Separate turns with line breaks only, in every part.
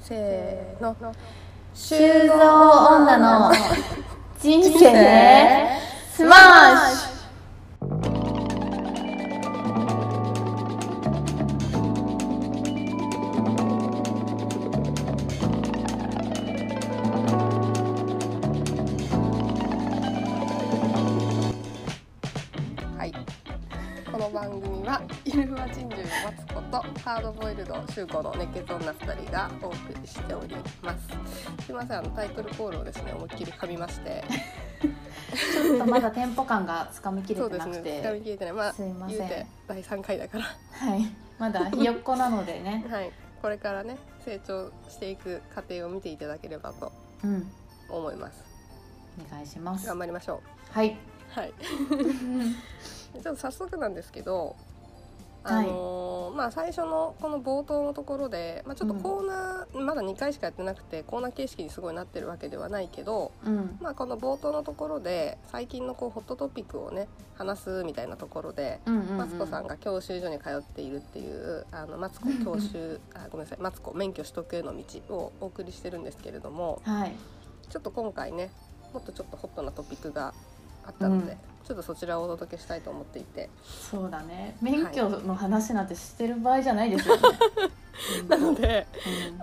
せーの
修造女の人生スマッシ
はいこの番組はイルフワ珍獣のマツコとハードボイルド修子の熱血女2人がお送りしておりますすいませんあのタイトルコールをですね思いっきり噛みまして
ュちょっとまだテンポ感がつかみきれ
そう
て
で
な
す
く
ね
て、
掴みきれてないまあ
すいません
言うて第3回だから
はいまだひよっこなのでね
はいこれからね成長していく過程を見ていただければと
うん
思います
お願いします
頑張りましょ
はい、
うはいちょっと早速なんですけど、
は
あ
い
のーまあ、最初のこの冒頭のところで、まあ、ちょっとコーナー、まだ2回しかやってなくてコーナー形式にすごいなってるわけではないけど、
うん、
まあ、この冒頭のところで最近のこうホットトピックをね話すみたいなところで。
うんうんうん
マツコさんが教習所に通っているっていうあのマツコ 教習あごめんなさいマツコ免許取得への道をお送りしてるんですけれども
はい
ちょっと今回ねもっとちょっとホットなトピックがあったので、
うん
ちょっとそちらをお届けしたいと思っていて
そうだね免許の話なんてしてる場合じゃないですよね、うん
なので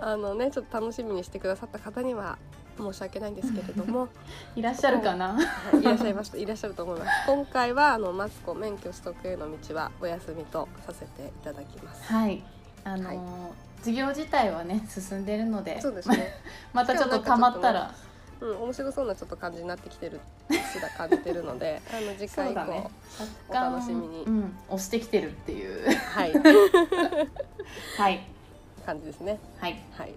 うん
あのねちょっと楽しみにしてくださった方には申し訳ないんですけれ ども、
いらっしゃるかな
はい、いらっしゃいましたいらっしゃると思います今回はあのマツコ免許取得への道はお休みとさせていただきます、
はいあのー授業自体はね進んでるので
そうですね、
またちょっとたまったら
うん、面白そうなちょっと感じになってきてるしだ感じてるのであの次回以
そうだね
降、お楽しみに
うん、押してきてるっていう
はい
はい
感じですね
はい、
はい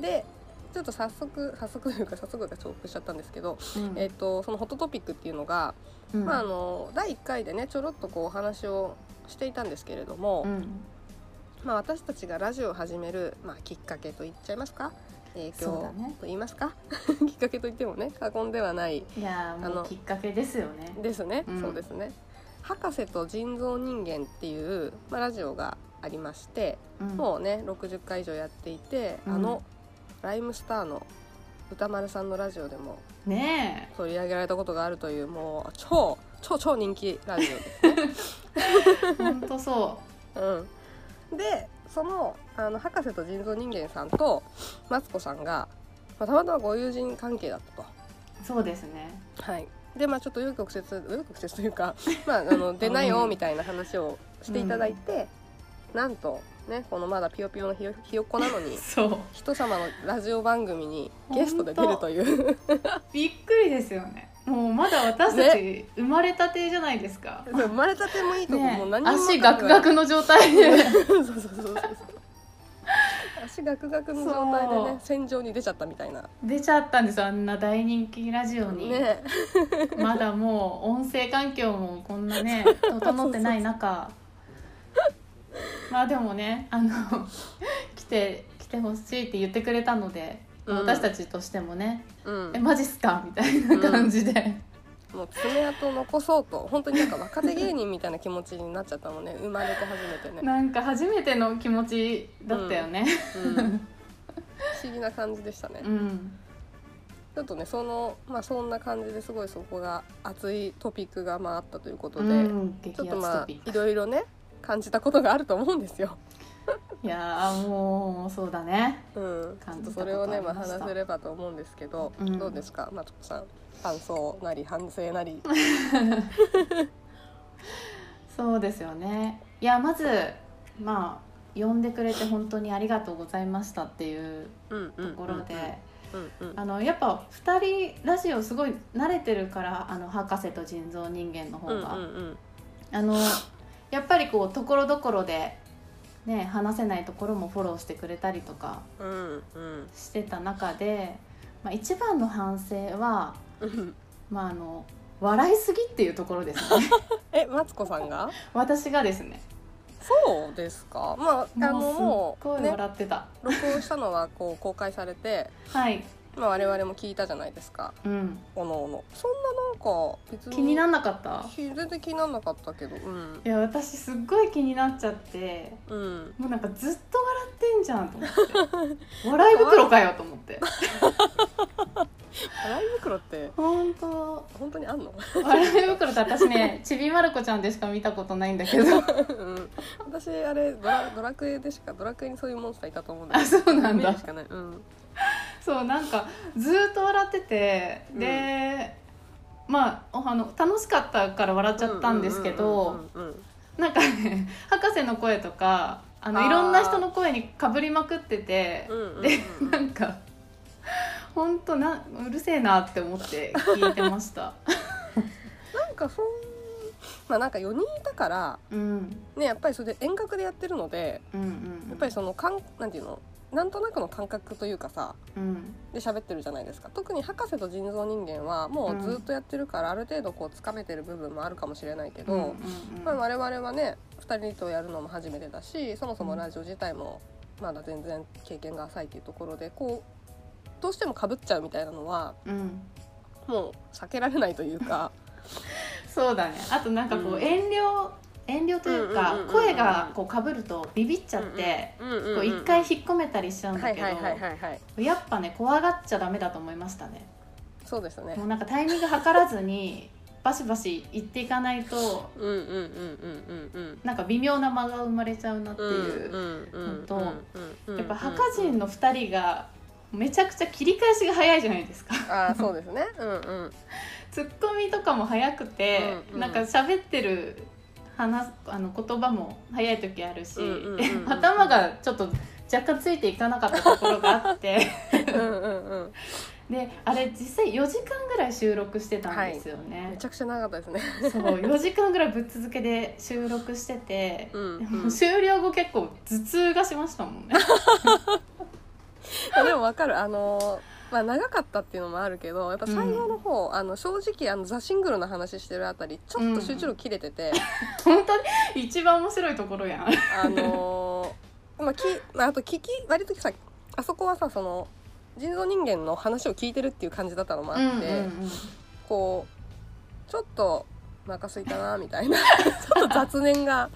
でちょっと早速早速というか早速が重複しちゃったんですけど、
うん
えっとそのホットトピックっていうのが、
うん
まあ、あの第1回でねちょろっとこうお話をしていたんですけれども、
うん
まあ、私たちがラジオを始める、まあ、きっかけと言っちゃいますか影
そう
響
だね
と言いますか、 きっかけと言ってもね過言ではない
いやー
あ
もう
の
きっかけですよね
ですね、
うん
そうですね「博士と人造人間」っていう、まあ、ラジオがありまして、
うん
もうね60回以上やっていて、
うん
あのライムスターの歌丸さんのラジオでも
ね
取り上げられたことがあるというもう超超超人気ラジオです。
え本当そ
うん、でそのあの博士と人造人間さんとマツコさんが、まあ、たまたまご友人関係だったと。
うそうですね
はい、でまあちょっと紆余曲折紆余曲折というか、まあ、あの出ないよみたいな話をしていただいて、なんとねこのまだピヨピヨのひよひよっこなのに
そう
人様のラジオ番組にゲストで出るという
びっくりですよねもうまだ私たち生まれたてじゃないですか、
生まれたてもいいとこ、
ね
もう
え
何にも
足ガクガクの状態
分
で
かんないそうそうそうそうそう足ガクガクの状態で
そう
ね戦場に出ちゃったみたいな
出ちゃったんですよあんな大人気ラジオに、
ね
まだもう音声環境もこんな ね整ってない中まあでもねあの 来て来てほしいって言ってくれたので、
うん
私たちとしてもね「
うん
え、マジっすか?」みたいな感じで、
もう爪痕残そうと本当になんか若手芸人みたいな気持ちになっちゃったもんね生まれて初めてね
なんか初めての気持ちだったよね。
うん、不思議な感じでしたね、
うん、
ちょっとねそのまあそんな感じですごいそこが熱いトピックがまああったということで、
うん
ち
激ア
ょっ
ツ
とま
ト
あ
ピッ
い
ク
ろいろね感じたことがあると思うんですよ。
いやーもうそうだね
うん、ちょ
感
っ
じ
と
たこと
それをね
あり
まあ
ました
話せればと思うんですけど、
うん
どうですかマトコさん感想なり反省な り。
そうですよねいやまずまあ呼んでくれて本当にありがとうございましたっていう
うんう
と
ん
ころで。
うんうん
あのやっぱ2人ラジオすごい慣れてるからあの博士と人造人間の方
うんうん
が、
うん
あのやっぱりこうところどころで、ね、話せないところもフォローしてくれたりとか
うんうん
してた中で、まあ、一番の反省は、
うん
まあ、あの笑いすぎっていうところです ね
えマツコさんが
私がですね
そうですかまああの
も
も
うすっ
う
ごい
ね
笑ってた、
録音したのはこう公開されて
はい
まあ、我々も聞いたじゃないですか
うん、
おのおのそんななんか別に
気になんなかった
ひ全然気にならなかったけどうん
いや私すっごい気になっちゃって
うん
もうなんかずっと笑ってんじゃんと思っ て笑い袋かよと思って
洗い袋って
本当
本当にあんの
笑い袋って私ねちびまる子ちゃんでしか見たことないんだけど
うん私あれドラドラクエでしかドラクエにそういうモンスターいたと思うんだけど
あそうなんだ
イメージしかないうん
そうなんかずーっと笑っててで、まあおあの楽しかったから笑っちゃったんですけど
うんうんうんうんうん
なんかね博士の声とかあの
あー
いろんな人の声にかぶりまくってて
うんうんうん
でなんか本当なうるせえなって思って聞いてま した。
なんかそうまあなんか4人いたから
うん
ねやっぱりそれで遠隔でやってるので
うんうん、
やっぱりそのかんなんていうのなんとなくの感覚というかさ
うん
で喋ってるじゃないですか特に博士と人造人間はもうずっとやってるからある程度こうつかめてる部分もあるかもしれないけど、
うんうん
まあ、我々はね2人とやるのも初めてだしそもそもラジオ自体もまだ全然経験が浅いっていうところでこうどうしてもかぶっちゃうみたいなのは
うん
もう避けられないというか
そうだねあとなんかこ
う
うん遠慮、遠慮という
うんうんうん
か
うんうん
声がこうかぶるとビビっちゃって。
うんうんうん
こう一回引っ込めたりしちゃうん
は
だ
い
けど、
はいはいはいはい
やっぱね怖がっちゃダメだと思いましたね
そうですね
もうなんかタイミング計らずにバシバシ言っていかないと
うんうんうんうんうんうん
なんか微妙な間が生まれちゃうなっていう、
う
のと
と
やっぱ博人の2人がめちゃくちゃ切り返しが早いじゃないですか
ああそうですねうんうん
ツッコミとかも早くて、
うんうん
なんか喋ってる話すあの言葉も早い時あるし、
うんうんうんうん
頭がちょっと若干ついていかなかったところがあって。
うんうんうん
であれ実際4時間ぐらい収録してたんですよね
め、ちゃくちゃ長かったですね
そう4時間ぐらいぶっ続けで収録してて、
うんうん
もう終了後結構頭痛がしましたもんね
いやでもわかるあのまあ長かったっていうのもあるけどやっぱ最後の方、あの正直あのザ・シングルの話してるあたりちょっと集中力切れてて、
本当に一番面白いところやん
あのーまあきまああと聞き割とさあそこはさその人造人間の話を聞いてるっていう感じだったのもあって、こうちょっとお腹すいたなみたいな ちょっと雑念が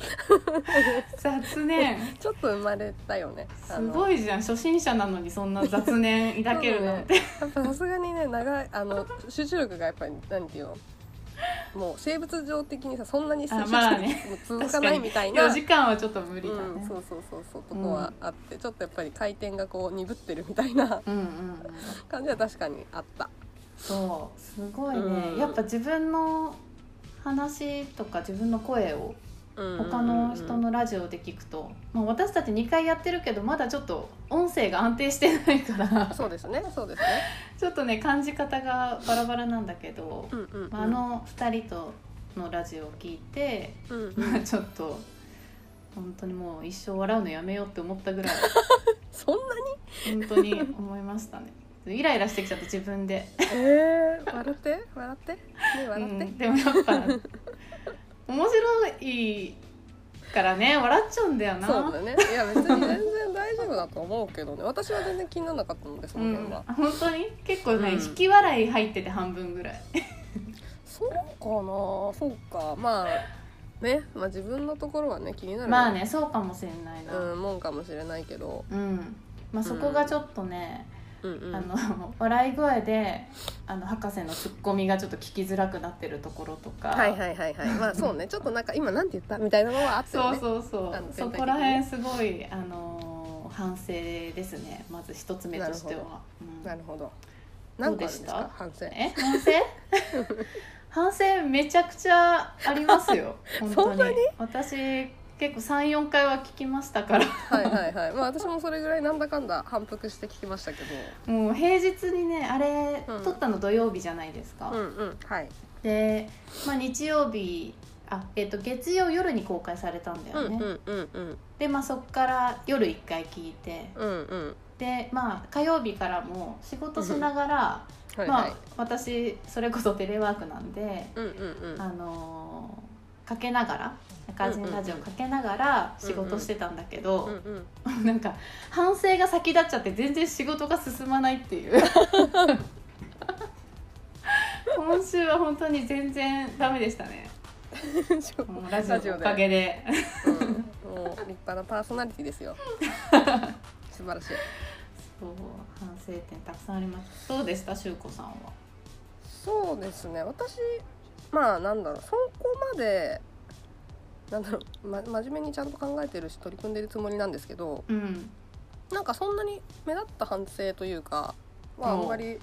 雑 念
ちょっと生まれたよね
すご
い
いじゃん初心者なのにそんな雑念抱けるなんて、
やっぱさすがにね長いあの集中力がやっぱりなんていうのもう生物上的にさそんなに集中
あ
力
まあね
もう続かないみたいな、
4時間はちょっと無理だね、
うん、そうそうそうそうとこはあって、ちょっとやっぱり回転がこう鈍ってるみたいな
うんうんうん
感じは確かにあった。
そうすごいね、
うん
やっぱ自分の話とか自分の声を他の人のラジオで聞くと、まあ、私たち2回やってるけどまだちょっと音声が安定してないから
そうですねそうですね。
ちょっとね感じ方がバラバラなんだけど
う、んうんうん、
まあ、あの2人とのラジオを聞いて、
うんうん
まあ、ちょっと本当にもう一生笑うのやめようって思ったぐらい
そんなに
本当に思いましたね。イライラしてきちゃって自分で、
えー、笑って笑ってね
う
笑って、
ん、でもやっぱ面白いからね笑っちゃうんだよな
そうだねいや別に全然大丈夫だと思うけどね私は全然気にならなかったのでその辺は、
うん、本当に結構ね、
うん
引き笑い入ってて半分ぐらい
そうかなそうかまあねまあ自分のところはね気になる、
まあねそうかもしれないなう、
うんん、もんかもしれないけど、
まあ、そこがちょっとね、
うんうん、
あの 笑い声であの博士のツッコミがちょっと聞きづらくなってるところとか、
はいはいはいはいまあそうねちょっとなんか今なんて言ったみたいなのはあったよ
そう
ね
そうそ
あ
う
の
そ
全体的にね
こら辺すごいあのー反省ですねまず一つ目として
なるほ
は。うん
なるほど何個あるんです
どう
か
で
反省
え反省反省めちゃくちゃありますよ本当
そん
に
なに
私結構34回は聞きましたから
はいはいはいまあ私もそれぐらいなんだかんだ反復して聞きましたけ
もう平日にねあれ、
うん
撮ったの土曜日じゃないですか、
どうんうんはい
で、まあ、日曜日あ、えっと月曜夜に公開されたんだ
う
よ
んう
ね、
んうんうん
で、まあ、そっから夜1回聞いて
うんうん
で、まあ、火曜日からも仕事しながら、
はい
ま
は
あ
い、
私それこそテレワークなんで、
うんうんうん
あのーかけながら中味のラジオかけながら仕事してたんだけど、
うんうん、
なんか反省が先立っちゃって全然仕事が進まないっていう今週は本当に全然ダメでしたねもうラジオのおかげで
うん、もう立派なパーソナリテ ィですよ素晴らしい
そう反省点たくさんありますどうでしたしゅうこさんは
そうですね私まあなんだろうそこまでなんだろう、ま、真面目にちゃんと考えてるし取り組んでるつもりなんですけど
うん
なんかそんなに目立った反省というかはあ
おうん
まり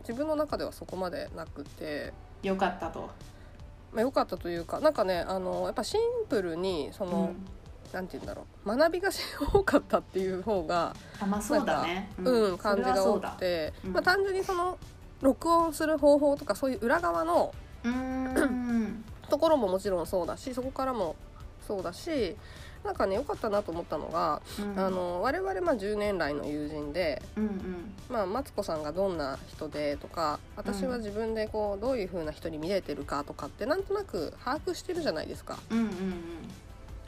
自分の中ではそこまでなくて。
よかったと
まあ、良かったというかなんかねあのやっぱシンプルにその、
うん
なんて言うんだろう学びが多かったっていう方が
あまあそうだね
うん、感じ
それ
が
はそ
多
うだ
くて、
うん
まあ、単純にその録音する方法とかそういう裏側の
うーん
ところももちろんそうだしそこからもそうだしなんかね良かったなと思ったのが、
うん
あの我々まあ10年来の友人で、
うんうん
まあ、マツコさんがどんな人でとか私は自分でこうどういう風な人に見れてるかとかってなんとなく把握してるじゃないですか。
うんうん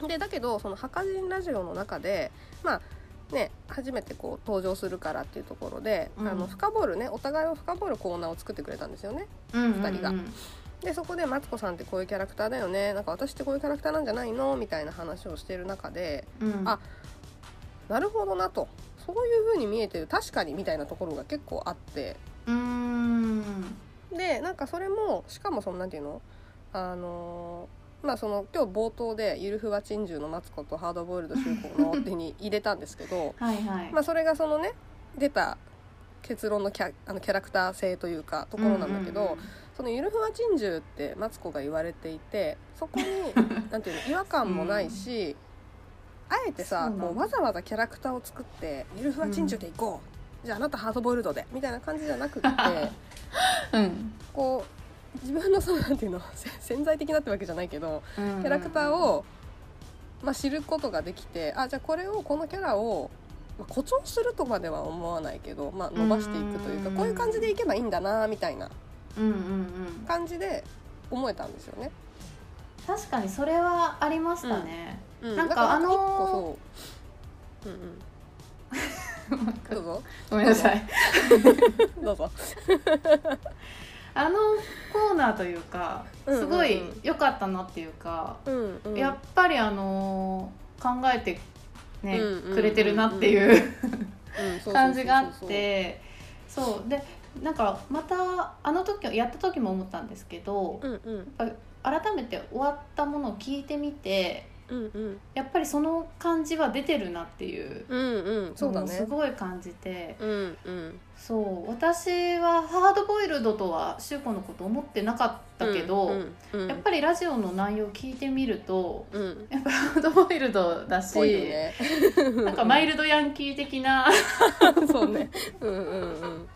でだけどその「ハカジンラジオ」の中でまあね初めてこう登場するからっていうところで、
うん
あの深掘るねお互いを深掘るコーナーを作ってくれたんですよね。
うんうんうん
二人が
うん
でそこで「マツコさんってこういうキャラクターだよねなんか私ってこういうキャラクターなんじゃないの?」みたいな話をしてる中で
うん
あ「なるほどな」と「そういう風に見えてる確かに」みたいなところが結構あって
うーん
でなんかそれもしかもそのなんていうのあのーまあその今日冒頭で「ゆるふわ珍獣のマツコとハードボイルド集合の」手に入れたんですけど、
はいはい
まあ、それがそのね出た結論のキャあのキャラクター性というかところなんだけど、
ううん
その「ゆるふわ珍獣」ってマツコが言われていて そこになんていうの違和感もないし、あえて
そう
さ
なんだ
こうわざわざキャラクターを作って「ゆるふわ珍獣で行こう」じゃああなたハードボイルドで」みたいな感じじゃなくって
うん
こう自分のそのなんていうのせ潜在的なってわけじゃないけど
キ
キャ
ャ
ラクターを、まあ、知ることができてあじゃあこれをこのキャラを、まあ、誇張するとまでは思わないけど、まあ、伸ばしていくというか
うん
こういう感じでいけばいいんだなみたいな
うんうんうん
感じで思えたんですよね。
確かにそれはありましたね、
う
なんか
だら
あのー
一個そう、うんうん、どうぞ
ごめんなさい
どうぞ。
あのコーナーというか
うんうん
すごい良かったなっていうか、
うんうん、
やっぱりあのー考えてね、
うんうんうん
くれてるなっていう
うんそうそうそうそ う
感じがあってそうでなんかまたあの時やった時も思ったんですけど
うんうん
やっぱ改めて終わったものを聞いてみて
うんうん
やっぱりその感じは出てるなっていう
うんうんそうだ
のをす
ね。
ごい感じて
うんうん
そう私はハードボイルドとは柊子のこと思ってなかったけど、
うんうん、
やっぱりラジオの内容を聞いてみると
り、うん、
やっぱハードボイルドだし、
ぽいよね。
なんかマイルドヤンキー的な
そうね。うんうん うん。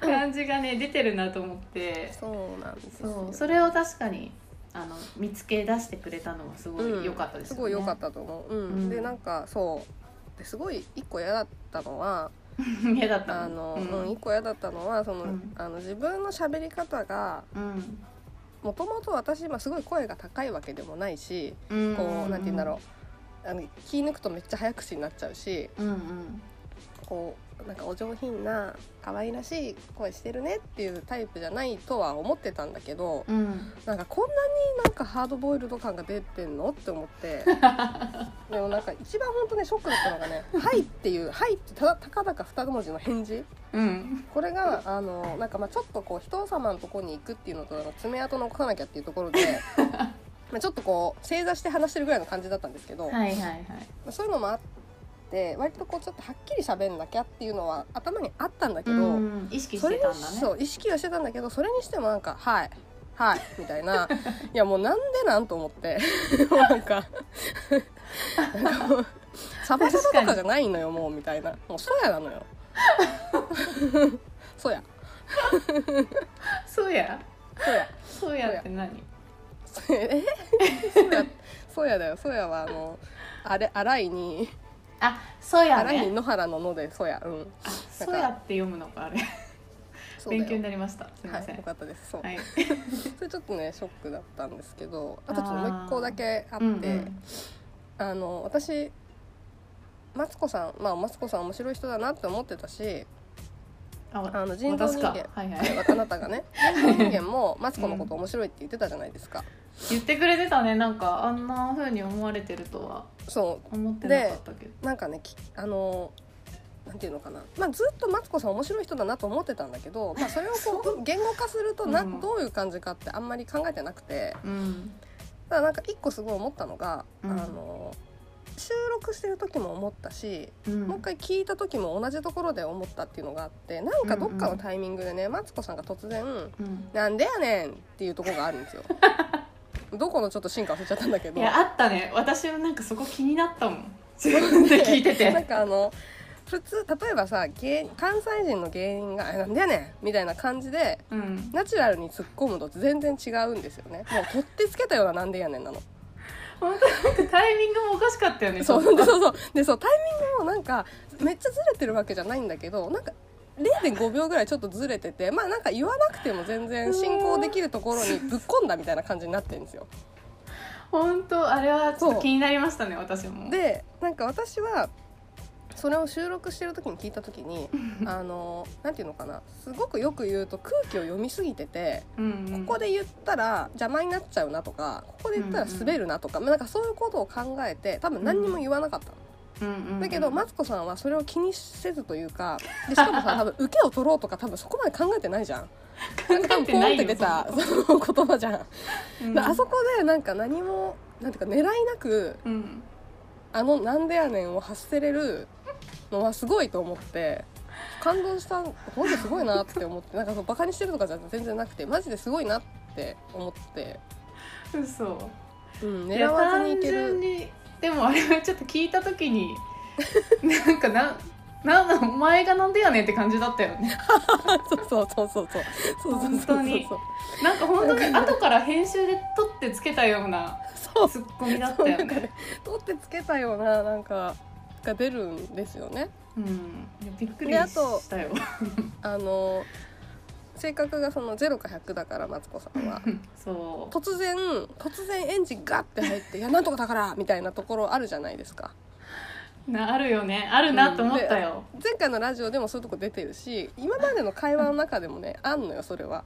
感じがね出てるなと思って
そうなんですよ。
そうそれを確かにあの見つけ出してくれたのはすご
うん
い良かったです
す
よね。
ごい良かったと思う。うん。
うん
でなんかそう。ですごい一個嫌だったのは、
嫌だった
あ
の
の、
う
うんん、一個嫌だったのはその、
うん
あの自分の喋り方が
うん
もともと私今すごい声が高いわけでもないし、
うん
こうなんて言うんだろう。あの気抜くとめっちゃ早口になっちゃうし
う。うんうん
こうなんかお上品な可愛らしい声してるねっていうタイプじゃないとは思ってたんだけど、
うん
なんかこんなになんかハードボイルド感が出てんのって思って でもなんか一番本当ねショックだったのがね「 はい」っていう「はい」ってただたかだか二文字の返事
うん
これがあのなんかまあちょっとこう人様のとこに行くっていうのとなんか爪痕残さなきゃっていうと ころでまあちょっとこう正座して話してるぐらいの感じだったんですけど、ま
はいはいはい
あそういうのもあって割とこうちょっとはっきり喋んなきゃっていうのは頭にあったんだけど。
うん意識し
そ
て
れ
た
に
んだね
そう意識はしてたんだけどそれにしてもなんか「はいはい」みたい ないやもうなんでなんと思ってもうなんかなんかもうサバサバとかじゃないのよもうみたいなもうそや なのよそや
そうや
そや
そうやって何
そやえそやそやだよそやはあのあれ荒いに
あそうや
荒いに
ね
野原の野でそやうん
あそうやって読むのかあれ
そうだよ
勉強になりましたすいませ
はい、よ
ん
かったですそう、
はい、
それちょっとねショックだったんですけどあとちょっともう一個だけあって
うんうん
あの私マツコさんまあマツコさん面白い人だなって思ってたし
あ
あの人造人
私
間
かはいはい
あなた がね人造人間もマツコのこと面白いって言ってたじゃないですか、
言ってくれてたねなんかあんな風に思われてるとは
そ
思ってなかったけど
うなんかねきあのなんていうのかな、まあ、ずっとマツコさん面白い人だなと思ってたんだけど、まあ、それを こう言語化するとな、
うん
どういう感じかってあんまり考えてなくて
うん
ただなんか一個すごい思ったのが、
うん
あの収録してる時も思ったし
うん
もう一回聞いた時も同じところで思ったっていうのがあってなんかどっかのタイミングでね マツコさんが突然
うん
「なんでやねん!」っていうところがある んですよ。どこのちょっと進化忘れちゃったんだけ
い
ど
やあったね私はなんかそこ気になったもん自分で聞いて
なん
て
かあの普通例えばさ芸関西人の芸人が「えなんでやねん!」みたいな感じで
うん
ナチュラルに突っ込むと全然違うんですよねもう取ってつけたような「なんでやねん」なの。
本当なんかタイミングもおかしかったよね
そう
ちょっ
そう
と
そうでそうタイミングもなんかめっちゃずれてるわけじゃないんだけどなんか0.5秒ぐらいちょっとずれててまあなんか言わなくても全然進行できるとこ ろにぶっ込んだみたいな感じになってるんですよ。
本当あれはちょっ
そう
と気になりましたね私も
でなんか私はそれを収録してる時に聞いた時 にあのなんていうのかなすごくよく言うと空気を読みすぎてて
うんうん
ここで言ったら邪魔になっちゃうなとかここで言ったら滑るなとか、まあなんかそういうことを考えて多分何にも言わなかったの。
うんうんうん
だけどマツコさんはそれを気にせずというかでし かもさ多分受けを取ろうとか多分そこまで考えてないじゃん。なんか多分ポンって出た
考
その言葉じゃん。
うん
であそこでなんか何もなんていうか狙いなく
うん
あの「なんでやねん」を発せれるのはすごいと思って感動した本当すごいなって思ってなんかそうバカにしてるとかじゃ全然なくてマジですごいなって思って、
嘘
うん、
い
狙
や
わずにいけ
単純
る。
にでもあれはちょっと聞いた時に なんかななんだお前がなんでやねんって感じだったよね
そうそうそうそうそうそうそう
本
そう
当に
そう
なんか本当に後から編集で撮ってつけたような
そう
ツッコミだっ
そう
た
な
よ
んか
ね
ね取ってつけたようななんかが出るんですよね
うんいやびっくり
であと
したよ
あの性格がその0か100だからマツコさんは
そう
突然突然エンジンガッて入って「いやなんとかだから!」みたいなところあるじゃないですか
なあるよねあるなと思ったよ、
前回のラジオでもそういうとこ出てるし今までの会話の中でもねあんのよそれは。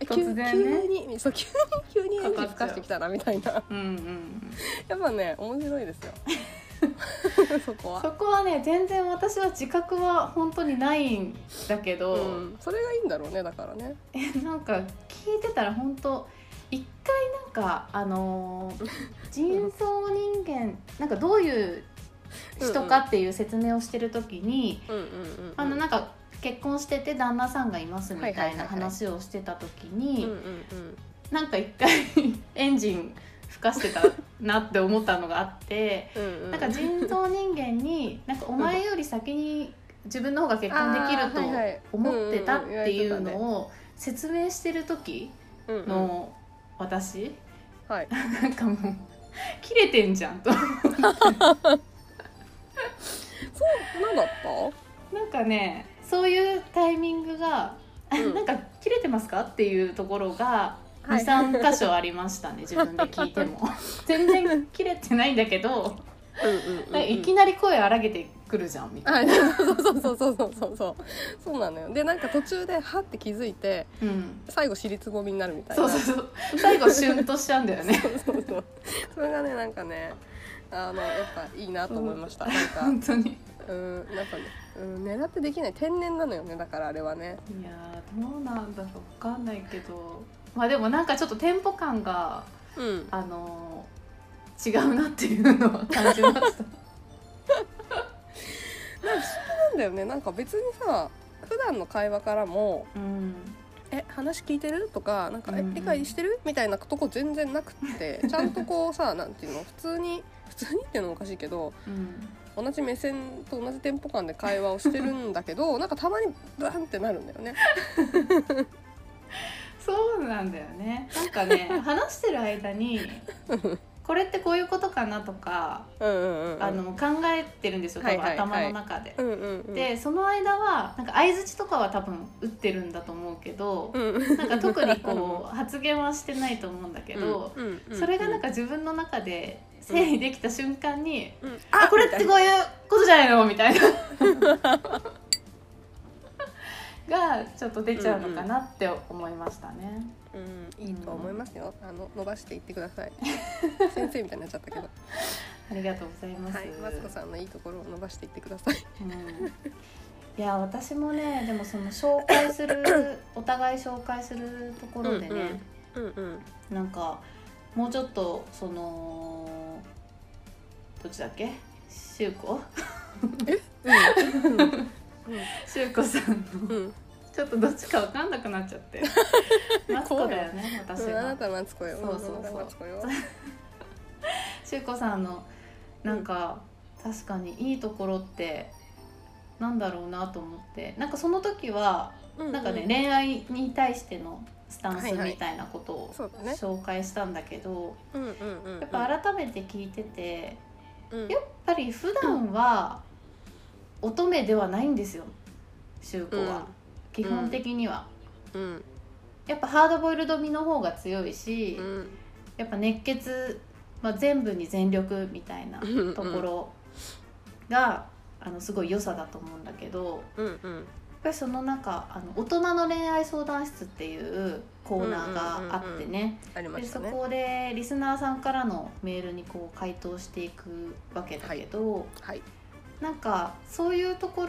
え急
突然ね
急にそう急に急にエンジン吹かしてきたなみたいな
うんうんうん
やっぱね面白いです よそこは
そこはね全然私は自覚は本当にないんだけど、
うん、それがいいんだろうねだからね
え なんか聞いてたら本当一回なんかあの ー人造人間なんかどういう人かっていう説明をしてる時に、
うんうんうんうん
あのなんか結婚してて旦那さんがいますみ
はいは
た
い
い
はい
な
は
い話をしてた時
うん
に、
うんうん
なんか一回 エンジン吹かしてたなって思ったのがあって、
うんうん
なんか人造人間になんかお前より先に自分の方が結婚できる
あーはいはい
と思ってたっていう
うんうんうん言われ
の
てたね
を説明してる時
うんうん
の私
はい
なんかもう切れてんじゃんと
何だっ
なんかねそういうタイミングが、
うん
なんか切れてますかっていうところが
はい
23箇所ありましたね自分で聞いても 全然切れてないんだけど、
た？うんうんうんうん
なんかいきなり声荒げてくるじゃんみたい
はいそうそうそうそうそうそうそうそうなのよでなんか途中ではって気づいて
な、うん、
最後尻つぼみになるみたいな
そうそうそう最後シュンとしちゃうんだよね
そうそうそれがねなんかねあのやっぱいいなと思いましたなんか
本当にい
うんなんかねうん狙ってできない天然なのよねだからあれはね
やーどうなんだかわかんないけどまあでもなんかちょっとテンポ感が
うん
あのー違うなっていうのは感じました
なんだよねなんか別にさ普段の会話からも
うん
え話聞いてるとかなんか、
うんう
え
ん
理解してるみたいなとこ全然なくって ちゃんとこうさなんていうの普通に普通にっていうのもおかしいけど
うん
同じ目線と同じテンポ感で会話をしてるんだけ どなんかたまにバンってなるんだよね。
そうなんだよねなんかね話してる間にこれってこういうことかなとか、
うんうんうん
あの考えてるんですよ多分、
はいはいはい
頭の中で。
うんうんうん
でその間はなんか相づちとかは多分打ってるんだと思うけど、
うん
なんか特にこう発言はしてないと思うんだけど、
うんうんうん
それがなんか自分の中で整理できた瞬間に「
うん
あこれってこういうことじゃないの?」みたいながちょっと出ちゃうのかなって思いましたね。
うんいいと思いますよあの伸ばしていってく ださい先生みたいになっちゃったけど
ありがとうございます。
はいマツコさんのいいところを伸ばしていってください
うんいや私もねでもその紹介す るお互い紹介するところでね、
うんうん
なんかもうちょっとそのどっちだっけ修 子
うん
修子さんの
うん
ちょっとどっちか分かんなくなっちゃって マツコだよね私
うんあな
が
たマツコよ
そうそうそうん
あなたマツコよ
修子さんのなんか、確かにいいところってなんだろうなと思ってなんかその時はなんかね、
う
恋愛に対してのスタン
は
ス
いはい
みたいなことを
そうだね
紹介したんだけど、
うんうんうん
やっぱ改めて聞いてて、
うん
やっぱり普段は乙女ではないんですよ修子は、基本的には。
うん
やっぱハードボイルド身の方が強いし、
うん
やっぱ熱血、まあ、全部に全力みたいな
うんうん
ところが、あのすごい良さだと思うんだけど。
うんうん
やっぱりその中あの大人の恋愛相談室っていうコーナーがあってね
ありま
で
した
そ
ね
こでリスナーさんからのメールにこう回答していくわけだけど、
はい
なんかそういうとこ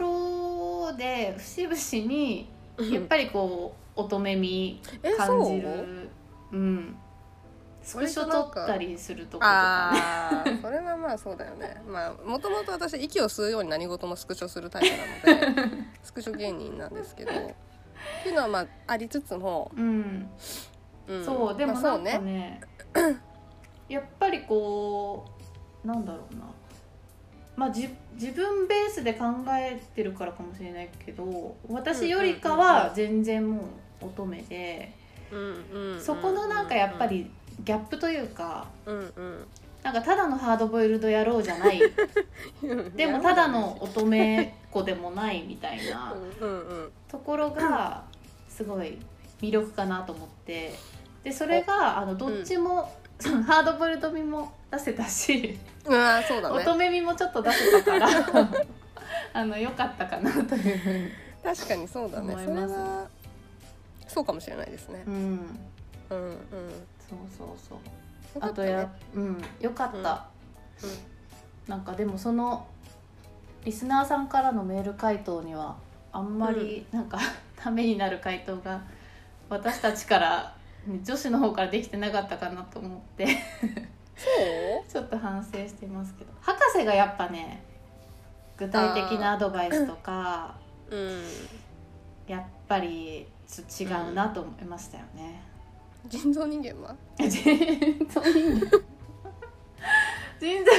ろで節々にやっぱりこう乙女み
え
感
そ
じ
う
るうんスクショ撮ったりするとことかね
ああそれはまあそうだよねまあもともと私息を吸うように何事もスクショするタイプなのでスクショ芸人なんですけどっていうのはまあありつつも、
うん
うん
そうでも
まあ
な
そうん
か
ね
ね やっぱりこうなんだろうなまあじ自分ベースで考えてるからかもしれないけど私よりかは全然もう乙女で
うんうんうん
そこのなんかやっぱりギャップというか
うんうん
なんかただのハードボイルド野郎じゃない
うん
でもただの乙女子でもないみたいな
うんうんうん
ところがすごい魅力かなと思ってでそれがあのどっちも、 ハードボイルド味も出せたし、
うわそうだ
乙
ね
女味もちょっと出せたから あの良かったかなというふうに、
確かにそうだね
思い
それ
ます
はそうかもしれないですね
うん、
うんうんよ
そうそうそう
か
あ
った
と
ね
やうん良かった、なんかでもそのリスナーさんからのメール回答にはあんまりなんか、 ためになる回答が私たちから女子の方からできてなかったかなと思って
そう
ちょっと反省してますけど博士がやっぱね具体的なアドバイスとか
うん
やっぱりちょっと違うなと思いましたよね。
人造人間は
人造人間人造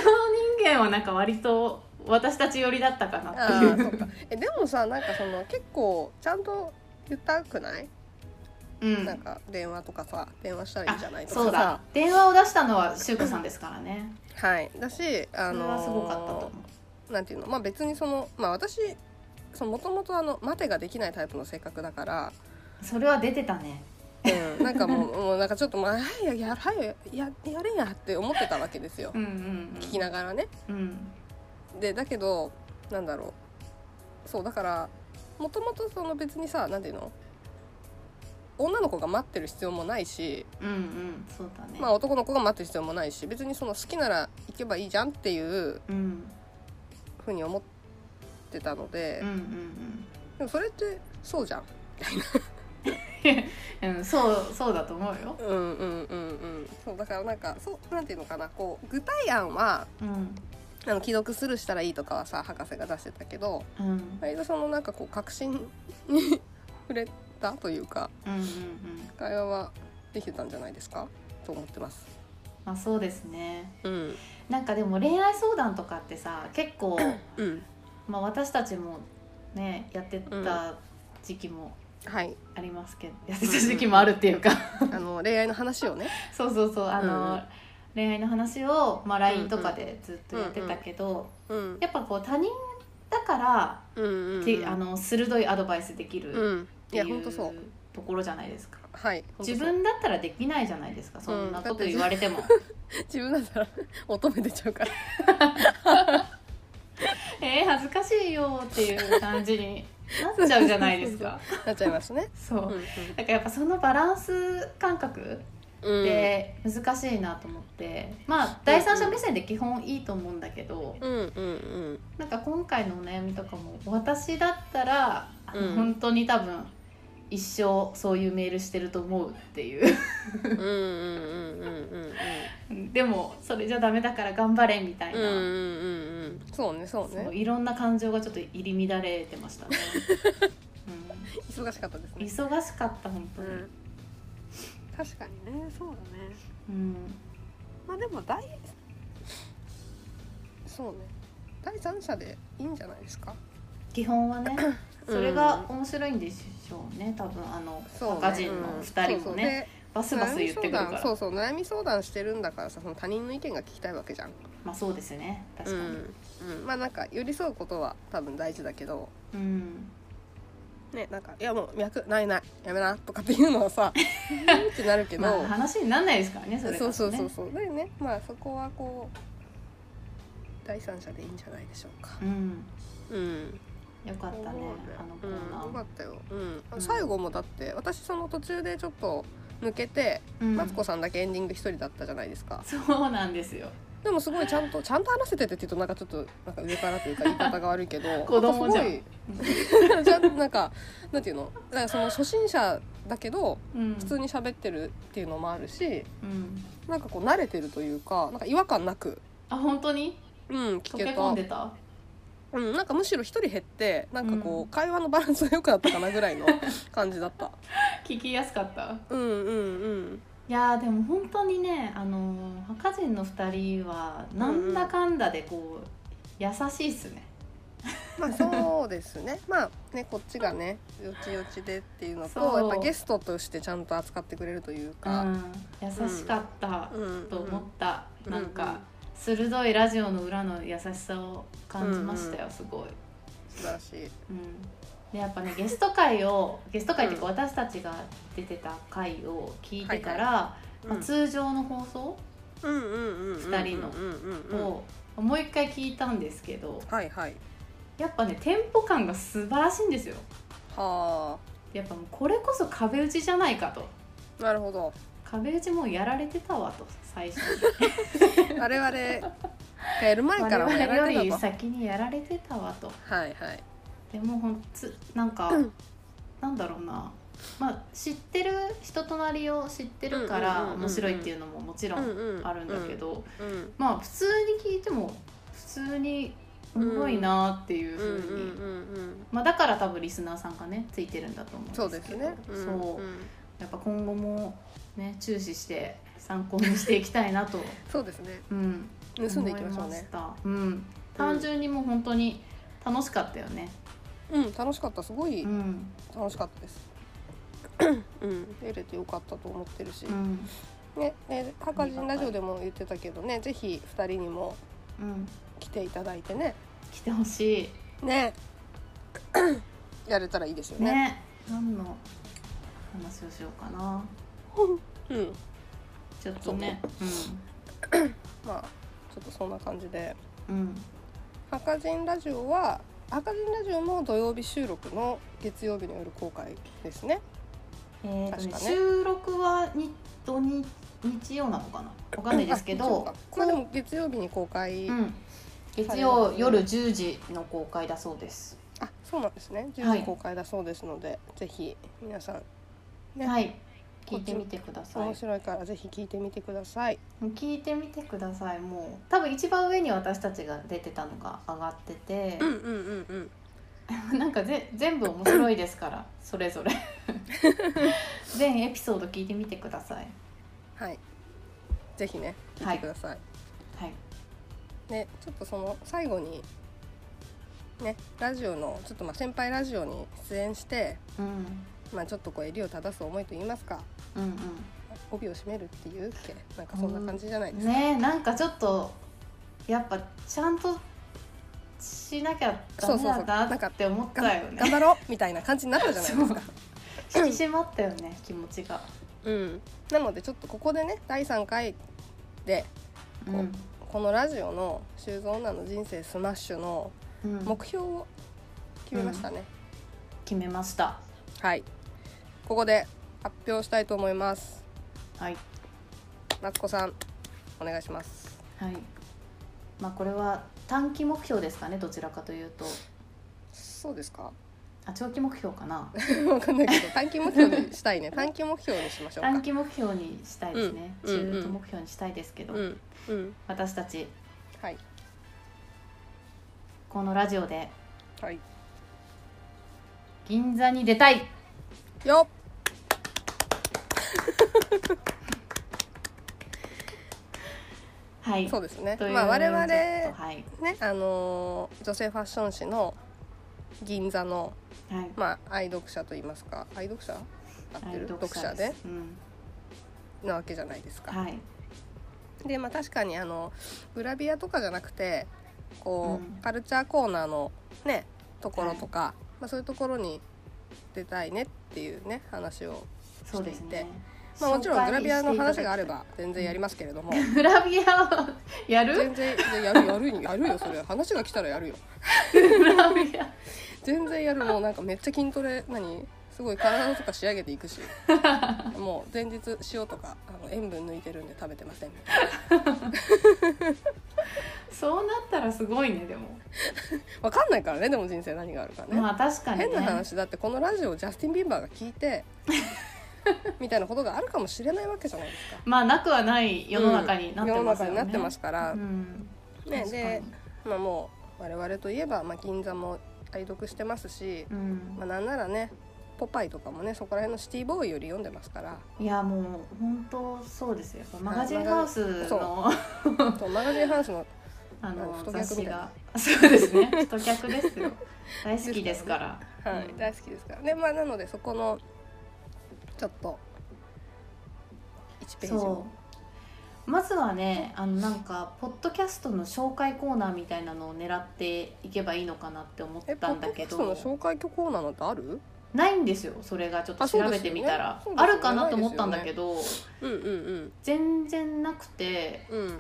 人間はなんか割と私たち寄りだったかなって
あ
い
ー
う。
そうか えでもさなんかその結構ちゃんと言ったくない、
うん
なんか電話とかさ電話したらいいんじゃない
あ
と
そう
か
だ
さ
電話を出したのはしゅうこさんですからね
はいだしあ
それ
の
はすごかったと思う
なんていうのまあ別にそのまあ私もともとあの待てができないタイプの性格だから、
それは出てたね
うん、なんかもうもうなんかちょっと「まあ、はいややはいやややれや」って思ってたわけですよ
うんうん
聞きながらね。
うん
でだけどなんだろうそうだからもともとその別にさなんていうの女の子が待ってる必要もないし、
うんうんそうだね
まあ、男の子が待ってる必要もないし別にその好きなら行けばいいじゃんっていう
うん
ふうに思ってたので
うんう、ん
でもそれってそうじゃん。
うんうんそうそうだと思うよ
うんうんうんうん、そうだからなんかそうなんていうのかなこう具体案は
うん
あの既読スルーしたらいいとかはさ博士が出してたけど
うんうん
割とそのなんかこう確信に触れたというか
うんうん
会話はできてたんじゃないですかと思ってます。
まあそうですね
うん、
なんかでも恋愛相談とかってさ結 構
うん、
まあ私たちもねやってた時期も
はい。
あり ますけど、やってた時期もあるっていうか
あの恋愛の話をね。
そうそうそうあの、恋愛の話を、まあ、LINE とかでずっとやってたけど、
うん
やっぱこう他人だから、
うんうん
てあの鋭いアドバイスできるっ
うんい
て
や
い
本
う
当そう
ところじゃないですか。
はいほんとそう
自分だったらできないじゃないですかそんなこと言われても、
自分だったら求めてちゃうから
えー恥ずかしいよっていう感じになっちゃうじゃないですか
なっちゃいますね
そう、
うん
だからやっぱそのバランス感覚
うん
って難しいなと思って、まあ第三者目線で基本いいと思うんだけど、
うんうんうん
なんか今回のお悩みとかも私だったら、あの
うん
本当に多分一生そういうメールしてると思うっていう
うんうんうんうんうん
でもそれじゃダメだから頑張れみたいな、
うんうんうんうんそうねそう
そう
ね
いろんな感情がちょっと入り乱れてま したね、
忙しかったです
うん、
ね
忙しかった本当に、
うん確かにねそうだね
うん
まあでも第そうね第三者でいいんじゃないですか
基本 はね
うん
それが面白いんでしょうね多分あの
そうね
赤人の2人もね、バス
そう
バ
そう
ス
で
言ってくるか
悩み相談
ら
そうそう悩み相談してるんだからさその他人の意見が聞きたいわけじゃん
まあそうですね確かに、
うんうん、まあなんか寄り添うことは多分大事だけど
うん
ねなんか「いやもう脈ないないやめな」とかっていうの はさうんってなるけど、
まあ話にならないですからねそれだと
そう
ね
そうそうそうだよねまあそこはこう第三者でいいんじゃないでしょうか
うん
うん
よかったねあのコ
うん、
ーナ
よ
ー
かったよ、うん
うん
最後もだって私その途中でちょっと抜けて、
うん
マツコさんだけエンディング一人だったじゃないですか
そうなんですよ
でもすごいちゃんとちゃんと話せててって言うとなんかちょっとなんか上からというか言い方が悪い けど
子供じゃん
なんかすごい じゃあなんかなんていうのなんかその初心者だけど
うん
普通に喋ってるっていうのもあるし
うん
なんかこう慣れてるというかなんか違和感なく、
あ本当に
うん、聞
溶
け
け
た
込んでた
うん、なんかむしろ一人減ってなんかこう、
うん
会話のバランスが良くなったかなぐらいの感じだった
聞きやすかった
うんうんうん
いやーでも本当にねあのー赤人の2人はなんだかんだでこう、優しいっすね
まあそうですね まあねこっちがねよちよちでっていうのと
そう
やっぱゲストとしてちゃんと扱ってくれるという
う
か、
ん優しかった
うん
と思った、
うん
なんか鋭いラジオの裏の優しさを感じましたよ、すごい、
素晴らしい。
うん、でやっぱねゲスト会を ゲスト会っていうか私たちが出てた回を聞いてから、まあ通常の放送
うんうんうんうん
二人の
うんうんうんうん
を、もう一回聞いたんですけど
はいはい。
やっぱねテンポ感が素晴らしいんですよ
は
やっぱもうこれこそ壁打ちじゃないかと
あ、なるほど。
壁打ちもうやられてたわと最 初に
我々がやる前
我
からもや
々
られ
よ
て
り
たと。
先にやられてたわと
はいはい。
でもほんつなんか、
うん
なんだろうなまあ知ってる人となりを知ってるから
うんうんうんうんうん
面白いっていうのももちろん
う
あるんだけ。ど、
うんうん
まあ普通に聞いても普通におもろいなっていう
う
ふ
んうん
うに、
うんうん。
まあ、だから多分リスナーさんがねついてるんだと思
そ
うん
う
で
ですす
けど
ね。うん
そう
うん
やっぱ今後もね注視して参考にしていきたいなと、
そうですね。
うん、
盗んでいきましょう
思い
ね
し。たうん、単純にもう本当に楽しかったよね。
うん、楽しかった。すごい
うん、
楽しかったです。うん、出れてよかったと思ってるし
う、ん、
ね、ね、赤人ラジオでも言ってたけどね、ぜひ二人にも
うん、
来ていただいてね。
来てほし
ね やれたらいいですよ
い。
ね
ね、何の話をしようかな。
うん
ちょっとね、
まあちょっとそんな感じで
うん、うん、
赤人ラジオは赤人ラジオも土曜日収録の月曜日の夜公開ですね
えーとね
確かね
収録はに土日日曜なのかな。わかんないですけ
あそう
ど
か、
こ
まあで
う
も月曜日に公開、
うん、月曜夜10時の公開だそうです。
あそうなんですね
は
10
い
時公開だそうですので、ぜひ皆さんね
はい、聞いてみてください
面。白いからぜひ聞いてみてください、
聞いてみてくださいもう多分一番上に私たちが出てたのが上がってて、
んうんうんうん
なんかぜ全部面白いですからそれ ぞれ全エピソード聞いてみてください
はいぜひね聞いてください、
はい
ね、ちょっとその最後にねラジオのちょっとまあ先輩ラジオに出演して、
うん
まあ、ちょっとこう襟を正す思いと言いますか、
うんうん
帯を締めるっていうっけなんかそんな感じじゃないですか、
ねなんかちょっとやっぱちゃんとしなきゃダメなんだなって思ったよ
頑
ね
張ろうみたいな感じになったじゃないですか。
引き締まったよね気持ちが、
うん、なのでちょっとここでね第3回で
う
こ
ん
このラジオの「修造女の人生スマッシュ」の
うん、
目標を決めましたね、
決めました
はいここで発表したいと思います
はい
夏子さんお願いします
はいまあこれは短期目標ですかねどちらかというと
そうですか
あ長期目標かな
わかんないけど短期目標にしたいね短期目標にしましょうか
短期目標にしたいですね、
うんうんうん
中途目標にしたいですけど、
うんうん
私たち
はい
このラジオで
はい
銀座に出たい
よっ
はい
そうですね
という
まあ我々
ちょっ
ね
とはい
あのー女性ファッション誌の銀座の
はい
まあ愛読者と言いますか愛読者合ってる
はい
読者で
ですうん、
なわけじゃないですか、
はい
でまあ確かにあのグラビアとかじゃなくてこう、
うん
カルチャーコーナーのねところとか、まあ、そういうところに出たいねっていうね話を、
そうです
してい
ね
てまあ、もちろんグラビアの話があれ
ば
ば全然やりますけれども、
グラビアをやる
全然やるやるよやるよそれ話が来たらやるよ
グラビア
全然やるもうなんかめっちゃ筋トレ何すごい体とか仕上げていくしもう前日塩とかあの塩分抜いてるんで食べてませんみたいな
そうなったらすごいねでも
わかんないからねでも人生何があるかね、
まあ確かにね
変な話だってこのラジオをジャスティン・ビーバーが聞 いてみたいなことがあるかもしれないわけじゃないですか
まあなくはない世の中になってますよね、
世の中になってますから、
うん
ね
確かに
でまあもう我々といえば、まあ、銀座も愛読してますし、
うん
まあなんならねポパイとかもねそこら辺のシティボーイより読んでますから
いやもう本当そうですよやっぱマガジンハウス
そう
の
あとマガジンハウ スの
あの
太客
雑誌
みたいな
がそうですね太客ですよ大好きですから
はい、
うん
大好きですからねまあなのでそこのちょっと1ページを
そうまずはねあのなんかポッドキャストの紹介コーナーみたいなのを狙っていけばいいのかなって思っ
えポ
たん
ッ
だ
ドキ
け
ャストの
ど
紹介曲コーナーなんてある
ないんですよそれがちょっと
あそう
調
ですよね
べてみたら、
そうです
あ
よね
るかなと思ったんだけど、
うんうんうん
全然なくて
うんうん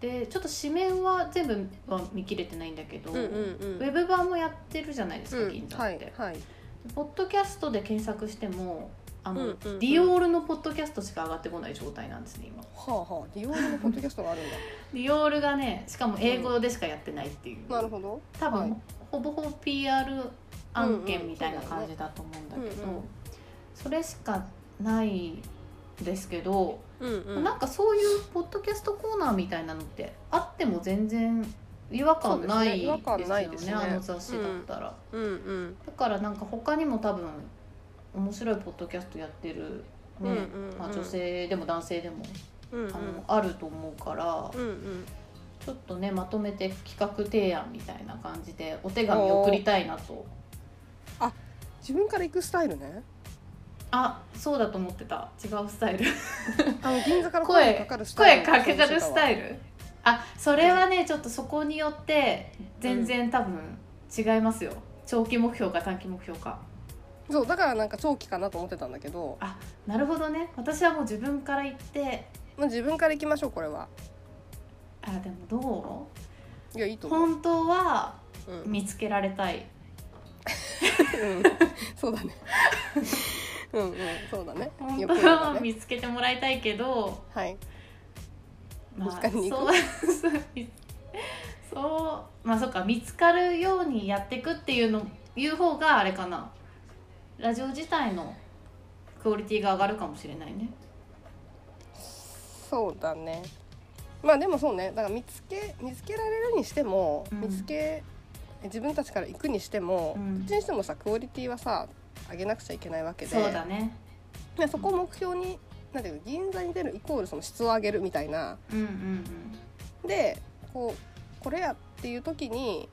でちょっと紙面は全部は見切れてないんだけど、
うんうんうん
ウェブ版もやってるじゃないですか、銀座って、
はいはい、
ポッドキャストで検索してもあの、
うんうんうん
ディオールのポッドキャストしか上がってこない状態なんですね今
はあはあディオールのポッドキャストがあるんだ
ディオールがねしかも英語でしかやってないっていう、
なるほど
多分、
はい
ほぼほぼ PR 案件みたいな感じだと思うんだけど、
うんうん
それしかないですけど、
うんうん
なんかそういうポッドキャストコーナーみたいなのってあっても全然違和感ないですよ
そうですね違和感ない
ね
ですね
あの雑誌だったら、
うんうん
だからなんか他にも多分面白いポッドキャストやってる、ね
うんうんうん
まあ、女性でも男性でも、
うんうん
あのあると思うから、
うんうん
ちょっとねまとめて企画提案みたいな感じでお手紙を送りたいなと
自分から行くスタイル ね
あそうだと思ってた違うスタイル
あの銀座から
声
かかるスタイ
声
ル
かけかるスタ
イ
イルあそれはねちょっとそこによって全然多分違いますよ長期目標か短期目標か
ルそうだからなんか長期かなと思ってたんだけど、
なるほどね私はもう自分から言って
まあ、自分から行きましょうこれは
あでもど
いやいいと
う
思う、
本当は
うんうん、
見つけられたい
そうだね うんうんそうだね
本
よ
当
く言うよ
は
ね
見つけてもらいたいけど
はい
ま
見つか
あ
りに行
そうそうそうま あそっか見つかるようにやっていくっていうのいう方があれかなラジオ自体のクオリティが上がるかもしれないね
そうだねまあでもそうねだから見つけ見つけられるにしても、
うん
見つけ自分たちから行くにしても、
うん
どっちにしてもさクオリティはさ上げなくちゃいけないわけで
そうだね
でそこを目標になんていうの銀座に出るイコールその質を上げるみたいな
うんうん
でこうこれやっていう時に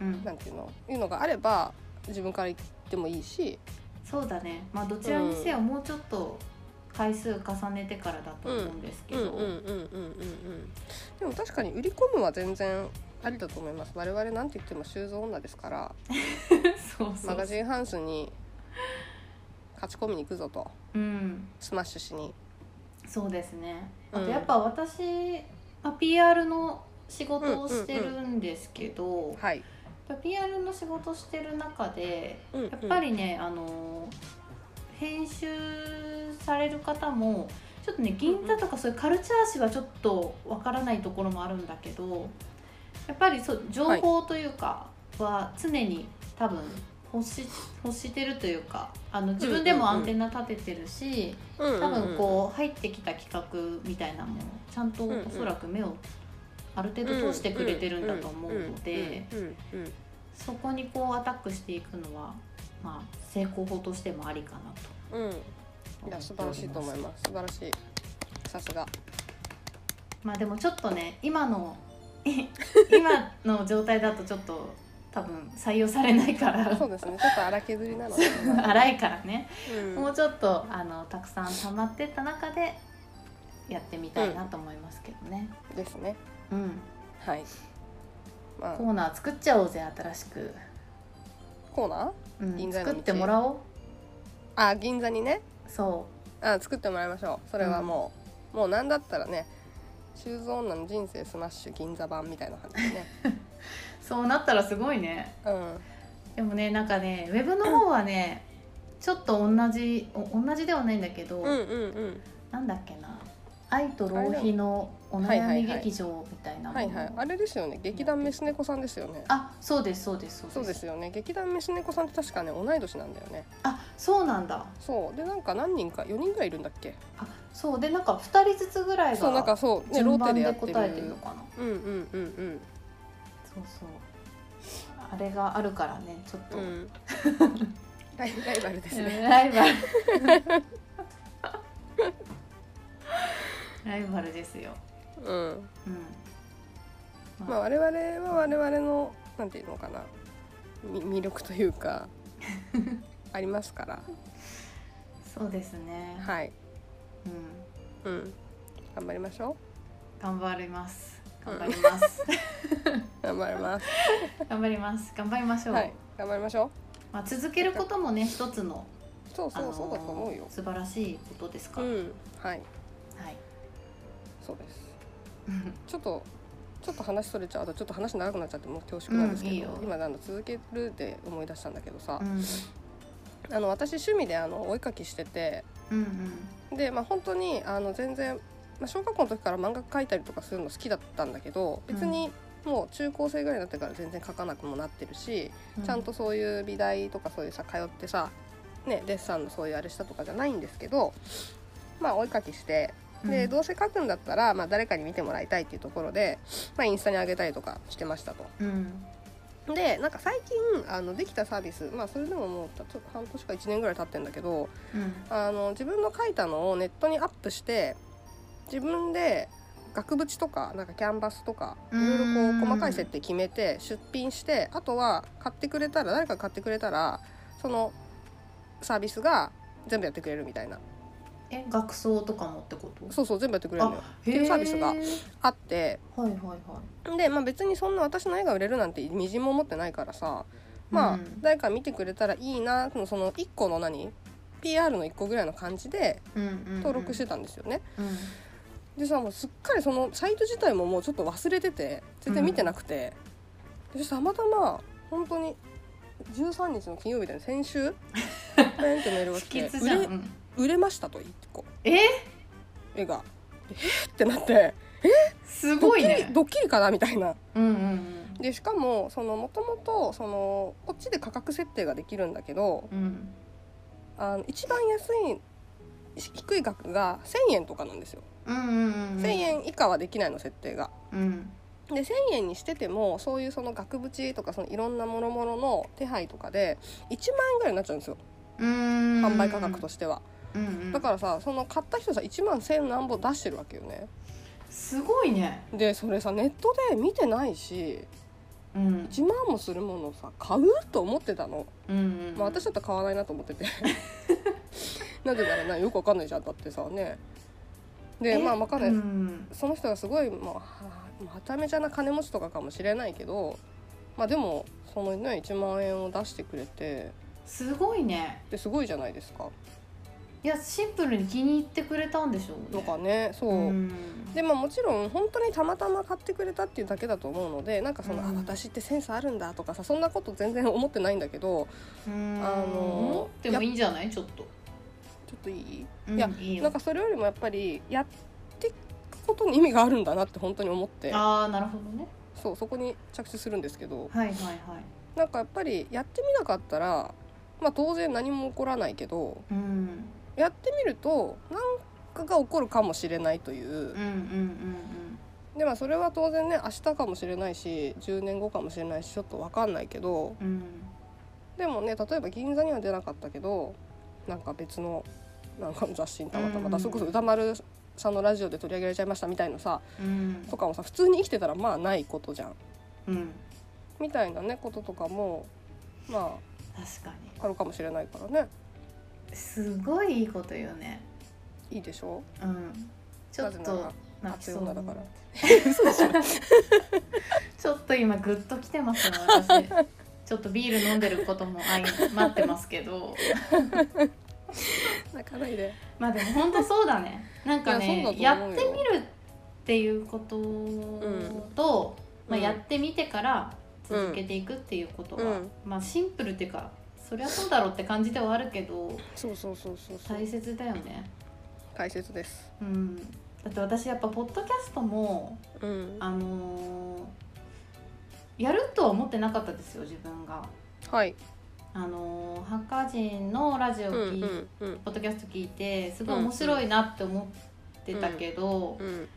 うんうん
なんていうのいうのがあれば自分から行ってもいいし
そうだねまあどちらにせよもうちょっと回数重ねてからだと思うんですけ
うんうんうん
ど、
うんうんうんでも確かに売り込むは全然ありだと思います我々なんて言っても修造女ですから
そうそ
マガ
う、
ジンハウスに勝ち込みに行くぞと
うん、
スマッシュしに
そうですねあ
う
と
ん
やっぱ私、まあ、PR の仕事をしてるんですけど、や
はい
っぱ PR の仕事してる中で
や
やっぱりね、あの編集される方もちょっとね銀座とかそういうカルチャー誌はちょっとわからないところもあるんだけどやっぱりそう情報というかは常に多分欲し欲してるというかあの自分でもアンテナ立ててるし、多分こう入ってきた企画みたいなもんちゃんとお
うんうん
そらく目をある程度通してくれてるんだと思うので。
うんうんうん
そこにこうアタックしていくのは、まあ、成功法としてもありかな
うんうん
と
いや素晴らしいと思い
す
ます素晴らしいさすが
まあでもちょっとね今の い今の状態だとちょっと多分採用されないから
そうですねちょっと荒削りなので
荒いからね、
うん
もうちょっとあのたくさん溜まってった中でやってみたいなと思いますけどね、
ですね
うん
はいまあ
コーナー作っちゃおうぜ新しく、
コーナー
うん
銀座の道
作ってもらおう
あ銀座にね
そ
あ作ってもらいましょうそれはもう、もうなんだったらね修造女の人生スマッシュ銀座版みたいな感じでね
うそうなったらすごいね
うん
でもねなんかねウェブの方はねちょっと同じお同じではないんだけど、
うんうん
なんだっけな愛と浪費のお悩み劇場みたい
うん
なも
は
の
いはいあれですよね劇団メス猫さんですよね
あそうですそうです
そうですよね劇団メス猫さんって確かね同い年なんだよね
あそうなんだ
そうでなんか何人か4人ぐらいいるんだっけ
あそうでなんか2人ずつぐらい
そうなんか
が
そうね
順
ローテ
番
でや
で
ってる
答えてるのかな、
うんうんうん
そうそうあれがあるからねちょっと、
うんうんライ ライバルですね
ライバルライバルですよ、
うん
うん
まあ我々は我々のなんていうのかなみ魅力というかありますから
そうですね、
はい、
うん
うん、頑張りましょ
頑張ります。
う
頑
ん
張り ます。
う頑張ります
頑張ります。頑張りましょう。
はい頑張りましょう
まあ続けることもね一つの、
そう
あ
そ
の
うそうだと思うよ、
素晴らしいことですから。
うんはい
はい。
そうですちょっとちょっと話それちゃうあとちょっと話長くなっちゃってもう恐縮なんですけど、
うんいいよ
今あの続けるで思い出したんだけどさ
う、ん
あの私趣味であのお絵描きしてて
うん
でまあ本当にあの全然、まあ、小学校の時から漫画描いたりとかするの好きだったんだけど別にもう中高生ぐらいになってから全然描かなくもなってるし、
うん。
ちゃんとそういう美大とかそういうさ通ってさ、ね、デッサンのそういうあれしたとかじゃないんですけどまあお絵描きして。でどうせ描くんだったら、まあ、誰かに見てもらいたいっていうところで、まあ、インスタに上げたりとかしてましたと。
うん。うん
でなんか最近あのできたサービス、まあ、それでももうちょっと半年か1年ぐらい経ってんだけど、
うん
あの自分の書いたのをネットにアップして自分で額縁とかなんかキャンバスとかいろいろこ
う
うん細かい設定決めて出品してあとは買ってくれたら誰か買ってくれたらそのサービスが全部やってくれるみたいな
え学装とかもってこと？
そうそう全部やってくれるのよ
へ
いうサービスが
はい
あって
はいはい。
で、まあ、別にそんな私の絵が売れるなんてみじんも思ってないからさまあ、
うん
誰か見てくれたらいいなそのその1個の何 PR の1個ぐらいの感じで
うんうんうん。
登録してたんですよね。
うん。
でさもうすっかりそのサイト自体ももうちょっと忘れてて全然見てなくて、でたまたま本当に13日の金曜日だよね 先週ペンってメールが
不
来て
吉
売
じゃん
れ
うん。
売れましたと1個
え
絵がえーってなって
す
ドッ
ごい
キリ、
ね。
ドッキリかなみたいな
うんうんうん
でしかもそのもともとそのこっちで価格設定ができるんだけど
うん。
あの一番安い低い額が1,000円とかなんですよ、
うんうんうんうん。
1,000。円以下はできないの設定が
うん
で1,000円にしててもそういうその額縁とかそのいろんなもろもろの手配とかで1万円ぐらいになっちゃうんですよ
うん。
販売価格としては、
うんうん。
だからさその買った人さ1万1,000何本出してるわけよね
すごいね。
でそれさネットで見てないし
うん。
1万もするものをさ買うと思ってたの、
うんうん。
まあ、私だったら買わないなと思っててなぜならなよくわかんないじゃんだってさねで
え
まあわかんない、
うん
その人がすごい、まあはあ、はためちゃな金持ちとかかもしれないけど、まあ、でもそのね1万円を出してくれて
すごいね
ですごいじゃないですか。
いやシンプルに気に入ってくれたんでしょうね
とかねそう、
うん
でまあ、もちろん本当にたまたま買ってくれたっていうだけだと思うのでなんかそ
う
の、
ん
あ私ってセンスあるんだとかさそんなこと全然思ってないんだけど
うん
あの
思ってもいいんじゃないちょっと、
ちょっといい、
うん、
いや
いいよ
なんかそれよりもやっぱりやっていくことに意味があるんだなって本当に思って
ああなるほどね
そうそこに着手するんですけど
はいはいはい
なんかやっぱりやってみなかったら、まあ、当然何も起こらないけど
うん
やってみると何かが起こるかもしれないという
うんうんうん
でまあそれは当然ね明日かもしれないし10年後かもしれないしちょっと分かんないけど
うんうん
でもね例えば銀座には出なかったけどなんか別のなんかの雑誌にたまたま
う
だ
ん
それこそ歌丸さんのラジオで取り上げられちゃいましたみたいなさ
うん
とかもさ普通に生きてたらまあないことじゃん
うん
みたいなねこととかもま
確かに
ああるかもしれないからね
すごいいいこと言うね
いいでしょ
うんちょっ
なぜな
と
ら
泣きそう
熱い女だから
嘘でしょちょっと今グッときてますね私 ちょっとビール飲んでることも相待ってますけど
泣かないで
まあでも本当そうだ ねなんか
い
ね
やそうだと思うよ
やってみるっていうことと、
うん
まあ、
うん
やってみてから続けていくっていうことは、
うん
まあシンプルっていうかそりゃそうだろうって感じではあるけど
そうそうそうそうそう
大切だよね、
大切です
うん、だって私やっぱポッドキャストも
うん
あのーやるとは思ってなかったですよ自分が。
はい
あのーハッカー人のラジオ
う
を
ん
聞い、
うんうん
ポッドキャスト聞いてすごい面白いなって思ってたけど、
うん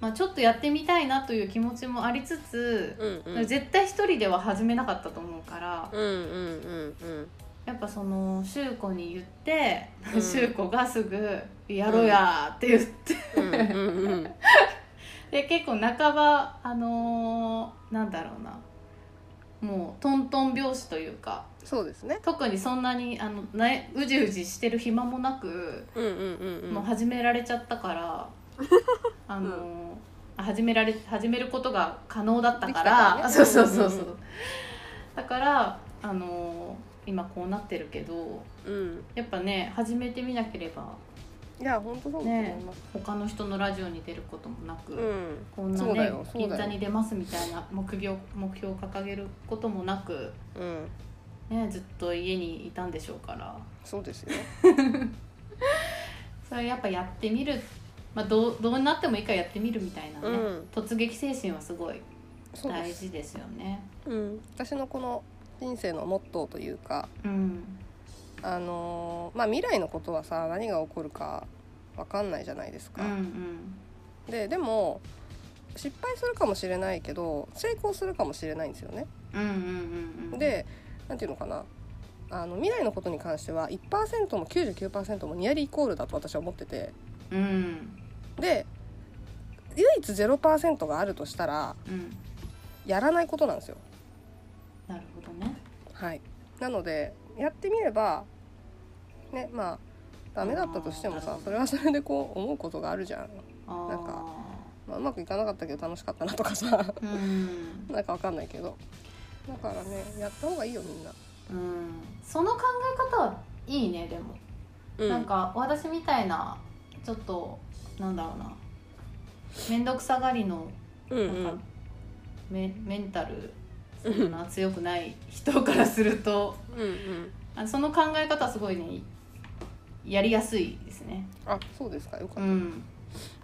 まあ、ちょっとやってみたいなという気持ちもありつつ、
うんうん
絶対一人では始めなかったと思うから、
うんうんうんうん
やっぱその修子に言って
うん
修子、がすぐ「やろうや」って言って、
うんうんうん
で結構半ばあのーなんだろうなもうトントン拍子というか
そうですね
特にそんなにあのなうじうじしてる暇もなく、
うんうんうんうん
もう始められちゃった から、あのーあ始められ始めることが可能だったから
できたからね
そうそうそうそう、
うんうんうん
だからあのー今こうなってるけど
うん
やっぱね始めてみなければ
いや本当そうだと思います、
他の人のラジオに出ることもなく、
うん
こんな
そうだ
ね
よそうだよ
銀座に出ますみたいな目標目標を掲げることもなく、
うん
ね、ずっと家にいたんでしょうから
そうですよ
それやっぱやってみる、まあ、どうどうなってもいいからやってみるみたいなね、
うん
突撃精神はすごい
そうで
大
す、
事ですよね。
うん、私のこの人生のモットーというか
うん、
あのーまあ未来のことはさ何が起こるかわかんないじゃないです
う
か、
んうん
ででも失敗するかもしれないけど成功するかもしれないんですよね
うんうんうんうん、
でなんていうのかなあの未来のことに関しては1%も99%もニアリイコールだと私は思ってて
うん
で唯一0%があるとしたら
うん
やらないことなんですよ
なるほどね。
はい、なのでやってみればねまあダメだったとしても
あ
さ
ー
それはそれでこう思うことがあるじゃん、
あー
なんかまあ、うまくいかなかったけど楽しかったなとかさ
うん、
なんかわかんないけどだからねやった方がいいよみんな、
うん、その考え方はいいねでも、
う
なんか私みたいなちょっとなんだろうな面倒くさがりの
うんう
なんか、
ん
メメンタルそ
うん
んな強くない人からすると
うんうん
あその考え方はすごいねやりやすいですね。
あそうですかよかった、
うん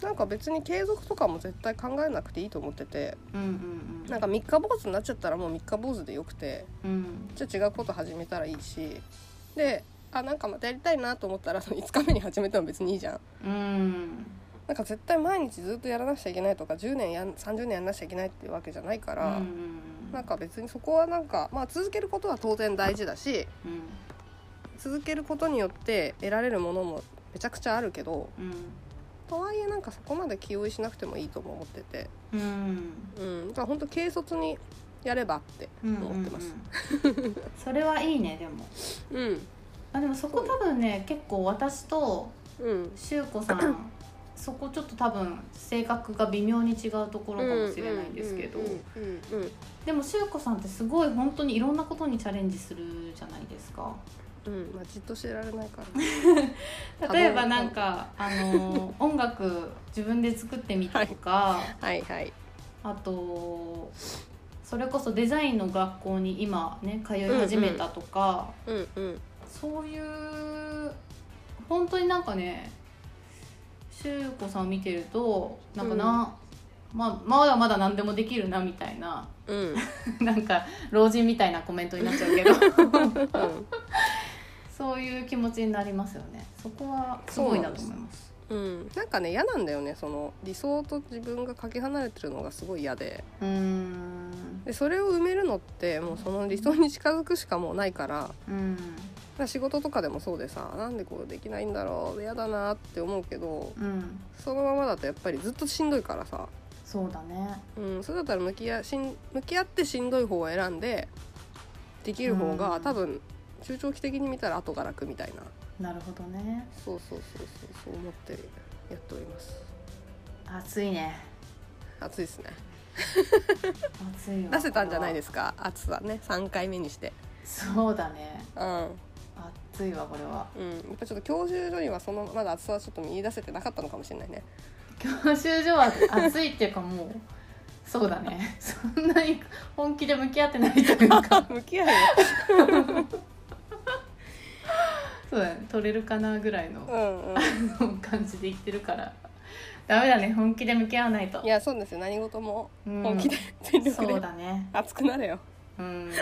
なんか別に継続とかも絶対考えなくていいと思ってて
うんうん
なんか三日坊主になっちゃったらもう三日坊主でよくて
うんうん
じゃあ違うこと始めたらいいしであなんかまたやりたいなと思ったら その5日目に始めても別にいいじゃん
うん
なんか絶対毎日ずっとやらなくちゃいけないとか10年やん30年やらなくちゃいけないっていうわけじゃないから、
うん
なんか別にそこはなんか、まあ、続けることは当然大事だし
うん
続けることによって得られるものもめちゃくちゃあるけど
うん
とはいえなんかそこまで気負いしなくてもいいとも思ってて、
うん
うん、だから本当軽率にやればって
うん
思ってます。
うんうんそれはいいねでも
うん
あでもそこ多分ね結構私と
うん
しゅうこさ んそこちょっと多分性格が微妙に違うところかもしれないんですけど
うんうんうん
でもしゅうこさんってすごい本当にいろんなことにチャレンジするじゃないですか
うんうんまあじっとしてられないから
例えばなんかあの音楽自分で作ってみたとか、
はいはい
あとそれこそデザインの学校に今ね通い始めたとか、
うんうん
そういう本当になんかねしゅうこさんを見てるとなんかな、まあ、まだまだ何でもできるなみたいな
うんうん
なんか老人みたいなコメントになっちゃ うけどそういう気持ちになりますよねそこはすごいなと思います。
うんなんかね嫌なんだよねその理想と自分がかけ離れてるのがすごい嫌で
うーん
でそれを埋めるのってもうその理想に近づくしかもうないから
うん
まあ仕事とかでもそうでさなんでこうできないんだろう嫌だなって思うけど
うん
そのままだとやっぱりずっとしんどいからさ、
そうだね
うん、それだったら向き合しん向き合ってしんどい方を選んでできる方が、
うん
多分中長期的に見たら後が楽みたいな
なるほどね
そうそうそうそうそう思ってやっております
暑いね
暑いですね
暑いよ
出せたんじゃないですすか暑さね3回目にして
そうだね
うん
暑いわこれは
うん、やっぱちょっと教習所にはそのまだ暑さはちょっと見出せてなかったのかもしれな いね
教習所は暑いっていうかもうそうだねそんなに本気で向き合ってないというか
向き合い
そうだね取れるかなぐらいの
うんうん
感じで言ってるからダメだね本気で向き合わないと
いやそうですよ何事も
うん
本気で全力
そう
で
だね
熱くなれよ
うん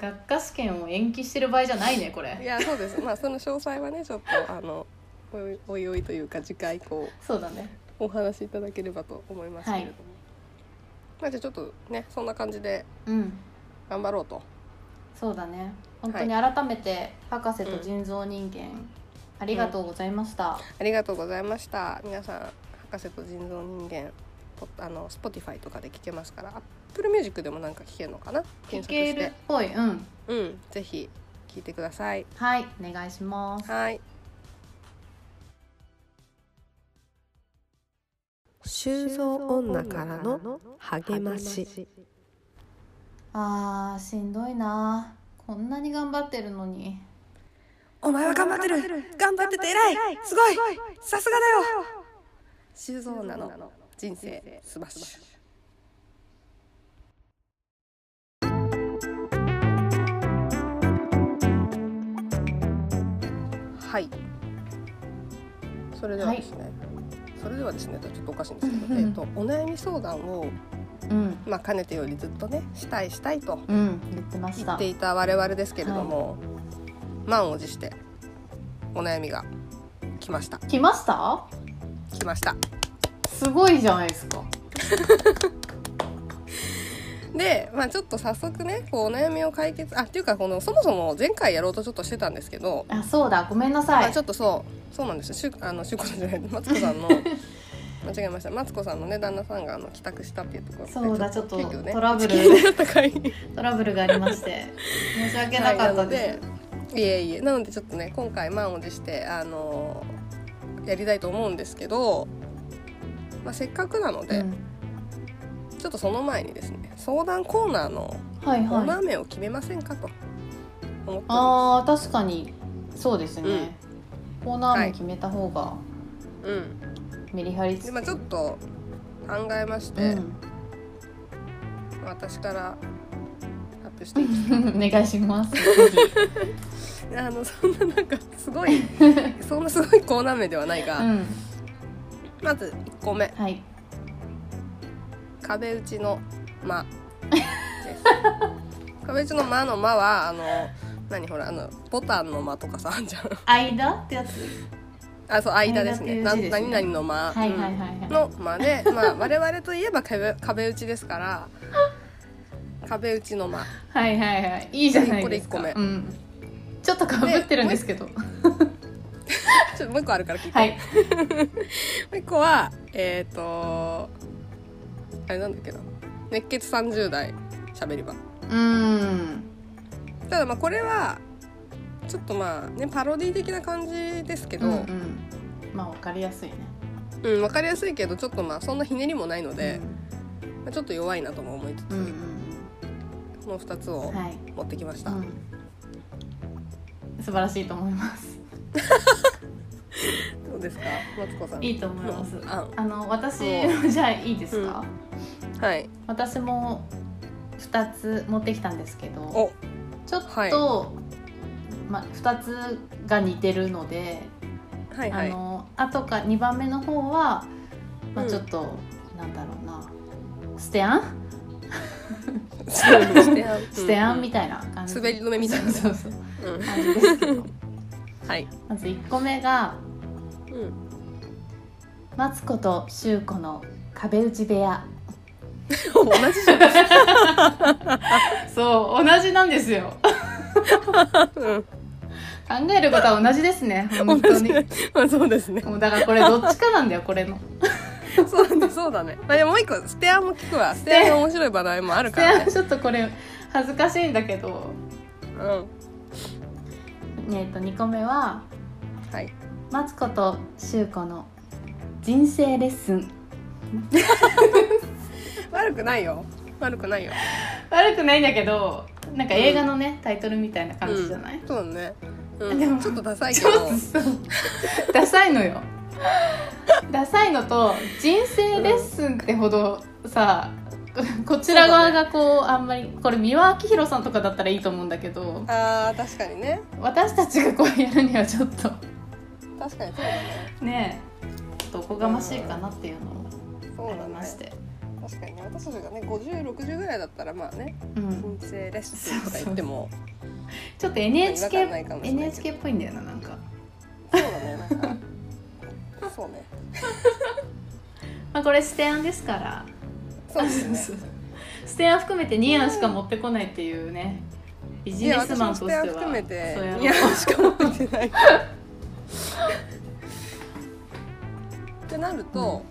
学科試験を延期してる場合じゃないねこ
い
れ
やそうですまあその詳細はねちょっとあのおいおいおいというか次回以降
そうだね
お話しいただければと思いますけれども、まあじゃあちょっとねそんな感じで
うん
頑張ろうと
そうだね本当に改めて博士と人造人間、ありがとうございました、
ありがとうございました皆さん博士と人造人間ポあの Spotify とかで聞けますから Apple Music でもなんか聞けるのかな
聞
検索
け
し
る
て
っぽいうん
うんぜひ聞いてください
はいお願いします
はい
収蔵女からの
励
励まし
あーしんどいなこんなに頑張ってるのに
お前は頑張ってる頑張ってて偉いすごいさすがだよ修造女の人生すばしはいそれではですね、それではですねちょっとおかしいんですけど、
うんうん
えっとお悩み相談を
うん
まあかねてよりずっとねしたいしたいと
うん言ってまし
言ったていた我々ですけれども、満を持してお悩みが来ました
来ました
来ました
すごいじゃないですか
で、まあ、ちょっと早速ねこうお悩みを解決あっていうかこのそもそも前回やろうとちょっとしてたんですけど、
あそうだごめんなさい、
まあ、ちょっとそうそうなんですよしゅあのしゅうこさんじゃないマツコ さんの間違えましたマツコさんのね旦那さんがあの帰宅したっていうところで
そうだちょっと
急遽ね
トラブル
急になった回に
トラブルがありまして 申し訳なかったです、
はいなのでいえいえなのでちょっとね今回満を持してあのーやりたいと思うんですけど、まあ、せっかくなので、
うん
ちょっとその前にですね相談コーナーの
はい
お
はい
豆を決めませんかと思ってま
あー確かにそうですね、コーナーも決めた方が
す。うん、
メリハリつ
で
く、
まあちょっと考えまし
う
て、
ん、
私からアップしていき
お願いします
あのそんななんかす ごいそんなすごいコーナー名ではないが、
うん
まず1個目
はい
壁打ちの 間です壁打ちの間の間はあの何ほらあのボタンの間とかさあんじゃん
間ってやつ
あそう間ですね
間っていう字ですね
な何々の
は
間、
いはいはい
うん
はい、
の間で、まあ、我々といえば壁壁打ちですから壁打ちの間
はいはいはいいいじゃないですか
これ一個
うん、ちょっとかぶってるんですけど
ちょっともう一個あるから聞いて、
は
も
いう
一個はえっ、とあれなんだっけな熱血30代しゃべり場
うーん
ただまあこれはちょっとまあねパロディ的な感じですけど、
う
うん
うんんまあわかりやすいね
わ分かりやすいけどちょっとまあそんなひねりもないので、まあちょっと弱いなとも思いつつ、
うん
この2つ
う
を
んはい、
持ってきました、
うん、素晴らしいと思います
どうですかマツコさん
いいと思います
あ
あの私
そ
じゃあいいですか、
はい
私も2つ持ってきたんですけど
お
ちょっと、
はい
まあ、2つが似てるので、
はいはい
あのあとか2番目の方は、まあ、
うん
ちょっと、なんだろうなステアン ステアンみ
た
たいな感じ、
滑り止めみたいな
そうそうそう
いな、うん
感じですけど
はい、
まず1個目が
うん、
「マツコとシュウコの壁打ち部屋
同じじゃん、」
そう同じなんですよ考
うん
えることは同じですね本当に
まあ、そうですね
もうだからこれどっちかなんだよこれの
そうだねそうだね、まあ、でももう一個スペアも聞くわスペアの面白い話題も あるから ね
ちょっとこれ恥ずかしいんだけど、
うんは
えっと2個目はいマツコとシュウコの人生レッスン
悪くないよ悪くないよ
悪くないんだけどなんか映画のね、タイトルみたいな感じじゃない、
うん、そうだね、
で
う
も
ん、ちょっとダサいけ
ちょ
ど
っとそう ダサいのよダサいのと人生レッスンってほどさこちら側がこうあんまりこれ三輪明宏さんとかだったらいいと思うんだけど
あー確かにね
私たちがこうやるにはちょっと
確かにそうだね
ねえちょっとおこがましいかなっていうのを
そう
思
だ
いまし
ね
て
確かにね私たちがね5060ぐらいだったらまあね
うん
人生レッスンとか言っても
ちょっと
違
NHK
和感ないかもしれないけど
NHK っぽいんだよななんか、
そうだねなんかそうね
まあ、これステアンですから
そうですね
ステアン含めて2案しか持ってこないっていうねビジ
いや
ネス
私
マン
も
と
ス
して
ペア
は
含めて
そうやろう
いやしか持ってないってなると、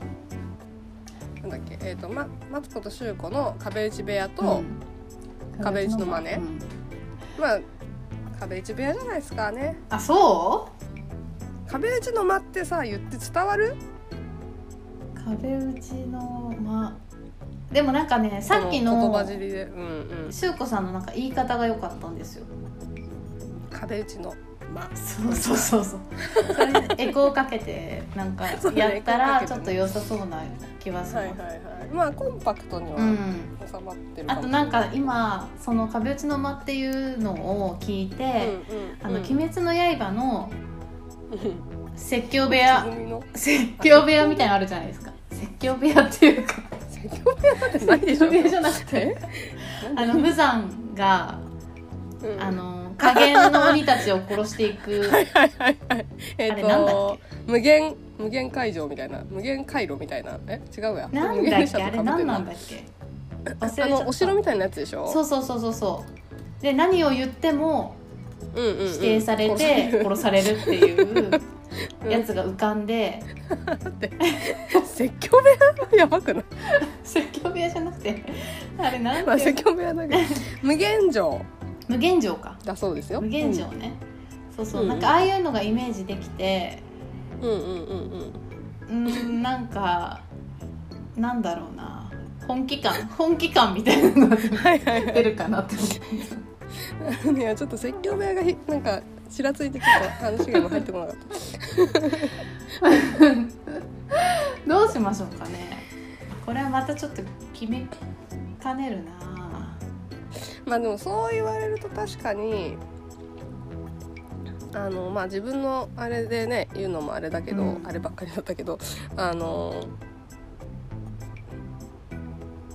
なんだっけえっ、とまマツコとシュウコの壁打ち部屋と、
うん
壁打ちの真似
うん
まあ壁打ち部屋じゃないですかね
あそ
壁打ちの間ってさ言って伝わる
う壁打ちのまでもなんかねさっき
こ
の
言葉尻で、うんうん、
しゅうこさんのなんか言い方が良かったんですよ
壁打ちの間
そうそうそうそう。それエコーかけてなんか
そうね
やったら
エ
ち
コーか
ょ
けてね
っと良さそうな気はしま
は
す
い。はいはいまあコンパクトには
うん。
収まってる
あ
も
となんか今その壁打ちの間っていうのを聞いて、
うんうんうん、
あの鬼滅の刃の
うん
説教部 屋、
鼓の
説教部屋みたいなのあるじゃないですか。説教部屋っていうか、
説教部屋なんてないで
説
しょ
教部屋じゃなくて、あの無惨が
うん
あの加減の鬼たちを殺していく。
はいはいはいえっ、
あれなんだっ
と無限無限会場みたいな無限回路みたいなえ違うや
なん
無
だ
限
っ
列車
け
と
あれ
か被っ
なん
てる
なんだっけ。忘れちゃ
あ
った
のお城みたいなやつでしょ
そうそうそうそうそうで何を言っても
うんうんうん、
否定されて殺されるっていう やつが浮かんで、
うん説教部屋やばくない、
説教部屋じゃなくてあれなん
まあ、
ていう
説教部屋だけど無限城
無限城か
だそうですよ
無限城ね、そうそう、
うん
なんかああいうのがイメージできて
うんうんうんうん
うんなんかなんだろうな本気感本気感みたいなのが
はいはい
出るかなって思って
はいいやちょっと説教部屋がひなんかちらついてきた話が今入ってこなかった
どうしましょうかねこれはまたちょっと決めかねるな
まあでもそう言われると確かにあのまあ自分のあれでね言うのもあれだけど、
うん
あればっかりだったけどあの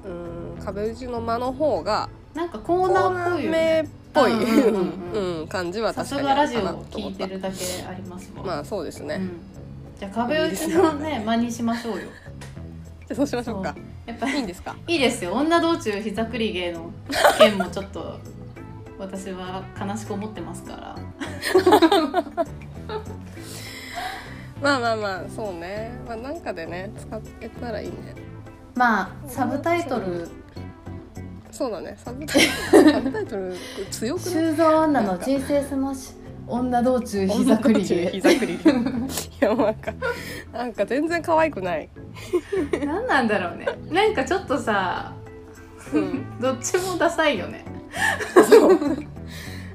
うん壁打ちの間の方が
なんかコ
コ
ーナーっぽいよね
っぽい
うんうんうんうん
うん感じは
さ
確
す
かに
が
あ
ラ
る
ジオ
かなと
聞
思
い
ってた
るだけありますもん、
まあそうです
う
ね、
ん、じゃあ壁打ちのね間にしましょうよ
じゃあそうしましょうか
そやっぱ
いいん
り
ですか
いいですよ女道中ひざくり芸の件もちょっと私は悲しく思ってますから
まあまあまあそうねまあなんかでね使えたらいいね
まあサブタイトル
そうだねサブタイトルサブタイトル
「
強くない
修造女の人生スマッシュ女道中 膝くりで
膝くりでいやなんかなんか全然可愛くない、
何なんだろうねなんかちょっとさ
うん、
どっちもダサいよね
そう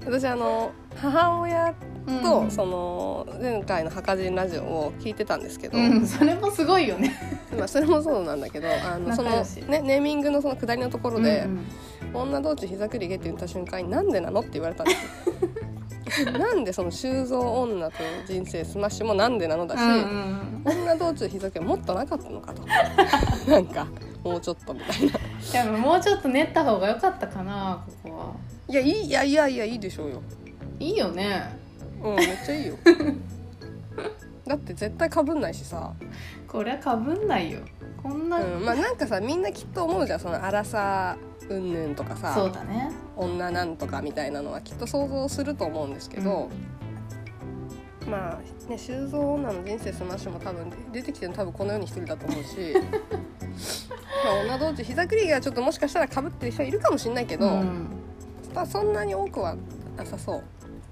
私あの母親と、
うん
その前回の「墓人ラジオ」を聞いてたんですけど、
うん、それもすごいよね
まあ、それもそうなんだけどあのそ
仲
の、
良し
ね、ネーミングのその下りのところで
うん
「女道中膝くりげ」って言った瞬間に「なんでなの?」って言われたんです よ。なんでその修造女と人生スマッシュもなんでなのだし、
うんうん
女道中膝くりもっとなかったの かとなんかもうちょっとみたいな。
でももうちょっと練った方が良かったかなここはい
やいいいやいやいやいいでしょうよ。
いいよね
うんめっちゃ いいよ。だって絶対かぶんないしさ、
これはかぶんないよこんな、
うん、まあなんかさみんなきっと思うじゃんその荒さうんぬんとかさ
そうだね
女なんとかみたいなのはきっと想像すると思うんですけど、まあね修造女の人生スマッシュも多分出てきてるの多分この世 に一人だと思うしまあ女同士膝くりがちょっともしかしたらかぶってる人はいるかもしれないけど、
うん、
まあ、そんなに多くはなさそう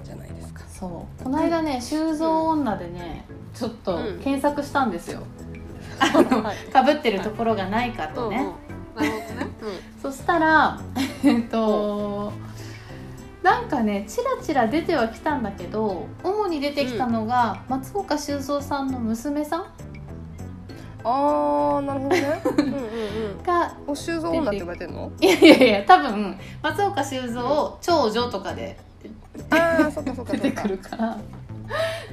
じゃないで すか。
そうこの間ね修造女でねちょっと
うん
検索したんですよ、 かぶってるところがないかとね、
なるほどね。
そしたら えっとなんかねちらちら出てはきたんだけど主に出てきたのが、松岡修造さんの娘さん
ああ、なるほど ね。うんうんうん。
が
お修造女って呼ばれてんの？
いやいやいや多分松岡修造長女とかで
ああ、そっかそっか
出
そ
て
っか
く。るから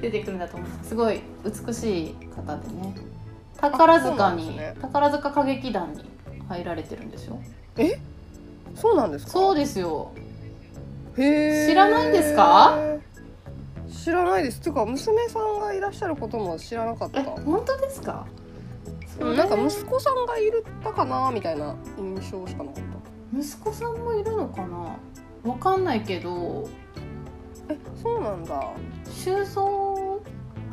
出てくるんだと思うすごい美しい方でね宝
あそうな
塚
んです
に、
ね
宝塚歌劇団に入られてるんでしょ
そうなんですか？
そうですよ
へー
知らないんですか
知らないですてか娘さんがいらっしゃることも知らなかっ
え
た
本当ですかそ
うん
れ
なんか息子さんがいるったかなみたいな印象しかなかっ
息子さんもいるのかなわかんないけど
たえそうなんだ
修造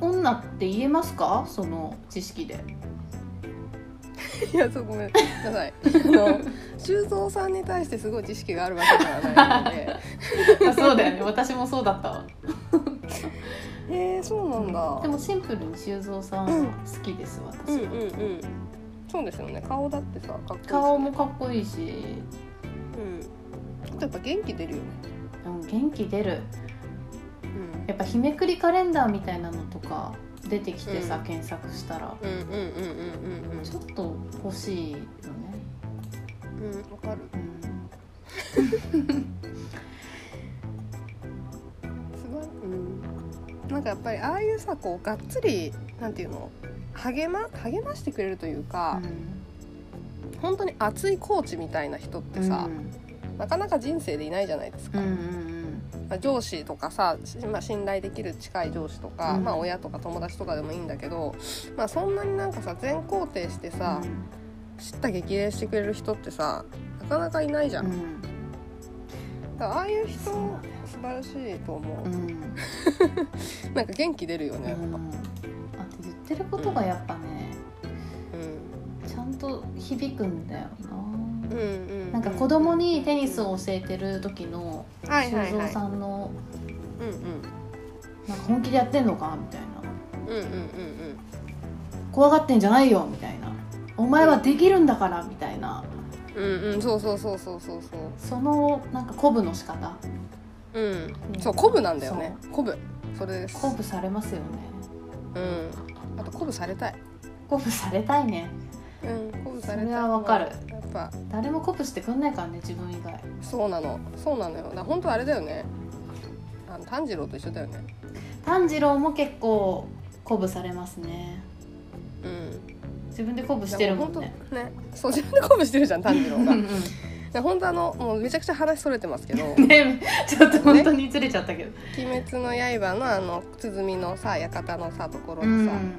女って言えますかその知識 で
いやそうごめんなさい あの修造さんに対してすごい知識があるわけではないの で
あそうだよね私もそうだったわ
へえそうなんだ
でもシンプルに修造さん
うん
好きです
うんうん
私
う
は、
んそうですよね顔だってさかっこいいし
顔もかっこいいし、
うんあとやっぱ元気出るよね
うん、元気出る
うん
やっぱ日めくりカレンダーみたいなのとか出てきてさ、
うん
検索したら
うんうんうんうんうん
ちょっと欲しいよね、
うんうんわかる
うん、
すごい、うん、なんかやっぱりああいうさこうがっつりなんていうの励ま励ましてくれるというか、本当に熱いコーチみたいな人ってさ、なかなか人生でいないじゃないです
うん
か、
うんうん
まあ上司とかさ、しまあ、信頼できる近い上司とか、
うん
まあ、親とか友達とかでもいいんだけど、まあ、そんなになんかさ全肯定してさ
う、ん
叱咤激励してくれる人ってさなかなかいないじゃん、
うん
だからああいう人
そうなんだよ
素晴らしいと思
う
う、
ん
なんか元気出るよ
う
ねやっぱ、うん
ん、あと言ってることがやっぱね、ちゃんと響くんだよ
う
な、
んうん、
なんか子供にテニスを教えてる時の
はい
修
はいは
造
い
さんの
うんうん
なんか本気でやってんのかみたいな
うんうんうん
怖がってんじゃないよみたいなお前はできるんだからみたいな
うんうんうんそうそうそうそうそうそう
そのなんか鼓舞の仕方
うん
うん
そう鼓舞なんだよね鼓舞それです
鼓舞されますよね
うんあと鼓舞されたい
鼓舞されたいね
うん鼓舞されたい
それはわかる
やっぱ
誰も鼓舞してくんないからね自分以外
そうなのそうなのよだから本当あれだよねあの炭治郎と一緒だよね
炭治郎も結構鼓舞されますね
うん
自分で鼓舞してるもん
だ
ね
から本当ねそう自分で鼓舞してるじゃん炭治郎
うん
が
う
だ
ん
から本当あのもうめちゃくちゃ話それてますけど鬼
ね、ちょっと本当にずれちゃったけど、
滅の刃のあの鼓のさ館のさところ
う
にさ、
ん、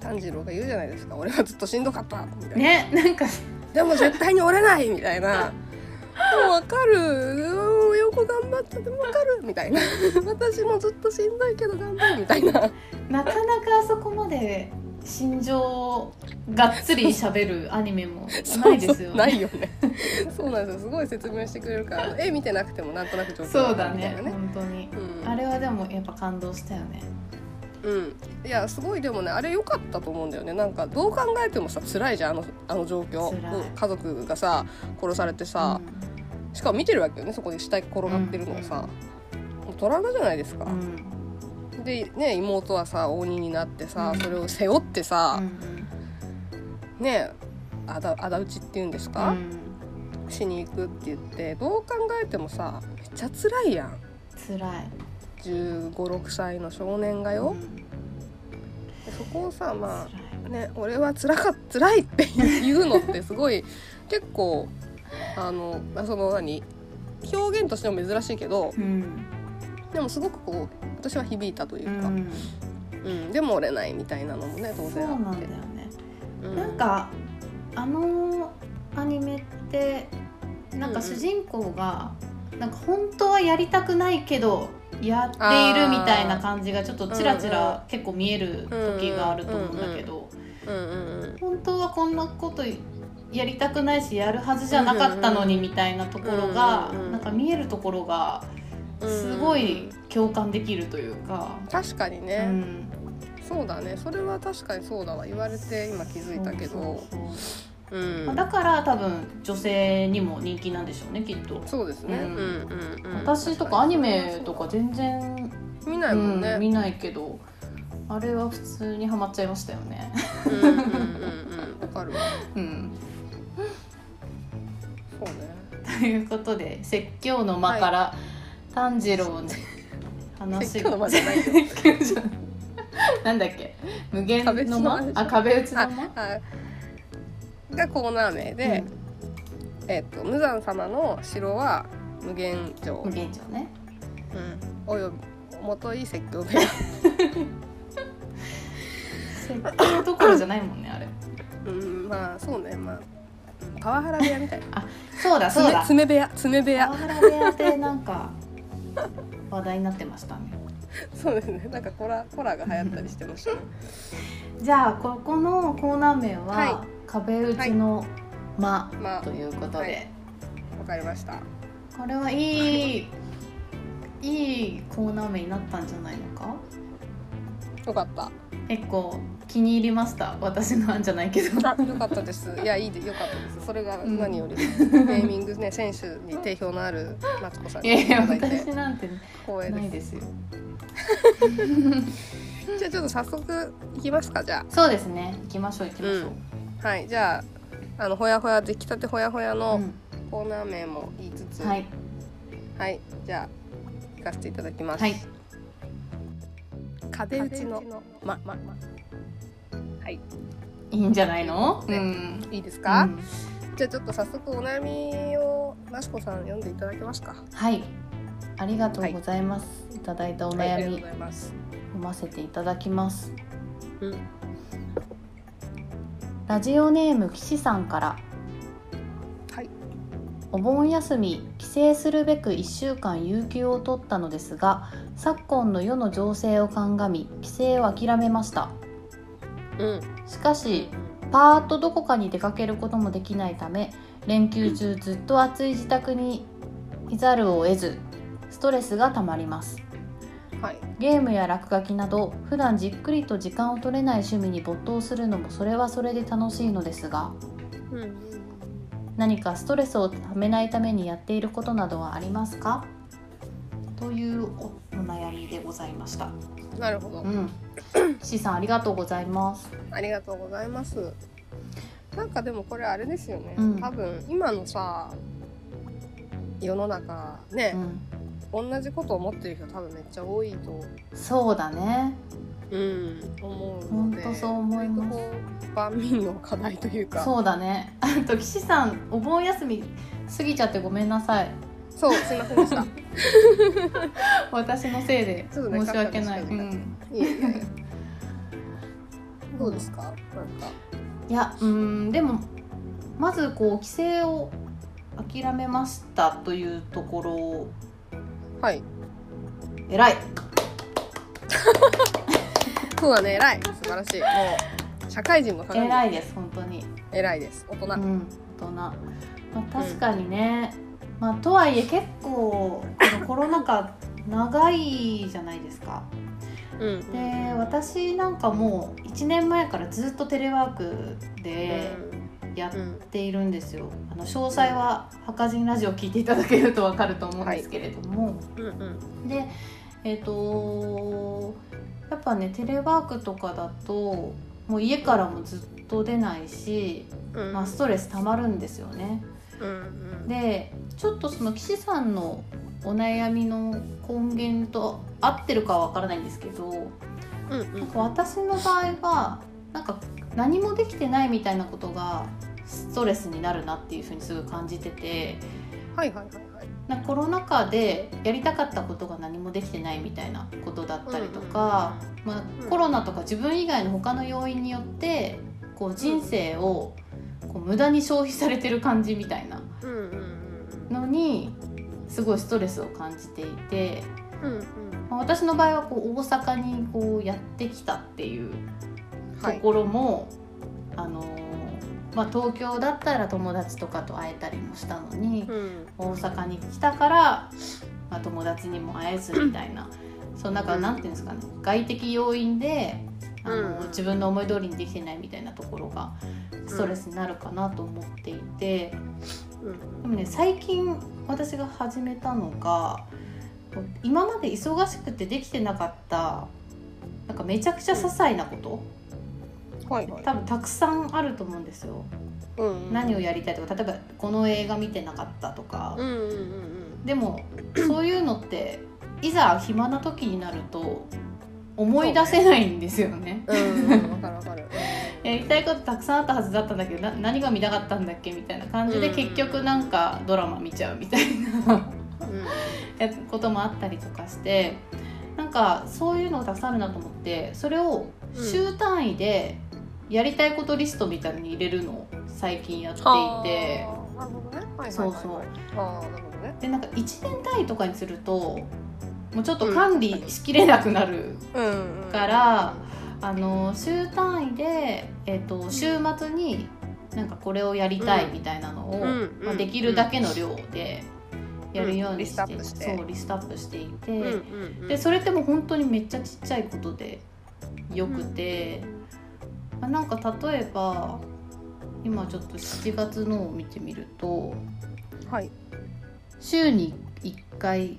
炭治郎が言うじゃないですか俺はずっとしんどかったみたいな、
ねなんか
でも絶対に折れないみたいな。でもわかる。うんよく頑張っててもわかるみたいな。私もずっとしんどいけど頑張るみたいな。
なかなかあそこまで心情をがっつり喋るアニメもないですよ
な
ね
いよね。そうなんですよ。すごい説明してくれるから、絵見てなくてもなんとなく状況
そう
わか
だ
るみたい
ね
なね。
本当に、
うん
あれはでもやっぱ感動したよね
うん、いやすごいでもねあれ良かったと思うんだよねなんかどう考えてもさ辛いじゃんあのあの状況
辛い
うん家族がさ殺されてさ、しかも見てるわけよねそこで死体転がってるのをさ、もうトラウマじゃないですか
う、ん
でね妹はさ鬼になってさ、
うん
それを背負って
う
さ、
ん
ねあだあだ討ちっていうんです
う
か、
ん
しに行くって言ってどう考えてもさめっちゃ辛いやん
辛い
1 5 6歳の少年が
う
よ、
ん
でそこをさまあ
辛い
ね、俺は辛かっ辛いって言う言うのってすごい結構あのあその何表現としても珍しいけど
うん
でもすごくこう私は響いたという
う
か、
ん
うんでも折れないみたいなのもね当
そう
然
な
あ
んだ
っ
よ
て
ね
う
なんかあのアニメってなんか主人公がなんか本当はやりたくないけどやっているみたいな感じがちょっとちらち
うんうん
ら結構見える時があると思うんだけど
うんうんうん
本当はこんなことやりたくないしやるはずじゃなかったのにみたいなところが
うんうん
なんか見えるところがすごい共感できるというか。
確かに
う
ね、
ん
そうだねそれは確かにそうだわ言われて今気づいたけど
そうそうそう
う
まあ
ん
だから多分女性にも人気なんでしょうねきっと、
そうですね、う
うんん
うんうん、
私とかアニメとか全然、
見な
う
いもん
ん
ね、
見ないけどあれは普通にハマっちゃいましたよね
うんうんうんうんわかるわ
うん
そうね
ということで説教の間から、炭治郎に話
説教の間じゃないよ
説教じゃない なんだっけ無限
壁打ち
の
の間
間
でしょ
あ壁打ち
あ
の間
はいがコーナー名で、えっと無惨様の城は無限城、
うん無限城ね
うんおよび元い説教 部屋、
説教どころじゃないもんねあれ
うん、まあそうねまあパワハラ部屋みたいな
そうだ そう
爪
だ
爪部
パ
屋爪部屋
ワハラ部屋ってなんか話題になってましたね
そうですねなんかコラコラが流行ったりしてましたね
じゃあここのコーナー名は、
は
壁打ちの間
まあ
ということで、
はいわかりました
これはいいいいコーナー名になったんじゃないのか
よかった
結構気に入りました私の案じゃないけど
よかったですいやいいでよかったですそれが
うん
何より、ネーミングね選手に定評のあるマツコさ ん
い
に
やいや
いただいて
私なんて
光栄
な
で
い
す
ですよ
じゃあちょっと早速いきますかじゃあ
そうですね行きましょう行きましょう、
はい、じゃあ、あのほやほや出来たてほやほや
う
の
ん
コーナー名も言いつつ、
は
はい、
い
じゃあ行かせていただきます。
はい、
壁打ちのままはい、
いいんじゃないの、
ね
うん
いいですか？
うん
じゃあちょっと早速お悩みをマシコさん読んでいただけますか？
はいありがとうございます、い、ただいたお
はい、あり
悩
がとう
み
ございます。
読ませていただきます
うん、
ラジオネーム岸さんから
はい、
お盆休み帰省するべく1週間有給を取ったのですが昨今の世の情勢を鑑み帰省を諦めました
うん、
しかしパーッとどこかに出かけることもできないため連休中ずっと暑い自宅にいざるを得ずストレスがたまります
はい、
ゲームや落書きなど普段じっくりと時間を取れない趣味に没頭するのもそれはそれで楽しいのですが
うん、
何かストレスをためないためにやっていることなどはありますかというお悩みでございました。
なるほど
う、 ん、C さんありがとうございます。
ありがとうございます。なんかでもこれあれですよね。
うん
多分今のさ、世の中ね。
うん、
同じこと思ってる人多分めっちゃ多いと、
そうだね。
うん、思うので
ほんとそう思います
割とこう万民の課題というか
そうだね。あと岸さんお盆休み過ぎちゃってごめんなさい。
そうすいませんでしたい
私のせいで
そうだね
申し訳ない。
肩
う
の力
ん、
えいえいえどうですかなんか
いや、うんでもまずこう規制を諦めましたというところを
はい
偉い。
そうだね偉い素晴らしいもう社会人の鏡
偉いです本当に。
偉いです大
う
人、
ん、大人、まあ、確かにね、まあ、とはいえ結構このコロナ禍長いじゃないですか
うん
で私なんかもう1年前からずっとテレワークでやっ
うん
ているんですよあの詳細は「はかじんラジオ」聞いていただけると分かると思うんですけれども、
うんうん
でえっ、とやっぱねテレワークとかだともう家からもずっと出ないし、
うん
まあ、ストレス溜まるんですよね。
うん
でちょっとその岸さんのお悩みの根源と合ってるかは分からないんですけど
うん
なんか私の場合はなんか何もできてないみたいなことがストレスになるなっていうふうにすぐ感じてて
はいはいはいはい
なんかコロナ禍でやりたかったことが何もできてないみたいなことだったりとか、ま
うん
あ、コロナとか自分以外の他の要因によってこう人生をこう無駄に消費されてる感じみたいな
うんうん
のにすごいストレスを感じていて、
うんうん
まあ、私の場合はこう大阪にこうやってきたっていう
は
と
い
ころも、あのーまあ、東京だったら友達とかと会えたりもしたのに、
うん
大阪に来たから、まあ、友達にも会えずみたいな、そのなんか
うん
なんていうんですかね外的要因であの、
うん
自分の思い通りにできてないみたいなところがストレスになるかなと思っていて、
うん
でもね最近私が始めたのがこう今まで忙しくてできてなかったなんかめちゃくちゃ些細なこと。
はいはい
多分たくさんあると思うんですよ、
うん
何をやりたいとか例えばこの映画見てなかったとか
う、んうんうん
でもそういうのっていざ暇な時になると思い出せないんですよね
うんうんわかるわかる
やりたいことたくさんあったはずだったんだけどな何が見たかったんだっけみたいな感じで
うん
結局なんかドラマ見ちゃうみたいな
うん
こともあったりとかしてなんかそういうのが出さるなと思ってそれを週単位でやりたいことリストみたいに入れるのを最近やっていて。
あーなるほどねはいはいはいはい
そうそう
あーなるほどね
でなんか1年単位とかにするともうちょっと管理しきれなくなる
うんうん
から、あの週単位で、えっと週末になんかこれをやりたいみたいなのを、
うん
まあ、できるだけの量でやるようにして,、
うんリストアップして
そうリストアップしていて、
うんうんうん
でそれってもう本当にめっちゃちっちゃいことでよくて、まあなんか例えば今ちょっと7月のを見てみると。
はい
週に1回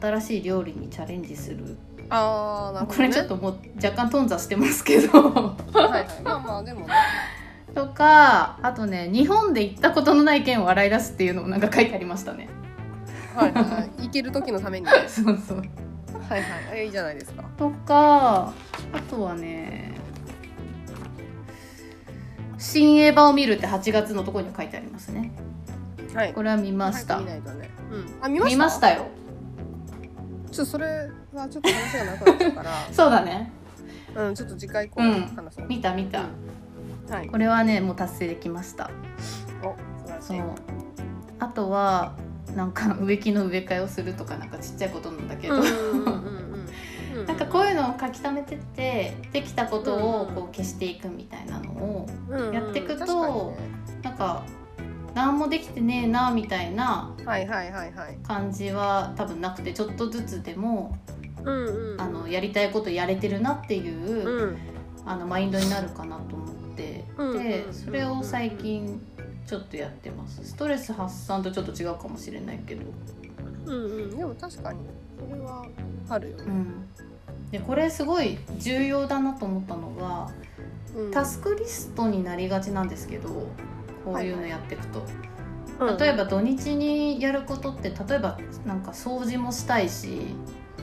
新しい料理にチャレンジする
ああなるほ
こ
どね
れちょっともう若干頓挫してますけど
はいはいまあまあでもね
とかあとね日本で行ったことのない県を笑い出すっていうのもなんか書いてありました ね
はいはい行ける時のためにねはい
そうそう
はいえいいじゃないですか
とかあとはね新映画を見るって8月のところに書いてありますね
はい
これは見ました
早く見ないとねうんあ見まし
見
た
ましたよ
ちょっとそれはちょっと話がなくなっちゃうか
そうだね
ら うんちょっと次回以降話そう
見た見た
はい
これはねもう達成できました
お素晴らし
そう
い
あとはなんか植木の植え替えをするとかなんかちっちゃいことなんだけど、
うんうんうんうん
なんかこういうのを書き溜めてってできたことを
うん
こう消していくみたいなのを
うんうん
やってくと
確かにね
なんか何もできてねえなみたいな
はいはいはいはい
感じは多分なくてちょっとずつでも
うんうん
あのやりたいことやれてるなっていう、
うん
あのマインドになるかなと思って
うん
でそれを最近ちょっとやってますストレス発散とちょっと違うかもしれないけど。
うんうんでも確かにそれはあるよ
う
ね
んでこれすごい重要だなと思ったのは
うん
タスクリストになりがちなんですけどこういうのやっていくと、
うん
例えば土日にやることって例えばなんか掃除もしたいし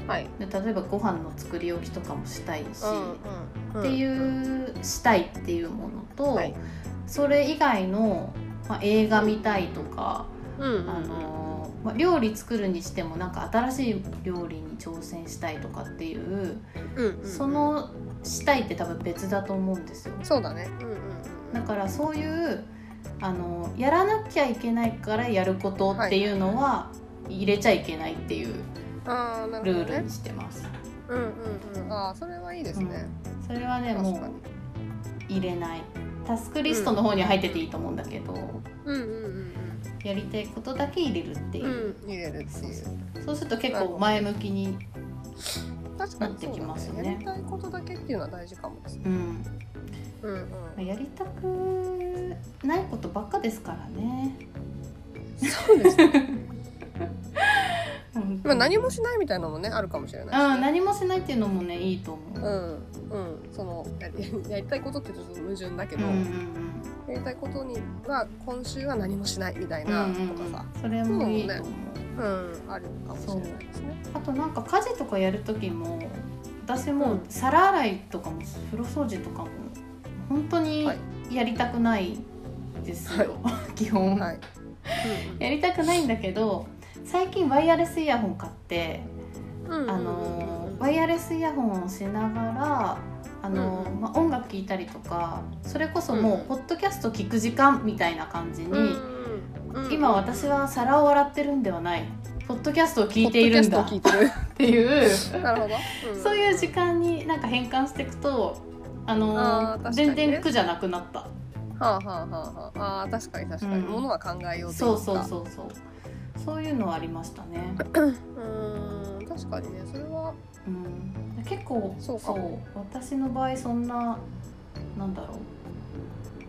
はい
で例えばご飯の作り置きとかもしたいし、
うんうん
っていうしたいっていうものと、
はい
それ以外の、まあ、映画見たいとか、
うんうん
あのまあ、料理作るにしてもなんか新しい料理に挑戦したいとかっていう
うんうんうん
そのしたいって多分別だと思うんですよ
そうだねうんうん
だからそういうあのやらなきゃいけないからやることっていうのは入れちゃいけないっていう
うんああなる
ル
ほど
ール
ね
にしてます、
うんうんうんああそれはいいですね
それはね
確
も
かに
う入れないタスクリストの方には入ってていいと思うんだけど、
うんうんうんうん
やりたいことだけ入れるっていうう、
ん、入れるっていう
そうすると結構前向きに、
確かにそう
なってき
だ
ます
ね
ね
やりたいことだけっていうのは大事かもですね
うん、
うんうん
やりたくないことばっかですからね。
そうですね
うん
まあ何もしないみたいなのもねあるかもしれない
うん何もしないっていうのもねいいと思
う
う。
んうんそのやりやりたいことってちょっと矛盾だけ
うん
ど、
うん
やりたいことには今週は何もしないみたい
うんう
なんとかさ、
それもいいと思う。
うん、あるかもしれないですね。
あとなんか家事とかやる時も私
う
も
ん
皿洗いとかも風呂掃除とかも本当に
はい
やりたくないですよ、 基本、
はい。
やりたくないんだけど最近ワイヤレスイヤホン買って
うん
あのーワイヤレスイヤホンをしながらあのー
うん
まあ、音楽聴いたりとかそれこそ
うん
もうポッドキャスト聴く時間みたいな感じに、今私
は
は皿を洗ってるんではないポッドキャストを聴いているんだっ
聞いてる。
ていう
なるほど。ん
そういう時。間になんか変換していくと、あのー
あー確かにね
全然苦じゃなくなった
はあはあはあはあ。あー確かに確かに。
うん
ものは考えようと
そ
いううか。
そうそうそうそういうのはありましたね。
う。ん確かにねそれは
うん、結構
そ
そうう
かも
私の場合そんななんだろう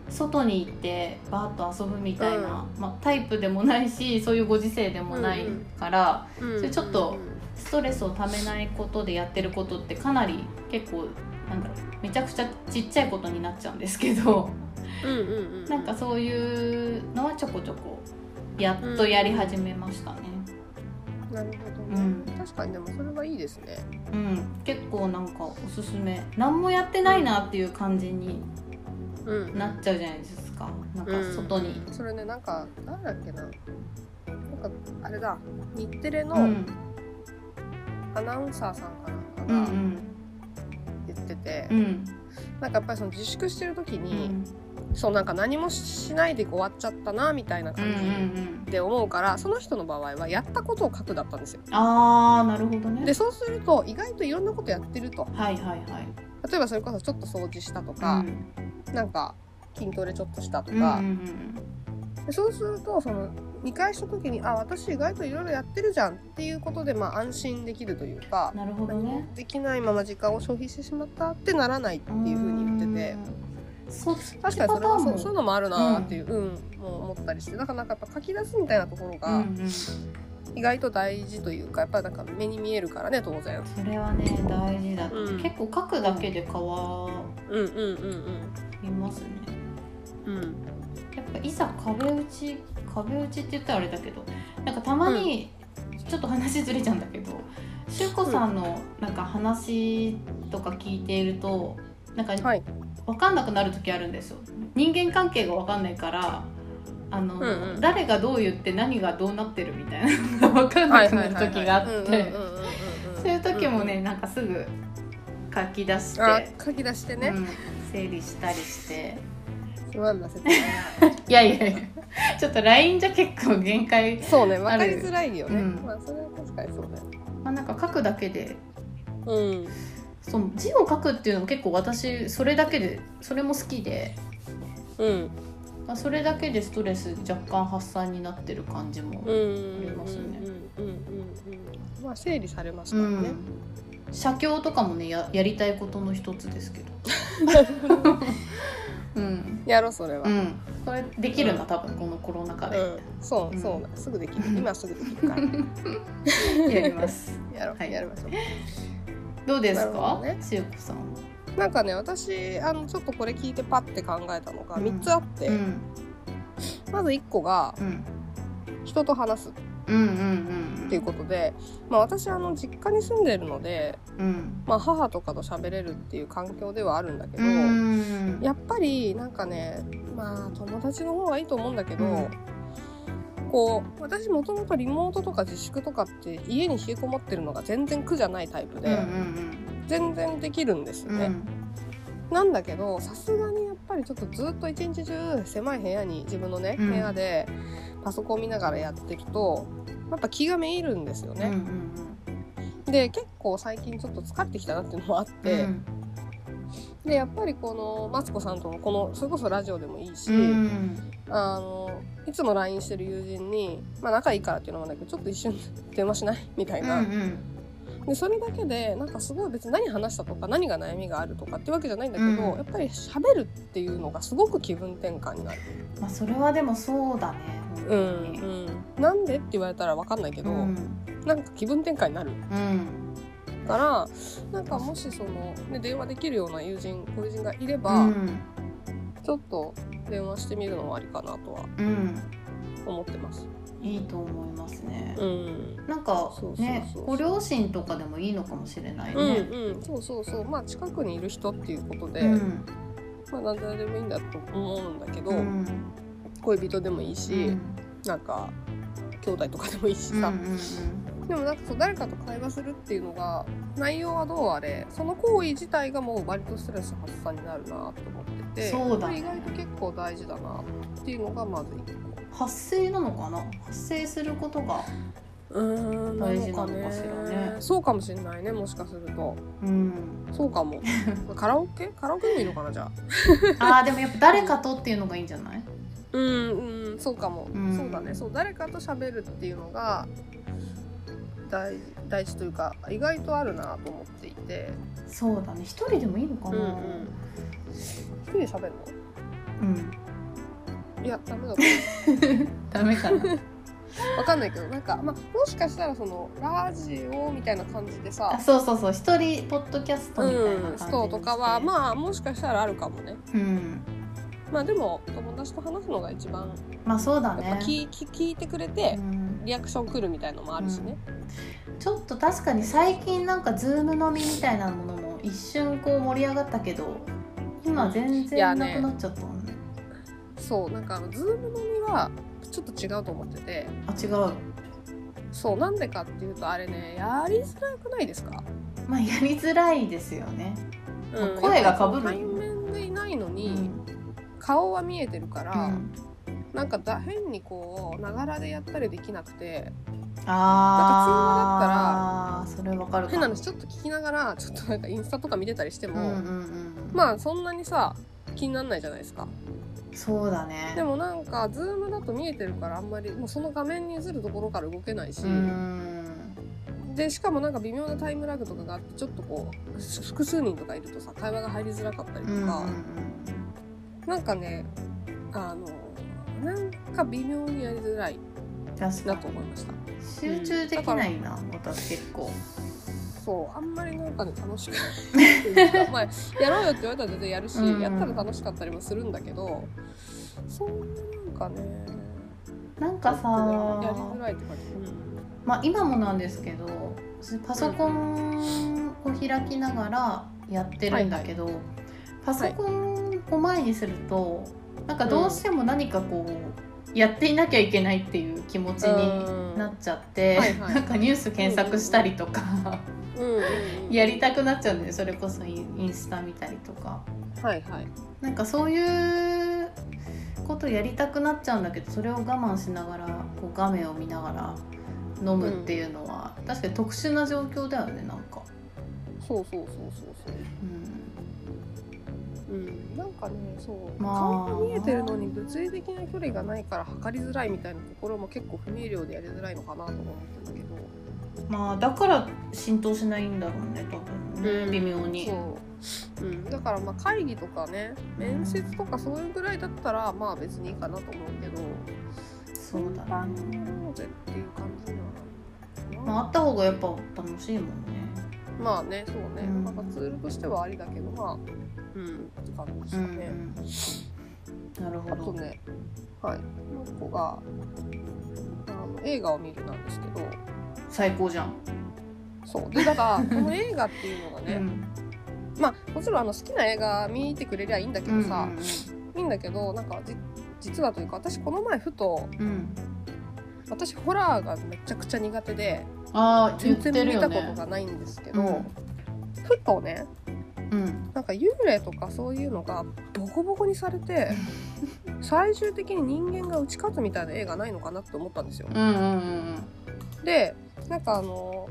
外に行ってバーッと遊ぶみたいな、まあ、タイプでもないしそういうご時世でもないから、それちょっとストレスをためないことでやってることってかなり結構なんだろうめちゃくちゃちっちゃいことになっちゃうんですけど、
うんうんうんう
なんかそういうのはちょこちょこやっとやり始めましたね。
なるほ
う
どね
ん。
確かにでもそれはいいですね。
うん、結構なんかおすすめ何もやってないなっていう感じに
うん。
なっちゃうじゃないですかなんか外に、
それねなんかなんだっけな。なんかあれだ日テレ
うん、う
の
ん
アナウンサーさんかなん
う
か
ん
が言ってて
う、ん
なんかやっぱりその自粛してる時
う
に、
ん
そうなんか何もしないで終わっちゃったなみたいな
うんう
感じ
ん
で思うから、その人の場合はやったことを書くだったんですよ。
ああなるほどね
でそうすると意外といろんなことやってると
はいはいはい
例えばそれこそちょっと掃除したとか
う、ん
なんか筋トレちょっとしたと
うんうん
か、でそうするとその見返した時にあ私意外といろいろやってるじゃんっていうことでまあ安心できるというか
うん、なるほど
何も
ね
できないまま時間を消費してしまったってならないっていうふうに言ってて。
うんそう
確かにそれはそうそういう
う
のもあるなーっていう、うんもう思ったりしてだからなんかやっぱ書き出すみたいなとこ
う
ろ
んう
が
ん、
意外と大事というかやっぱなんか目に見えるからね当然
それはね大事だと、
うん
結構書くだけで変わ
うんうんうん
りますね
うんうん
やっぱいざ壁打ち壁打ちって言ったらあれだけどなんかたまに、ちょっと話ずれちゃうんだけどしゅうこさんのなんか話とか聞いているとなんか
はい
分かんなくなる時あるんですよ人間関係が分かんないからあの、
うんうん
誰がどう言って何がどうなってるみたいなのが分かんなくなる時があっ
はいはいはい
て
うんうんうんうんうん
そういう時もねなんかすぐ書き出して、
あ書き出して
う
ね、
ん整理したりして。
つまんな説明
いやいやいや、ちょっと LINE じゃ結構限界、
そうね分かりづらいよね、
うん
まあそれは確かにそうだよ
まあ、なんか書くだけで
うん
その字を書くっていうのも結構私それだけでそれも好きで、
うん
まあ、それだけでストレス若干発散になってる感じも、
うん
ありますね
うんうんうんうんまあ整理されます
う
から
ん
ね、
写経とかもねややりたいことの一つですけどうん
やろうそれは、
うんこれできるんだ多分このコロナ禍で、
うん、そうそうな、すぐできる今すぐできるから
やります
やろう、
はい
やりましょ
どうです
なるほ
か
どね
しゅうこさんは
うなんかね私あのちょっとこれ聞いてパッて考えたのが
うん
3つあって、
うん
まず1個が
うん
人と話すっ
うんうんうん
ていうことで、まあ、私あの実家に住んでるので、
うん
まあ、母とかと喋れるっていう環境ではあるんだけど、
うん
やっぱりなんかねまあ友達の方がいいと思うんだけど、
うん
こう私もともとリモートとか自粛とかって家に冷えこもってるのが全然苦じゃないタイプで、
うん
全然できるんですよ
うんうん
ね、なんだけどさすがにやっぱりちょっとずっと一日中狭い部屋に自分のね、
うん
部屋でパソコン見ながらやってるとやっぱ気がめいるんですよ
うんうん
ね、で結構最近ちょっと疲れてきたなっていうのもあっ
うん
て、でやっぱりこのマツコさんとのこのそれこそラジオでもいいし、
うん
あのいつも LINE してる友人に、まあ、仲いいからっていうのもあるんだけどちょっと一瞬電話しないみたい
うんう
な、
ん
でそれだけでなんかすごい別に何話したとか何が悩みがあるとかってわけじゃないんだけど、
うん
やっぱり喋るっていうのがすごく気分転換になる。
まあそれはでもそうだね本
う
当に
んうん、なんでって言われたら分かんないけど、
うん
なんか気分転換になる
うん
からなんかもしその、ね、電話できるような友人ご友人がいれば、
うん
ちょっと電話してみるのもありかなとは
うん
思ってます。
いいと思いますね
うん
なんか
そうそうそう
ねご両親とかでもいいのかもしれないうね
んうん、そうそうそうまあ近くにいる人っていうことで、
うん
まあ何ででもいいんだと思うんだけど、
うん
恋人でもいいし、
うん
なんか兄弟とかでもいいし
うんう
さ、
ん
でもなんかそう誰かと会話するっていうのが内容はどうあれその行為自体がもう割とストレス発散になるなと思ってて
そうだ
こ
ね
れ意外と結構大事だなっていうのがまず一個
発声なのかな発声することが
うん
大事なのかしらね
そうかもしれないねもしかすると
う ん
そう かもカラオケカラオケでもいいのかなじゃあ
あーでもやっぱ誰かとっていうのがいいんじゃない
うんうんそうかも、
うん
そうだねそう誰かと喋るっていうのが大大事というか意外とあるなと思っていて
そうだね一人でもいいのか
うんう
な、
ん一人で喋る
うん、
のいやダメだと思
ダメかな
うわかんないけどなんか、まあ、もしかしたらそのラジオみたいな感じで
あ
さ
そうそうそう一人ポッドキャスト
う
みたいな感じ
ん
にして
ストとかはまあもしかしたらあるかもね
うん
まあでも友達と話すのが一番
まあそうだ
やっ
ね
ぱ聞,、聞聞いてくれて
うん
リアクション来るみたいのもあるしね、
ちょっと確かに最近なんかズーム飲みみたいなものも一瞬こう盛り上がったけど今全
いや
然な
ね
くなっちゃったもんね
そうなんかあのズーム飲みはちょっと違うと思ってて
あ違う
そうなんでかっていうとあれねやりづらくないですか、
まあやりづらいですよね
うん
声が被る
対面でいないの
う
に
ん
顔は見えてるから、
うん
なんかだ変にこうながらでやったりできなくて
ああそれわかるか
変な話ちょっと聞きながらちょっとなんかインスタとか見てたりして
うん
も、
うんうん
まあそんなにさ気にならないじゃないですか
そうだね
でもなんかズームだと見えてるからあんまりもうその画面に映るところから動けないし、
うん
でしかもなんか微妙なタイムラグとかがあってちょっとこうふ複数人とかいるとさ会話が入りづらかったりと
うんうん
か、なんかねあのなんか微妙にやりづらい
うん確か
な
に
と思いました
集中できないな、私結構
そうあんまりなんかね楽しくないって いうかまあやろうよって言われたら全然やるし、
うん
やったら楽しかったりもするんだけどそんななんかね
なんか
やりづ
さ、
らいって感じ、
まあ、今もなんですけどパソコンを開きながらやってるんだけど、パソコンを前にすると、なんかどうしても何かこうやっていなきゃいけないっていう気持ちに
うん
なっちゃって、
はいはい
なんかニュース検索したりとか、
うんうんう ん
やりたくなっちゃうんでそれこそインインスタ見たりとか。
はいはい
なんかそういうことやりたくなっちゃうんだけどそれを我慢しながらこう画面を見ながら飲むっていうのは、確かに特殊な状況だよねなんか、
そうそうそうそうそう
うん、
うん、なんかねそう、
まあ
顔が見えてるのに物理的な距離がないから測りづらいみたいなところも結構不明瞭でやりづらいのかなとも思ってたけど、
まあだから浸透しないんだろうね多分ね、微妙に
そう、うん、だからまあ会議とかね面接とかそういうぐらいだったらまあ別にいいかなと思うけど
そうだ
な
ね、
のでっていう感じにはなる
まあ、あ
か
った方がやっぱ楽しいもんね
なまあねそうね、
うん
なんかツールとしてはありだけどまあうんって感じでし
う
た
ん、
ね。
うん、なるほ
あと
ど
ね、はい、もう一個があの映画を見るなんですけど、
最高じゃん、
そうでだからこの映画っていうの が
う
ね、
ん、
まあもちろんあの好きな映画見てくれりゃいいんだけどさ、
う
いいんだけどなんかじ実はというか私この前ふと
んうんうん、
私ホラーがめちゃくちゃ苦手で
ああ言
全
って
然
る
見
よ
たこと
ね
がないんですけど、ふとね
うん
なんか幽霊とかそういうのがボコボコにされて最終的に人間が打ち勝つみたいな映画ないのかなって思ったんですよ。
うんうんうんうん
でなんかあの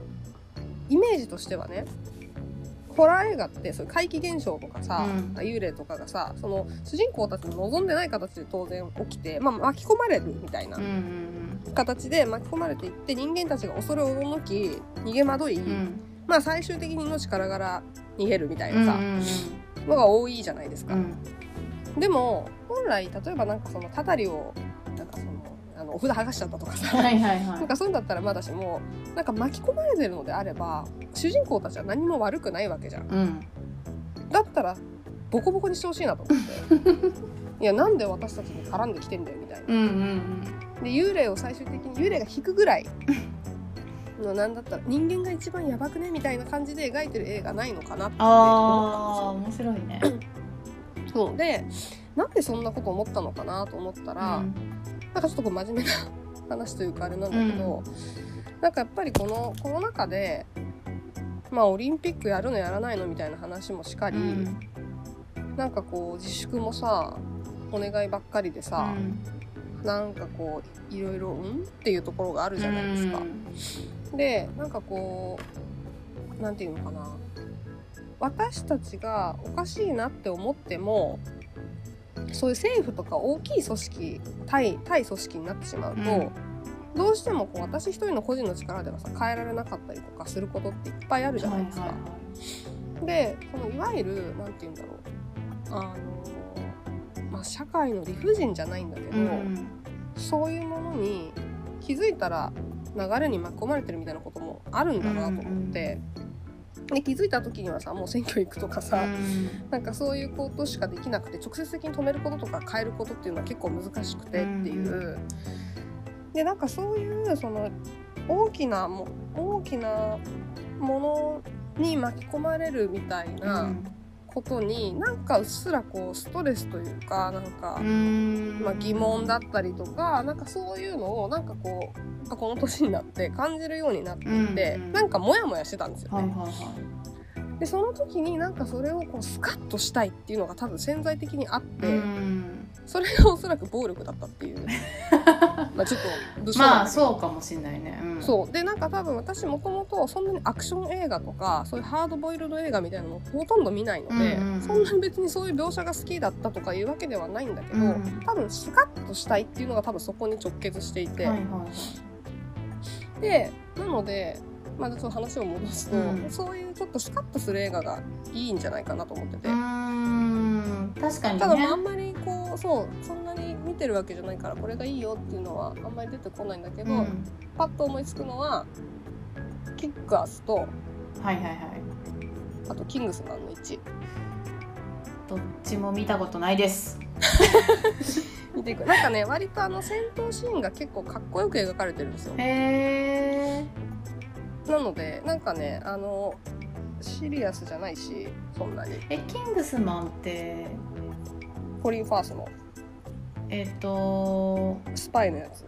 イメージとしてはねホラー映画ってそういう怪奇現象とかさ、
うん
幽霊とかがさその主人公たちの望んでない形で当然起きて、まあ、巻き込まれるみたいな
うんうん
形で巻き込まれていって人間たちが恐れおののき逃げ惑い、
うんうん
まあ最終的に命からがら逃げるみたい
うんう
なんさ、のが多いじゃないです
う
か。
ん
でも本来例えばなんかそのたたりをなんかそのあのお札剥がしちゃったとかさ、
はいはいは
なん
い
かそういうんだったらまだしもなんか巻き込まれてるのであれば主人公たちは何も悪くないわけじゃん。
うん
だったらボコボコにしてほしいなと思って。 いやなんで私たちに絡んできてんだよみたいな。
うんうん
で幽霊を最終的に幽霊が引くぐらいのなんだったら人間が一番やばくねみたいな感じで描いてる映画ないのかなって
ああ
思
面白いね
ったんですよ。そうでなんでそんなこと思ったのかなと思ったら、なんかちょっとこう真面目な話というかあれなんだけど、なんかやっぱりこのコロナ禍で、まあ、オリンピックやるのやらないのみたいな話もしか
う
り、
んうん
なんかこう自粛もさお願いばっかりでさ
う、ん
なんかこういろいろうんっていうところがあるじゃないですか。でなんかこうなんていうのかな私たちがおかしいなって思ってもそういう政府とか大きい組織対対組織になってしまうと、
うん
どうしてもこう私一人の個人の力ではさ変えられなかったりとかすることっていっぱいあるじゃないですか。
はいは
でそのいわゆるなんていうんだろうあの、まあ、社会の理不尽じゃないんだけど、
いはいうん
そういうものに気づいたら流れに巻き込まれてるみたいなこともあるんだなと思って、で気づいた時にはさもう選挙行くとかさ、
うん
なんかそういうことしかできなくて直接的に止めることとか変えることっていうのは結構難しくてっていう、
う
でなんかそういうその大きなも大きなものに巻き込まれるみたいなことに、なんかうっすらこうストレスというかなんか、
うん
まあ、疑問だったりとかなんかそういうのをなんかこうやっぱこの年になって感じるようになっていて、
うんうん
なんかモヤモヤしてたんですよ
はいはい
ね。
は
でその時になんかそれをこうスカッとしたいっていうのが多分潜在的にあっ
い
て、
うん
それがおそらく暴力だったっていう まあちょっと武将
ま
なん
あ
だけど
そうかもしれないねうん
そうでなんか多分私もともとそんなにアクション映画とかそういうハードボイルド映画みたいなのほとんど見ないので、
うんうん
そんなに別にそういう描写が好きだったとかいうわけではないんだけど、
うん
多分スカッとしたいっていうのが多分そこに直結していて、
はいはいはい
でなので、まあ、ちょっと話を戻すと、
うん
そういうちょっとスカッとする映画がいいんじゃないかなと思ってて。
うーん確かに
ただまああ
ね
んまりこうそうそんなに見てるわけじゃないからこれがいいよっていうのはあんまり出てこないんだけど、
うん
パッと思いつくのはキックアスと
はいはいはい
あとキングスマンの1
どっちも見たことないです
見ていくなんかね割とあの戦闘シーンが結構かっこよく描かれてるんですよ
へえ
なのでなんかねあのシリアスじゃないしそんなに
えキングスマンって
コリン・ファースの
えっ、と
スパイのやつ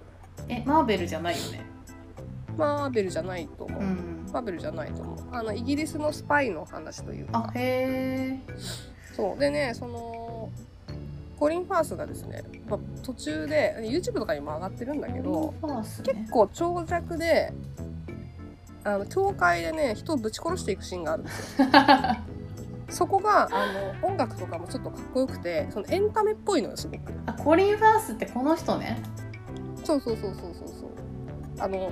えマーベルじゃないよね
マーベルじゃないと思う、
うん
マーベルじゃないと思うあのイギリスのスパイの話というか
あへえ
そうでねそのコリン・ファースがですね、まあ、途中で YouTube とかにも上がってるんだけど
ファースね
結構長尺であの教会でね人をぶち殺していくシーンがあるんですよそこがあの音楽とかもちょっとかっこよくてそのエンタメっぽいのよすごく
あコリン・ファースってこの人ね
そうそうそうそうそうそうあの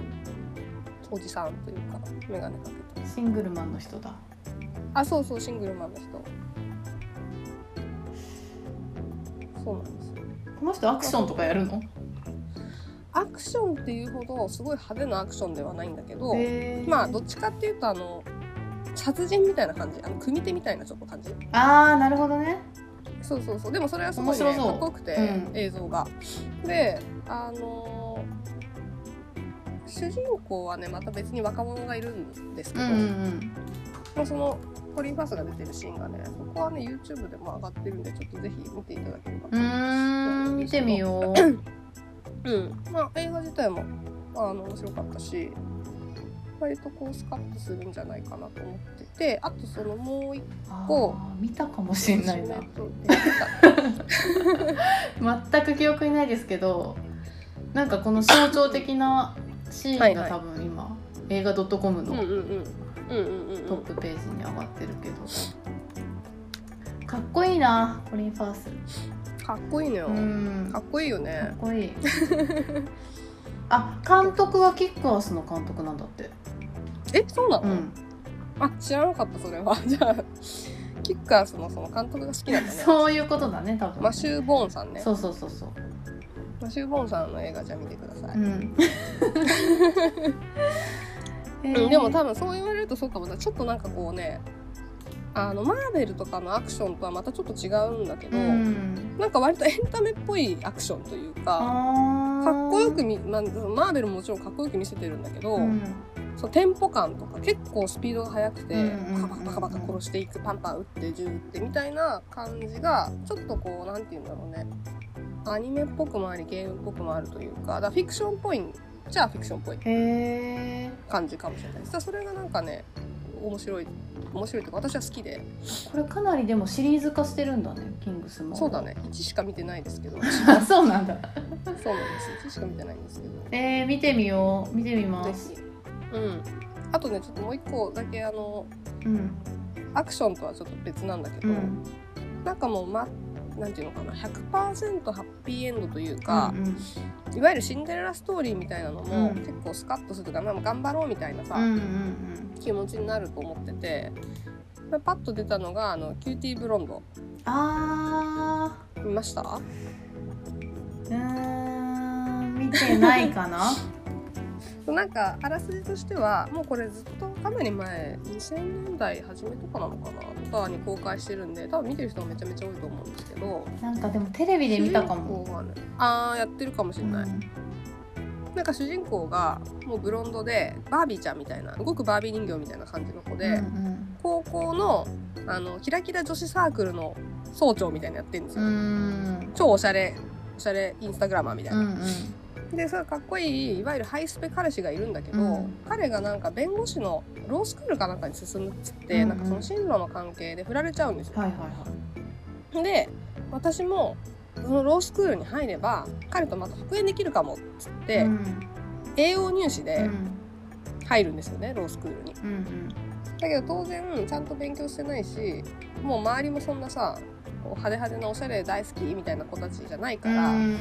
おじさんというか眼鏡かけて
シングルマンの人だ
あそうそうシングルマンの人そうなんですよ
この人アクションとかやるの
アクションっていうほどすごい派手なアクションではないんだけど、
へー
まあどっちかっていうとあの殺人みたいな感じあの組手みたいなちょっと感じ
ああなるほどね
そうそうそうでもそれはすごい、ね、
面白そう
かっこよくて、
うん
映像がであのー主人公はねまた別に若者がいるんですけ
う
ど、
んうん
まあそのコリン・ファースが出てるシーンがねそこはね YouTube でも上がってるんでちょっとぜひ見ていただければ
う
と思い
ん
ま
うー
す
ん見てみよう
うん、まあ映画自体もあの面白かったし割とこうスカッとするんじゃないかなと思っててあとそのもう一
あ
こ
ー見たかもしれ
個
ないな
えっとえっ
全く記憶にないですけどなんかこの象徴的なシーンが多分今、映画 .com
とうん
の
うんうんううんうんうんうん
トップページに上がってるけどかっこいいなコリン・ファース
かっこいいのよ、
うんか
かっこいいよね
っこいいあ監督はキックアスの監督なんだって
えそうな
う
の、
ん
あ知らなかったそれはじゃあキッカースのその監督が好きなんだね
そういうことだね多分
マシュー・ボーンさんね
そうそうそうそう
マシュー・ボーンさんの映画じゃあ見てください、
うんえ
う
ー
んでも多分そう言われるとそうかもなちょっとなんかこうねあのマーベルとかのアクションとはまたちょっと違うんだけど、
うん
なんか割とエンタメっぽいアクションというか
あー
かっこよく見、まあ、マーベルももちろんかっこよく見せてるんだけど、
うん
そうテンポ感とか結構スピードが速くて、
うんうん
バカバカバカバカ殺していくパンパン撃って銃撃ってみたいな感じがちょっとこうなんて言うんだろうねアニメっぽくもありゲームっぽくもあるというかだからフィクションっぽいじゃあフィクションっぽい
へえ
感じかもしれないですそれがなんかね面白い面白いというか私は好きで
これかなりでもシリーズ化してるんだねキングスマン
そうだね1しか見てないですけ ど
あ そうなんだ
そうなんです1しか見てないんですけど
えー、見てみよう見てみま
ぜ
す
ひうんあとねちょっともう一個だけあの
うん
アクションとはちょっと別なんだけ
う
ど、
ん
なんかもうまなんていうのかな100%ハッピーエンドという
う
か、
ん
いわゆるシンデレラストーリーみたいなのも、
うん
結構スカッとするとか、まあ、頑張ろうみたいなさ、
うんうん
気持ちになると思っててまあパッと出たのがあのキューティーブロンド
あ
見ました
ーうーん見てないかな
なんかあらすじとしてはもうこれずっとかなり前2000年代初めとかなのかなとかに公開してるんで多分見てる人もめちゃめちゃ多いと思うんですけど
なんかでもテレビで見たか
主人
も、
公がねあーやってるかもし
う
れない、
ん、
なんか主人公がもうブロンドでバービーちゃんみたいな動くバービー人形みたいな感じの子で、
うん
高校のあのキラキラ女子サークルの総長みたいなのやってるんです
う
よ、
んうん
超おしゃれおしゃれインスタグラマーみたいな、
うん
でそれかっこいいいわゆるハイスペ彼氏がいるんだけど、
うん
彼がなんか弁護士のロースクールかなんかに進むっつって、
うんうん
なんかその進路の関係で振られちゃうんですよ、
はいはいはい
で私もそのロースクールに入れば彼とまた復縁できるかもっつって、
うん
栄養入試
う
で
ん
入るんですよね、ロースクールに
うんうん
だけど当然ちゃんと勉強してないしもう周りもそんなさこう派手派手なおしゃれ大好きみたいな子たちじゃないから、
うん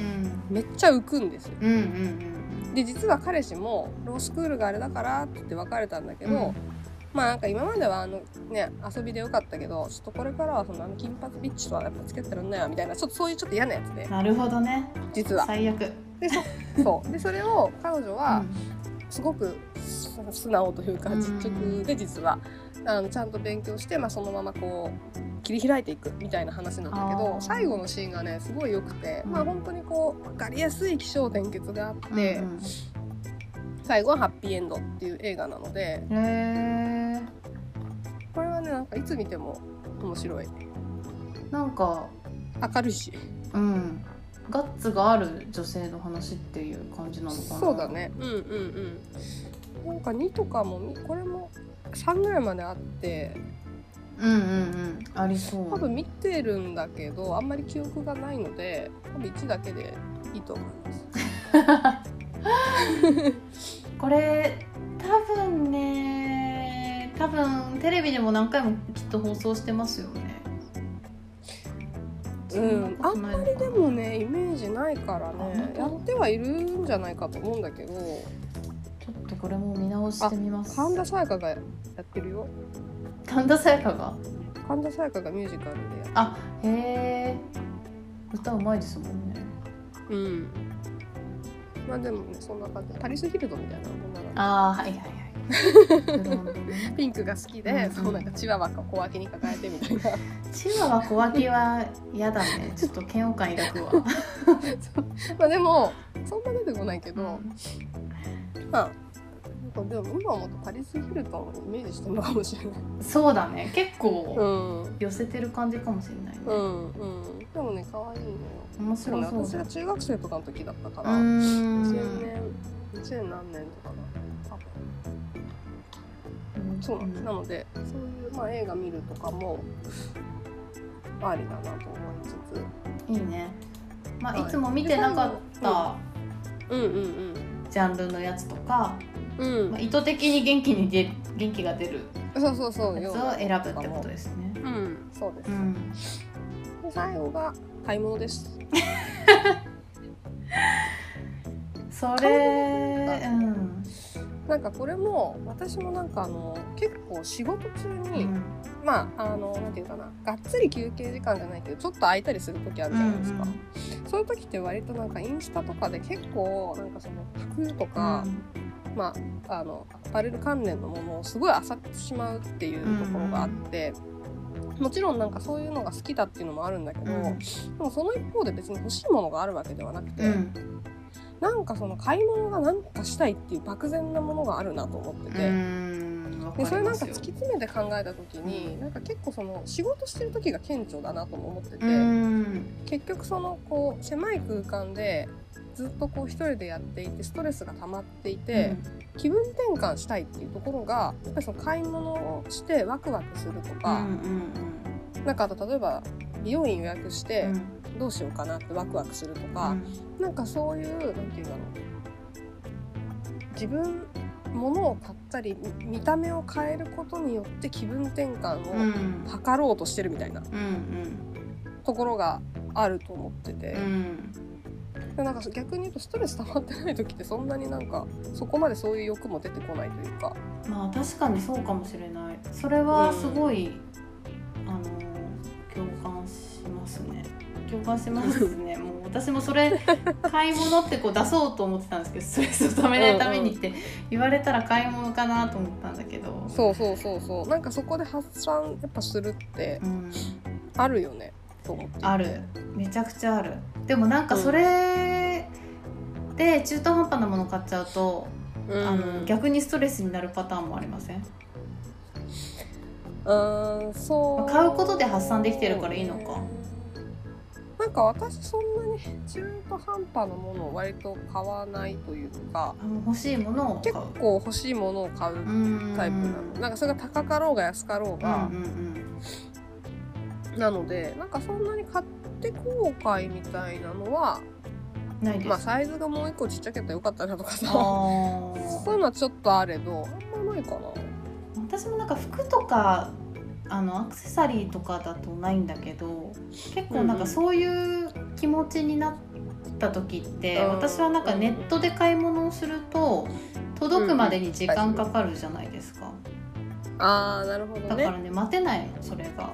めっちゃ浮くんですよ
うんうんうん
で実は彼氏もロースクールがあれだからって言って別れたんだけど、
うん
まあなんか今まではあのね遊びでよかったけどちょっとこれからはそのあの金髪ビッチとはやっぱつけてるんだよみたいなちょっとそういうちょっと嫌なやつで
なるほどね
実は
最悪
でそそうでそれを彼女は、すごくす素直というか
うん
実直で実はあのちゃんと勉強して、まあ、そのままこう切り開いていくみたいな話なんだけ
あ
ど
ー
最後のシーンがねすごい良くて、
うん
まあ本当にこう分かりやすい起承転結があ
うん
って、
うん
最後はハッピーエンドっていう映画なので
へえ
これはねなんかいつ見ても面白い
なんか
明るいし
うんガッツがある女性の話っていう感じなのかな
そうだねうんうんうんなんか2とかもみこれも3ぐらいまであって
うんうんうんありそう
多分見てるんだけどあんまり記憶がないので多分1だけでいいと思います
これ多分ね多分テレビでも何回もきっと放送してますよね
うん
そなことないのかな
でもねイメージないからね
あ
や
本当
ってはいるんじゃないかと思うんだけど
ちょっとこれも見直してみます
神田沙也加がやってるよ
神田沙也加が
神田沙也加がミュージカルでや
あへえ歌うまいですもんね
るうんまあでもねそんな感じパリス・ヒルドみたいな女の子
ああはいはいはいなるほどね
ピンクが好きで、
うん
そうなんかチワワか小脇に抱えてみたいな
チワワ小脇は嫌だねちょっと嫌悪感抱くわ
まあでもそんな出てこないけど、
うん
まあなんかでも今思うとパリス・ヒルトンをイメージしてるのかもしれない
そうだね結
う
構
ん
寄せてる感じかもしれないね、
うんうんでもね可愛いのよ
面
そうね
白
私
そう
が
だ
中学生とかの時だったか
う
ら、
ーん
2000年2000何年とかな多分そうなんです、なのでそういう、まあ、映画見るとかもありだなと思いつつ
いいねまあ
はい
いつも見てなかった
うんうん
ジャンルのやつとか、
うんうん、
まあ、意図的に元気に出元気が出る
そうそうそう
やつを選ぶってことですね。
うんそうです、
うん、
で最後が買い物です
それ、
買い物と
う
か
ん、
なんかこれも私もなんかあの結構仕事中に、まああのなんていうかながっつり休憩時間じゃないけどちょっと空いたりする時あるじゃないですか、そういう時って割となんかインスタとかで結構なんかその服とか、まああのアパレル関連のものをすごい漁ってしまうっていうところがあって、もちろんなんかそういうのが好きだっていうのもあるんだけど、
うん
でもその一方で別に欲しいものがあるわけではなくて、
うん
なんかその買い物が何かしたいっていう漠然なものがあるなと思ってて。
うん、わか
で
り
それなん
ま
か
すよ
突き詰めて考えた時に、なんか結構その仕事してる時が顕著だなとも思ってて、
うん
結局そのこう狭い空間でずっとこう一人でやっていてストレスが溜まっていて、気分転換したいっていうところがやっぱりその買い物をしてワクワクすると
う
か、
んうん
なんかあと例えば美容院予約し
う
て
ん
どうしようかなってワクワクすると
う
か、
ん
なんかそういうなんていうんだろう自分物を買ったりみ見た目を変えることによって気分転換
うんう
を
ん
図ろうとしてるみたいな
うん
ところがあると思ってて。
うん
でもなんか逆に言うとストレス溜まってない時ってそんなになんかそこまでそういう欲も出てこないというか
まあ確かにそうかもしれないそれはすごい、あの共感しますね共感します ねもう私もそれ買い物ってこう出そうと思ってたんですけどストレスをためないためにって言われたら買い物かなと思ったんだけど、
そうそうそうそうなんかそこで発散やっぱするって
うん、
あるよねと思って
あるめちゃくちゃあるでもなんかそれで中途半端なもの買っちゃうと、あの逆にストレスになるパターンもありません
うんそう
買うことで発散できてるからいいのか
なんか私そんなに中途半端なものを割と買わないというか
あの欲しいものを買う
結構欲しいものを買う
うん
タイプなのなんかそれが高かろうが安かろうが
うんうん
なのでなんかそんなに買って後悔みたいなのは
うんないです、
まあサイズがもう一個ちっちゃけたらよかったなとかさ
あー
そういうのはちょっとあれどあんまないかな
私もなんか服とかあのアクセサリーとかだとないんだけど結構なん
うんう
か
ん
そういう気持ちになった時って、
うん
私はなんかネットで買い物をすると届くまでに時間かかるじゃないですか、
あーなるほど
だから
ね
ね待てないのそれが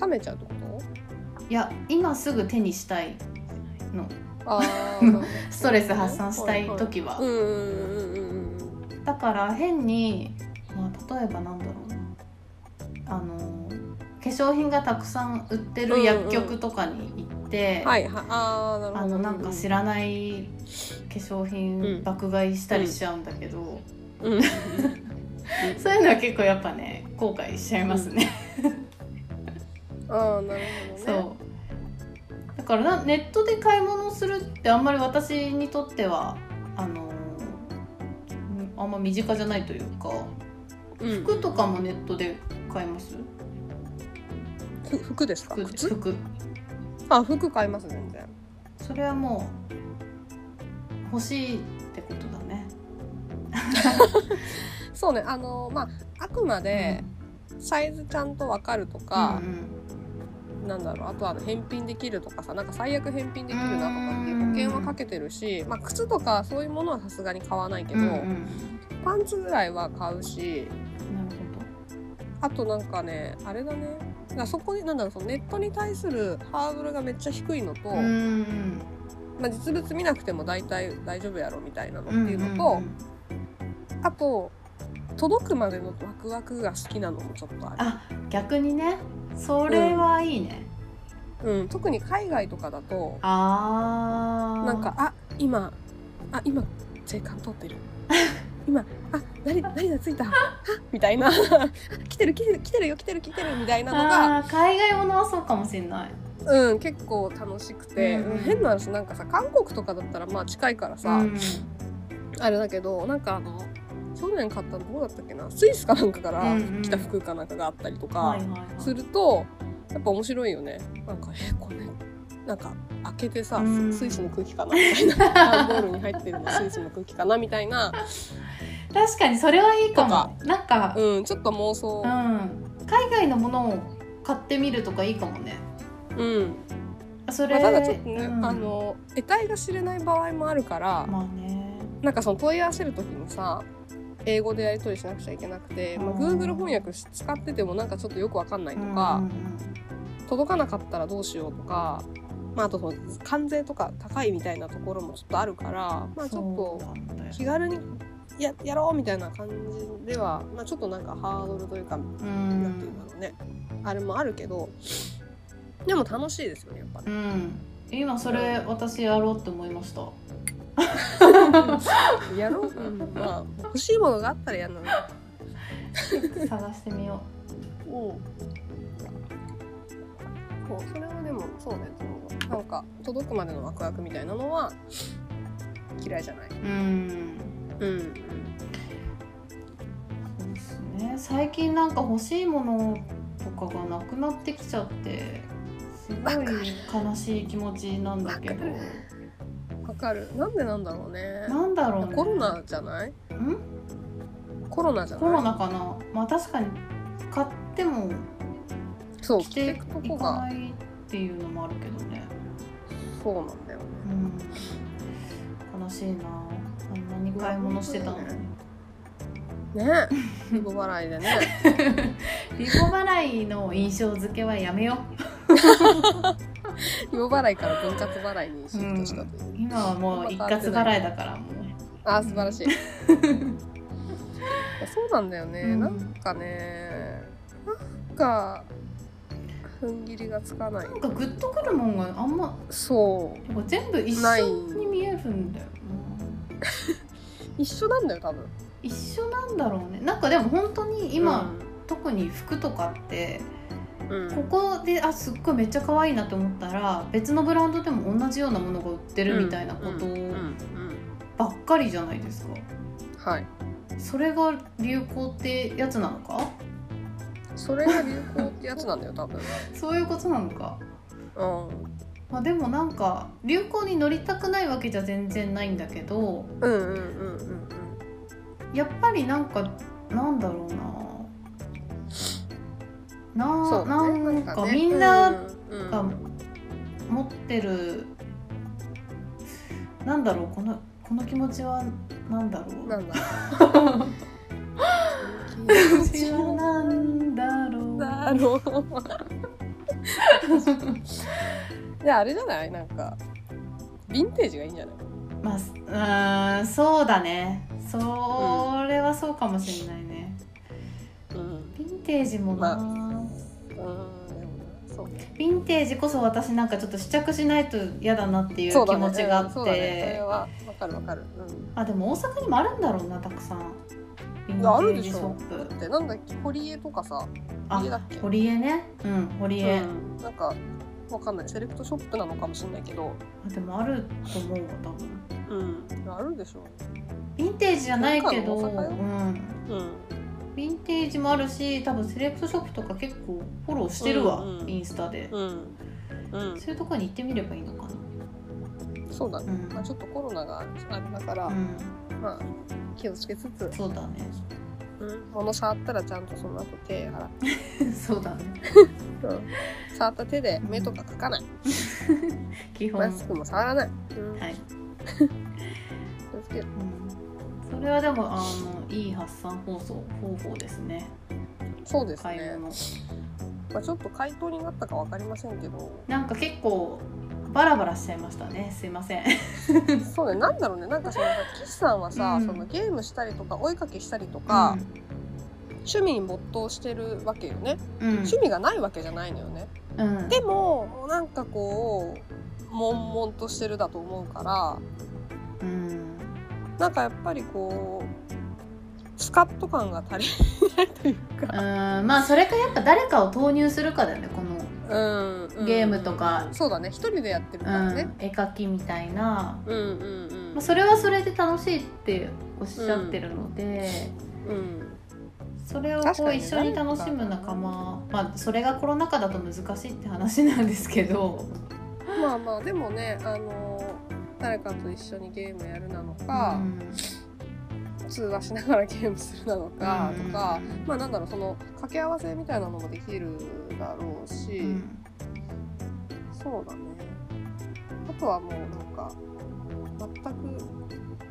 冷めちゃうってこ
いや今すぐ手にしたい
とあー
ストレス発散したい時は、
うんうんうんうんうん
だから変に、まあ、例えばなんだろうなあの化粧品がたくさん売ってる薬局とかに行って、
はいはいあーなる
あ
ほど
のなんか知
ら
らない化粧
うん
品爆買いしたりしちゃうんだけど、
うん
そういうのは結構やっぱね後悔しちゃいますね、
あーなるほどね
そうだからなネットで買い物をするってあんまり私にとってはあのうんあんま身近じゃないというか
そう、ん、
服とかもネットで買います
ふ服ですか
服
靴
服
あ服買います全然
それはもう欲しいってことだね
そうねあのまああくまでサイズちゃんとわかるとか
う、ん
なんだろうあとはあの返品できるとかさなんか最悪返品できるなとかっていう保険はかけてるし、まあ、靴とかそういうものはさすがに買わないけ
う
ど、
んうんうん
パンツぐらいは買うし
なる
あとなんかねあれだねだからそこになんだろうそのネットに対するハードルがめっちゃ低いのと、
ほどうん
まあ、実物見なくても大体大丈夫やろみたいなのっ
うん
ていうのと、あと届くまでのワクワクが好きなのもちょっとある。
あ逆にねそれはいいね、
うん、特に海外とかだと
ああ
なんかあ今あ今税関 通ってる今あ何何がついたあみたいな 来てる来てる来てるよ来てる来てるみたいなのが
あー海外ものはそうかもしれない
うん、結構楽しくて、
うんうん
変な話なんかさ韓国とかだったらまあ近いからさ、
うん
あれだけどなんかあの去年買ったのどこだったっけなスイスかなんかから
うんうん
来た服かなんかがあったりと
は
か
いはいはい
すると、やっぱ面白いよねなんかえこれなんか開けてさ、
うん
スイスの空気かなみたいな段ボールに入ってるのスイスの空気かなみたいな
確かにそれはいいか
とか
もなんか、
うんちょっと妄想
うん海外のものを買ってみるとかいいかもね
うん、
それ、
まあ、ただちょっとね、
うん
あの得体が知れない場合もあるから、
まあね
なんかその問い合わせる時もさ英語でやり取りしなくちゃいけなくて、まあ、
うん
Google 翻訳し使っててもなんかちょっとよくわかんないと
う
か
ん、う
届かなかったらどうしようとか、まあ、あとその関税とか高いみたいなところもちょっとあるから、まあ、
ん
ちょっと
そうなんだよ
気軽にややろうみたいな感じでは、まあ、ちょっとなんかハードルというか、
う
なんていうんだ
ん、
ろうねあれもあるけどでも楽しいですよねやっぱ
う
ね。
ん、今それ私やろうって思いました
やろう、うんまあ、欲しいものがあったらやるのね。
探してみよ
そうそれはでもそうねそのなんか届くまでのワクワクみたいなのは嫌いじゃないう
うん
うん
そうですね最近なんか欲しいものとかがなくなってきちゃってすご
わかる
い悲しい気持ちなんだけど
わかわかるなんでなんだろうね
なんだろう、ね、
コロナじゃない
ん
コロナじゃない
コロナかなまあ確かに買っても
そう
着
着て
て
いくと
い
こ
か
が
ないっていうのもあるけどね
そうなんだよね
うん悲しいなあんなに買い物してたのに
うわ本ねえリボ払い でね
リボ払いの印象付けはやめよ
リボ払いから分割払いにシフトしたという
う、今はもう一括払いだからもう
あー素晴らしいいやそうなんだよね、
うん
なんかねなんか踏ん切りがつかない
なんかグッとくるもんがあんま
そう
なんか全部一
ない
緒に見えるんだよな
一緒なんだよ多分
一緒なんだろうねなんかでも本当に今、、特に服とかって
うんうん
ここであすっごいめっちゃ可愛いなと思ったら別のブランドでも同じようなものが売ってるみたいなこと
うんうん
ばっかりじゃないですか
うんはい
それが流行ってやつなのか
それが流行ってやつなんだよ多分
そういうことなのか、
う
まあ、でもなんか流行に乗りたくないわけじゃ全然ないんだけど
んうんうんうんうん
やっぱりなんかなんだろうな
う
な,、
そうね
なんか
ね
みんな
うんうん
が持ってる、なんだろうこのこの気持ちはなんだろう
なんだ
気持ちはなんだろう
だろう。じゃああれじゃないなんかヴィンテージがいいんじゃない
まあすうーんそうだねそれはそうかもしれないね
うん
ヴィンテージもな、
うんでもなそうね
ヴィンテージこそ私なんかちょっと試着しないと嫌だなっていう
そう
気
だね
持ちがあって、
うんそうだねそれはわかるわかる、う
あでも大阪にもあるんだろうなたくさんヴ
いやあ
ィンテ
る
ー
で
ジ
し
ショ
ょ
ップ
ん、でなんだっけ堀江とかさ
あ
家だっけ
堀江ねうん堀江、
うんなんかわかんないセレクトショップなのかもしれないけど、
あでもあると思うわ多分
うん、あるでしょ
ヴィンテージじゃないけど、う
なんかの大阪よ
ん、
う、うん、
ヴィンテージもあるし多分セレクトショップとか結構フォローしてるわ、
うんうん
インスタで、
うんうん
そういうとこに行ってみればいいのかな
そうだね、
うん
まあ、ちょっとコロナがあれだから、
うん
まあ気をつけつつ、
そうだね
うん、物触ったらちゃんとその後手洗って
そうだね
触った手で目とか描かない、
基本
マスクも触らない、うん
はい、
気をつける
うん、それはでもあのいい発散方法方法ですね
そうです
買い
ね、
物
まあ、ちょっと回答になったかわかりませんけど
なんか結構バラバラしちゃいましたねすいません
そうねなんだろうねなんかその岸さんはさ、
うん
そのゲームしたりとか追いかけしたりとか、趣味に没頭してるわけよね、
うん、うん
趣味がないわけじゃないのよね
うん、
でもなんかこう悶々としてるだと思うから
うん、
なんかやっぱりこうスカッと感が足りないという
う
か、
んまあそれかやっぱ誰かを投入するかだよねこの
うんうん
ゲームとか
そうだね一人でやってるか
う
ら
ん
ね、
絵描きみたいな、
うん、うんうん
まあ、それはそれで楽しいっておっしゃってるので、
うん
それを
確
こ
か
う
に
一緒に楽しむ仲間、まあ、それがコロナ禍だと難しいって話なんですけど、
まあまあでもねあの誰かと一緒にゲームやるなの
う
か、
ん
通話しながらゲームするなのかとか、
うん
まあなんだろうその掛け合わせみたいなのもできるだろうし、
うん
そうだねあとはもうなんか全く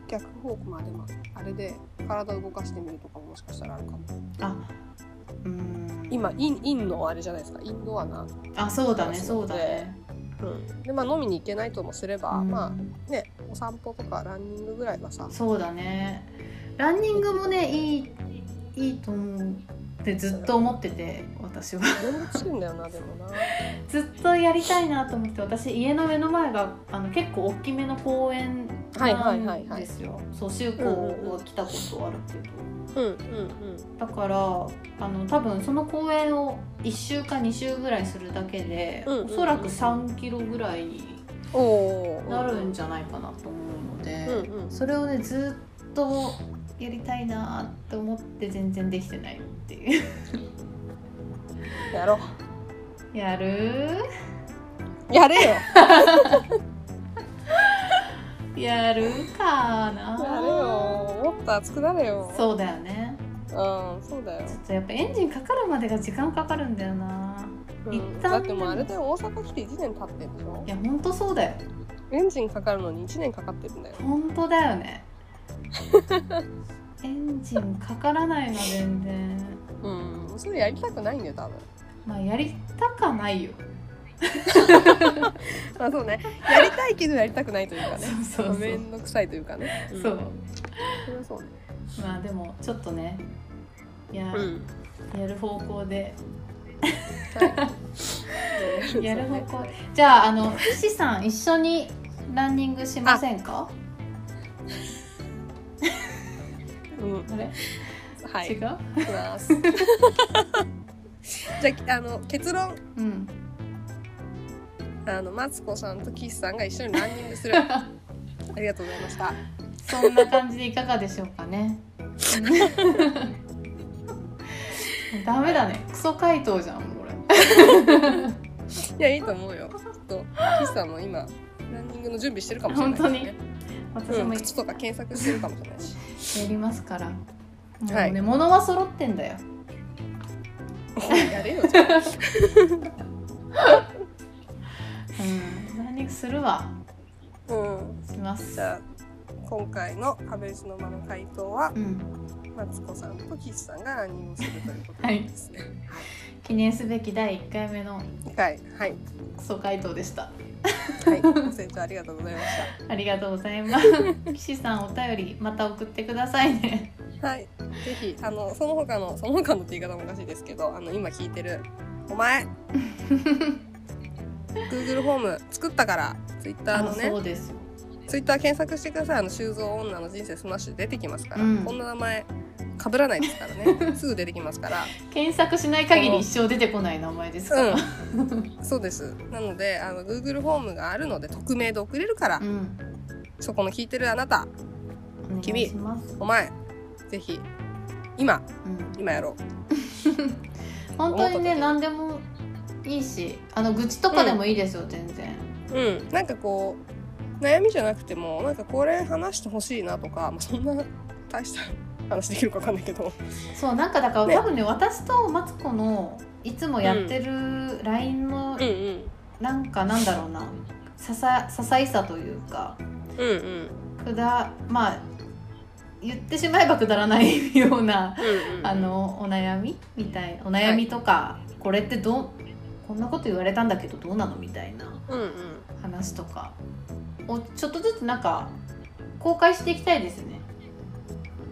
逆方向まあでもあれで体を動かしてみるとかももしかしたらあるかも
あうん
今インインのあれじゃないですかインドアな、
あそうだねそうだね
でまあ飲みに行けないともすれば、
うん
まあねお散歩とかランニングぐらいはさ
そうだねランニングもねいいいいと思うってずっと思ってて私は
めんどくしいんだよ なでもな
ずっとやりたいなと思って私家の目の前があの結構大きめの公園
はいはい
な
はい
ん
はい
ですよそう修行
うんうん
は来たことあるけど、
うんうん
だからあの多分その公園を1週か2週ぐらいするだけで、
うんうんうん
おそらく3キロぐらいに
うんおー
なるんじゃないかなと思うので、
うんうん
それをねずっとやりたいなって思って全然できてないっていう
やろ
やる
う やれよ
やるかな
やれよもっと熱くなれよ
そうだよね
うんそうだよ、
ちょっとやっぱエンジンかかるまでが時間かかるんだよな
うん
一旦
だってもうあれだよ大阪来て1年経ってんでしょ
いやほんとそうだよ
エンジンかかるのに1年かかってるんだよ
ほんとだよ ねエンジンかからないの全然
うんそれやりたくないんだよ多分
まあやりたかないよ
あそうねやりたいけどやりたくないというか ね
そうそう
めんどくさいというかね、
そ
ん
うそう
それはそうね
まあでもちょっとねや,、
うん
やる方向で
はい
やる方向じゃああ の岸さん一緒にランニングしませんか
うん
あれ、
はい
違
行
う
きます じゃああの結論
うん
あのマツコさんと岸さんが一緒にランニング するありがとうございました
そんな感じでいかがでしょうか ねダメだねクソ回答じゃんこれ
いやいいと思うよちょっと岸さんも今ランニングの準備してるかもしれないですね
私
う
も
ん、
や
靴とか検索してるかもしれないし
りますからもうね、
はい
物は揃ってんだよ
やれよじゃあ
うんランニングするわ
うん
しま
じ
す
ゃあ今回の「壁打ちの間」の回答は
うん
マツコさんと岸さんがランニングをするということですね。
記念すべき第1回目の
はい、はい、
クソ回答でした
はい、ご清聴ありがとうございまし
ありがとうござい ます。岸さんお便りまた送ってくださいね。
た。はい、ぜひ、あの、その他の、その他のって言い方もおかしいですけど、あの、今聞いてる。お前。Google ホーム作ったから、Twitter のね
そ、うです。
Twitter 検索してください。あの、修造女の人生スマッシュ出てきますから、
うん
こんな名前。被らないですから ね。すぐ出てきますから。
検索しない限り一生出てこない名前ですから。
うん。そうです。なので、あの、Google ホームがあるので、匿名で送れるから、
うん。
そこの聞いてるあなた。
お願いします。
お前ぜひ今
うん。
今やろ
本当にね
思った時
何でもいいし、あの愚痴とかでもいいですよ、全然。
ううんなんかこう悩みじゃなくてもなんかこれ話してほしいなとか、まあ、そんな大した話できるかわかんないけど
そうなんかだから、
ね
多分ね私とマツコのいつもやってる LINE の、
うんうん
なんかなんだろうなささ些細さというか。
うんうんうん
くだまあ言ってしまえばくだらないような
うん
あのお悩みみたいお悩みとか、これってどうこんなこと言われたんだけどどうなのみたいな
うんうん
話とかをちょっとずつなんか公開していきたいですね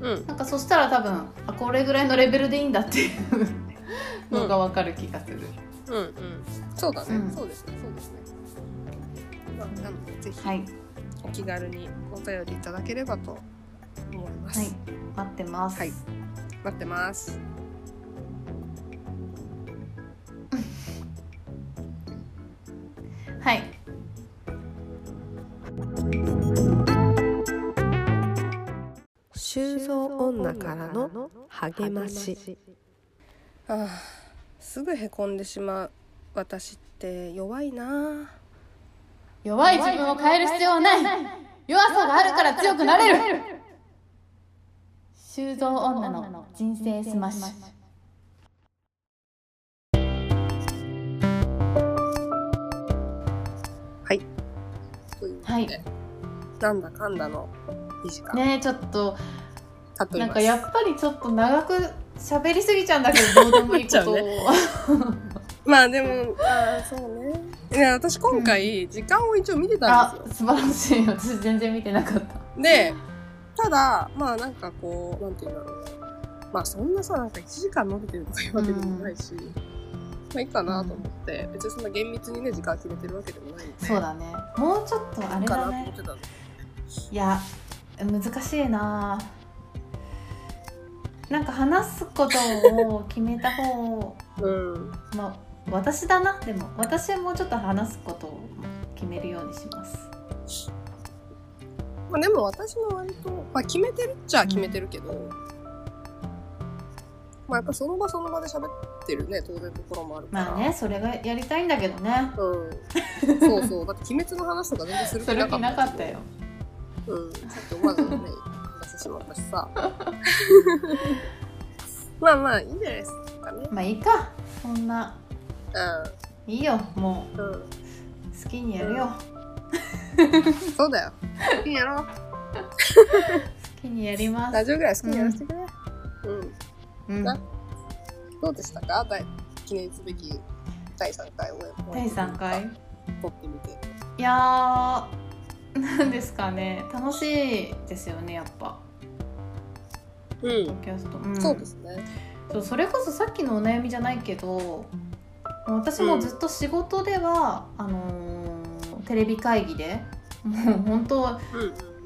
うん
なんかそしたら多分あこれぐらいのレベルでいいんだっていうのがわかる気がする、
うんうんそうだね、
うん
そうですねそうですねまあなのでぜひ
はい、
お気軽にお便りいただければと思います、
はい、待ってます、
はい待ってます
はい
修造女からの励まし
ああすぐへこんでしまう私って弱いなあ
弱い自分を変える必要はない弱さがあるから強くなれる修造女の人生スマッシュ
ということで、
は
なんだかんだの2時間
ねえちょっと
経ってお
な
り
ん
ま
か
す、
やっぱりちょっと長く喋りすぎちゃうんだけどどうでもいいこと を、
まあでもあーそうねいや私今回時間を一応見てたん
あ
ですよ、
素晴らしい私全然見てなかった
でただまあなんかこうなんていうんだろうまあそんなさなんか1時間伸びてるとかいうわけでもないし、まあいいかなと思って、別にそんな厳密にね時間決めてるわけでもないんで
そうだねもうちょっとあ
い
れ
いかな
だ
と思
ね
ってたの
いや難しいななんか話すことを決めた方
うん
まあ私だなでも私はもうちょっと話すことを決めるようにします
まあ、でも私も割と、まあ、決めてるっちゃ決めてるけど、まあやっぱその場その場で喋ってるね当然ところもあるから
まあねそれがやりたいんだけどね
うん、そうそうだって鬼滅の話とか全然する
す
気
る
なか
気
った
なかったよ
うんちょっと思わずね 出してしまったし さまあまあいいんじゃないですかね
まあいいかそんないいよも
うんうん
う好きにやるよ
そうだよ好きにやろう
好きにやりま
ラ
す
ジオぐらい好きにやらせてくれうん、
うん
などうでしたか第記念すべき第3回応援
第3回
撮ってみて
いやーなんですかね楽しいですよねやっぱ
う
ポ
ん
ッドキャスト、うん
そうですね。
そうそれこそさっきのお悩みじゃないけど私もずっと仕事では、あのーテレビ会議でもう本当
うん。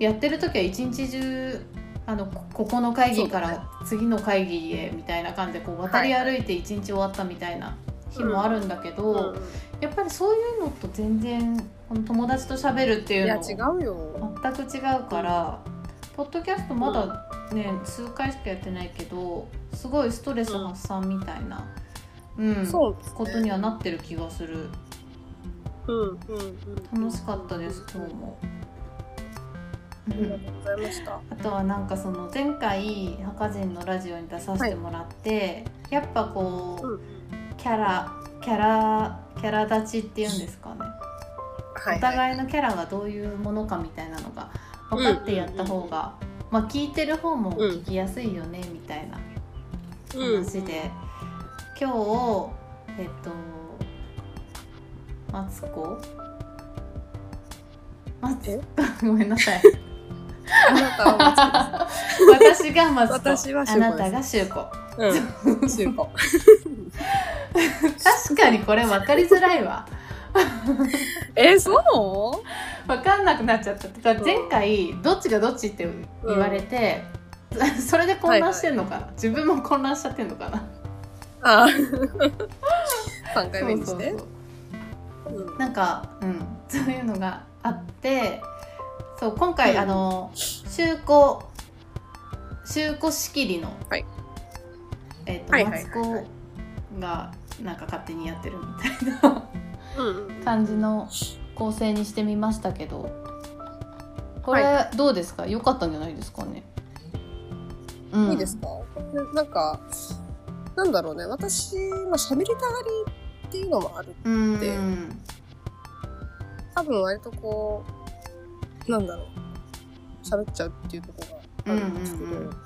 やってる時は一日中あのこここの会議か
そうだね
ら次の会議へみたいな感じでこう渡り歩いて一日終わったみたいな日もあるんだけど、やっぱりそういうのと全然この友達と喋るってい
いうや
の
違うよ。
全く違うから、ポッドキャストまだね、数回しかやってないけどすごいストレス発散みたいな、うん
そうですね。
ことにはなってる気がする
うんうんうん。
楽しかったです今日も。う
ありが
ん
とうございました。
あとはなんかその前回「博人のラジオ」に出させてもらって、やっぱこう、
うん。
キャラキャラキャラ立ちっていうんですかね、
は
お
いはい。
互いのキャラがどういうものかみたいなのが分かってやった方が、まあ、聞いてる方も聞きやすいよねみたいな話で、今日えっとマツコマツコごめんなさい
あなたは
私がマツコ
私はシュ
あ
ウコ
なた
です
がシュウコ
マツコ。うん。中古。
確かにこれ分かりづらいわ
えそ
分かんなくなっちゃったてか前回どっちがどっちって言われて、 それで混乱してんのかな、自分も混乱しちゃってんのかな
う？ あ。三回目に
そう
し
そう
て。
そう
うん
なんか、うん、そういうのがあってそう今回、
うん
あの就航就航仕切りの、
はい
えっと
はいは
マ
いはい
ツ
はい
コがなんか勝手にやってるみたいな。
うん。
感じの構成にしてみましたけどこれどうですか良かったんじゃないですかね、うん
いいですか？でなんかなんだろうね。私まあ喋りたがりっていうのもある。
うん
って多分割とこうなんだろう喋っちゃうっていうところがあるんですけど、
うんうんうん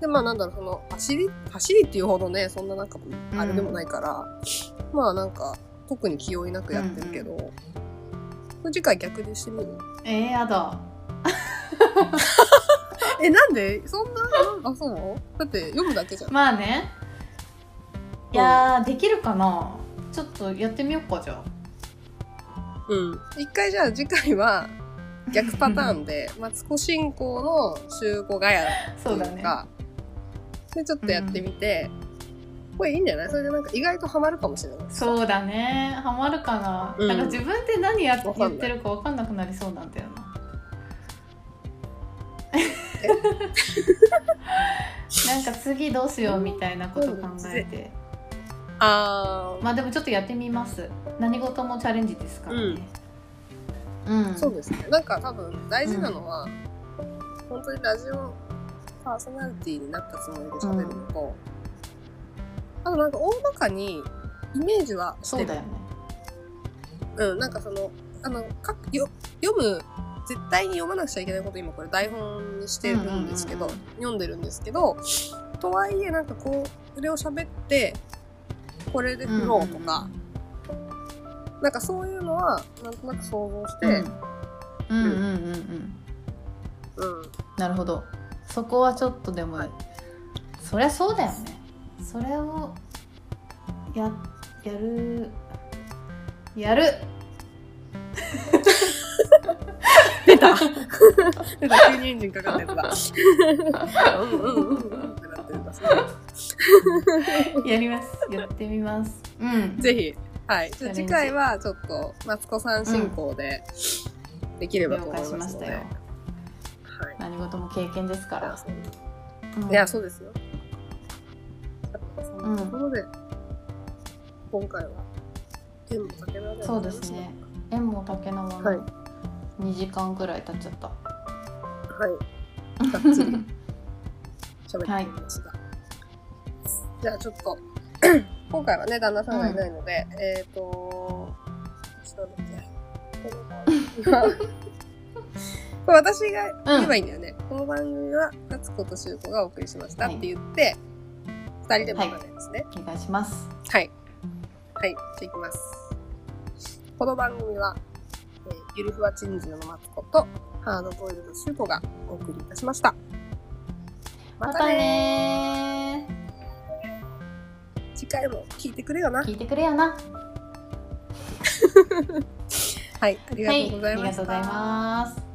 でまあなんだろうその走り走りっていうほどねそんななんかあれでもないから、まあなんか特に気負いなくやってるけど、次回逆にしてみる
えー、やだ
えなんでそんなあそうだって読むだけじゃん
まあねいやーできるかなちょっとやってみようかじゃ
うん一回じゃあ次回は
あ
逆パターンでマツコ進行の集合ガヤ
そうだね
かでちょっとやってみて、これいいんじゃないそれでなんか意外とハマるかもしれない
そうだねハマるかな、
うん
なんか自分で何やっ
わかんな
言
い
ってるか分かんなくなりそうなんだよななんか次どうしようみたいなこと考えて
あー、
まあでもちょっとやってみます。何事もチャレンジですからね。うん。
そうですねなんか多分大事なのは、本当にラジオパーソナリティになったつもりで喋るのと、あとなんか大まかにイメージはし
そ
て
うだ
る
よね
うん、なんかその、あの、かよ読む、絶対に読まなくちゃいけないこと今これ台本にしてるんですけど、
うんうん
読んでるんですけど、とはいえなんかこう、これを喋って、これで振ろうとか、なんかそういうのはなんとなく想像して、
うんうんうんうんうん
うん、
なるほどそこはちょっとでもそりゃそうだよねそれをややるやる
出た出た急にエンジンかかったやつだうんうんうんうんってなってるんだ
やりますやってみますうん
ぜひはい
チャレンジ
次回はちょっとマツコさん進行でできればと
了
思
解
い
し
ま
ますし
ので、
たよ
はい
何事も経験ですから、うん
いや、そうですよ。
うん
ところで、今回は、天も竹縄で
そうですね。縁も竹縄
はい
の2時間ぐらい経っちゃった、
はい。がっつり喋ってみました。じゃあちょっと、 今回はね、旦那さんがいないので、えっ、ー、と、ちょっと待って。この番組はこれ私が言えばいいんだよね。この番組は、夏子と修子がお送りしましたって言って、二、人でもないですね。
お願いします
はい。はい、じゃあいきます。この番組は、えーゆるふわチンジュのマツコと、ハードボイルドシュウコがお送りいたしました。
またね
次回も聞いてくれよな
ー。聞いてくれよな
はい、ありがとうございま
はい、ありが
した。
とうございます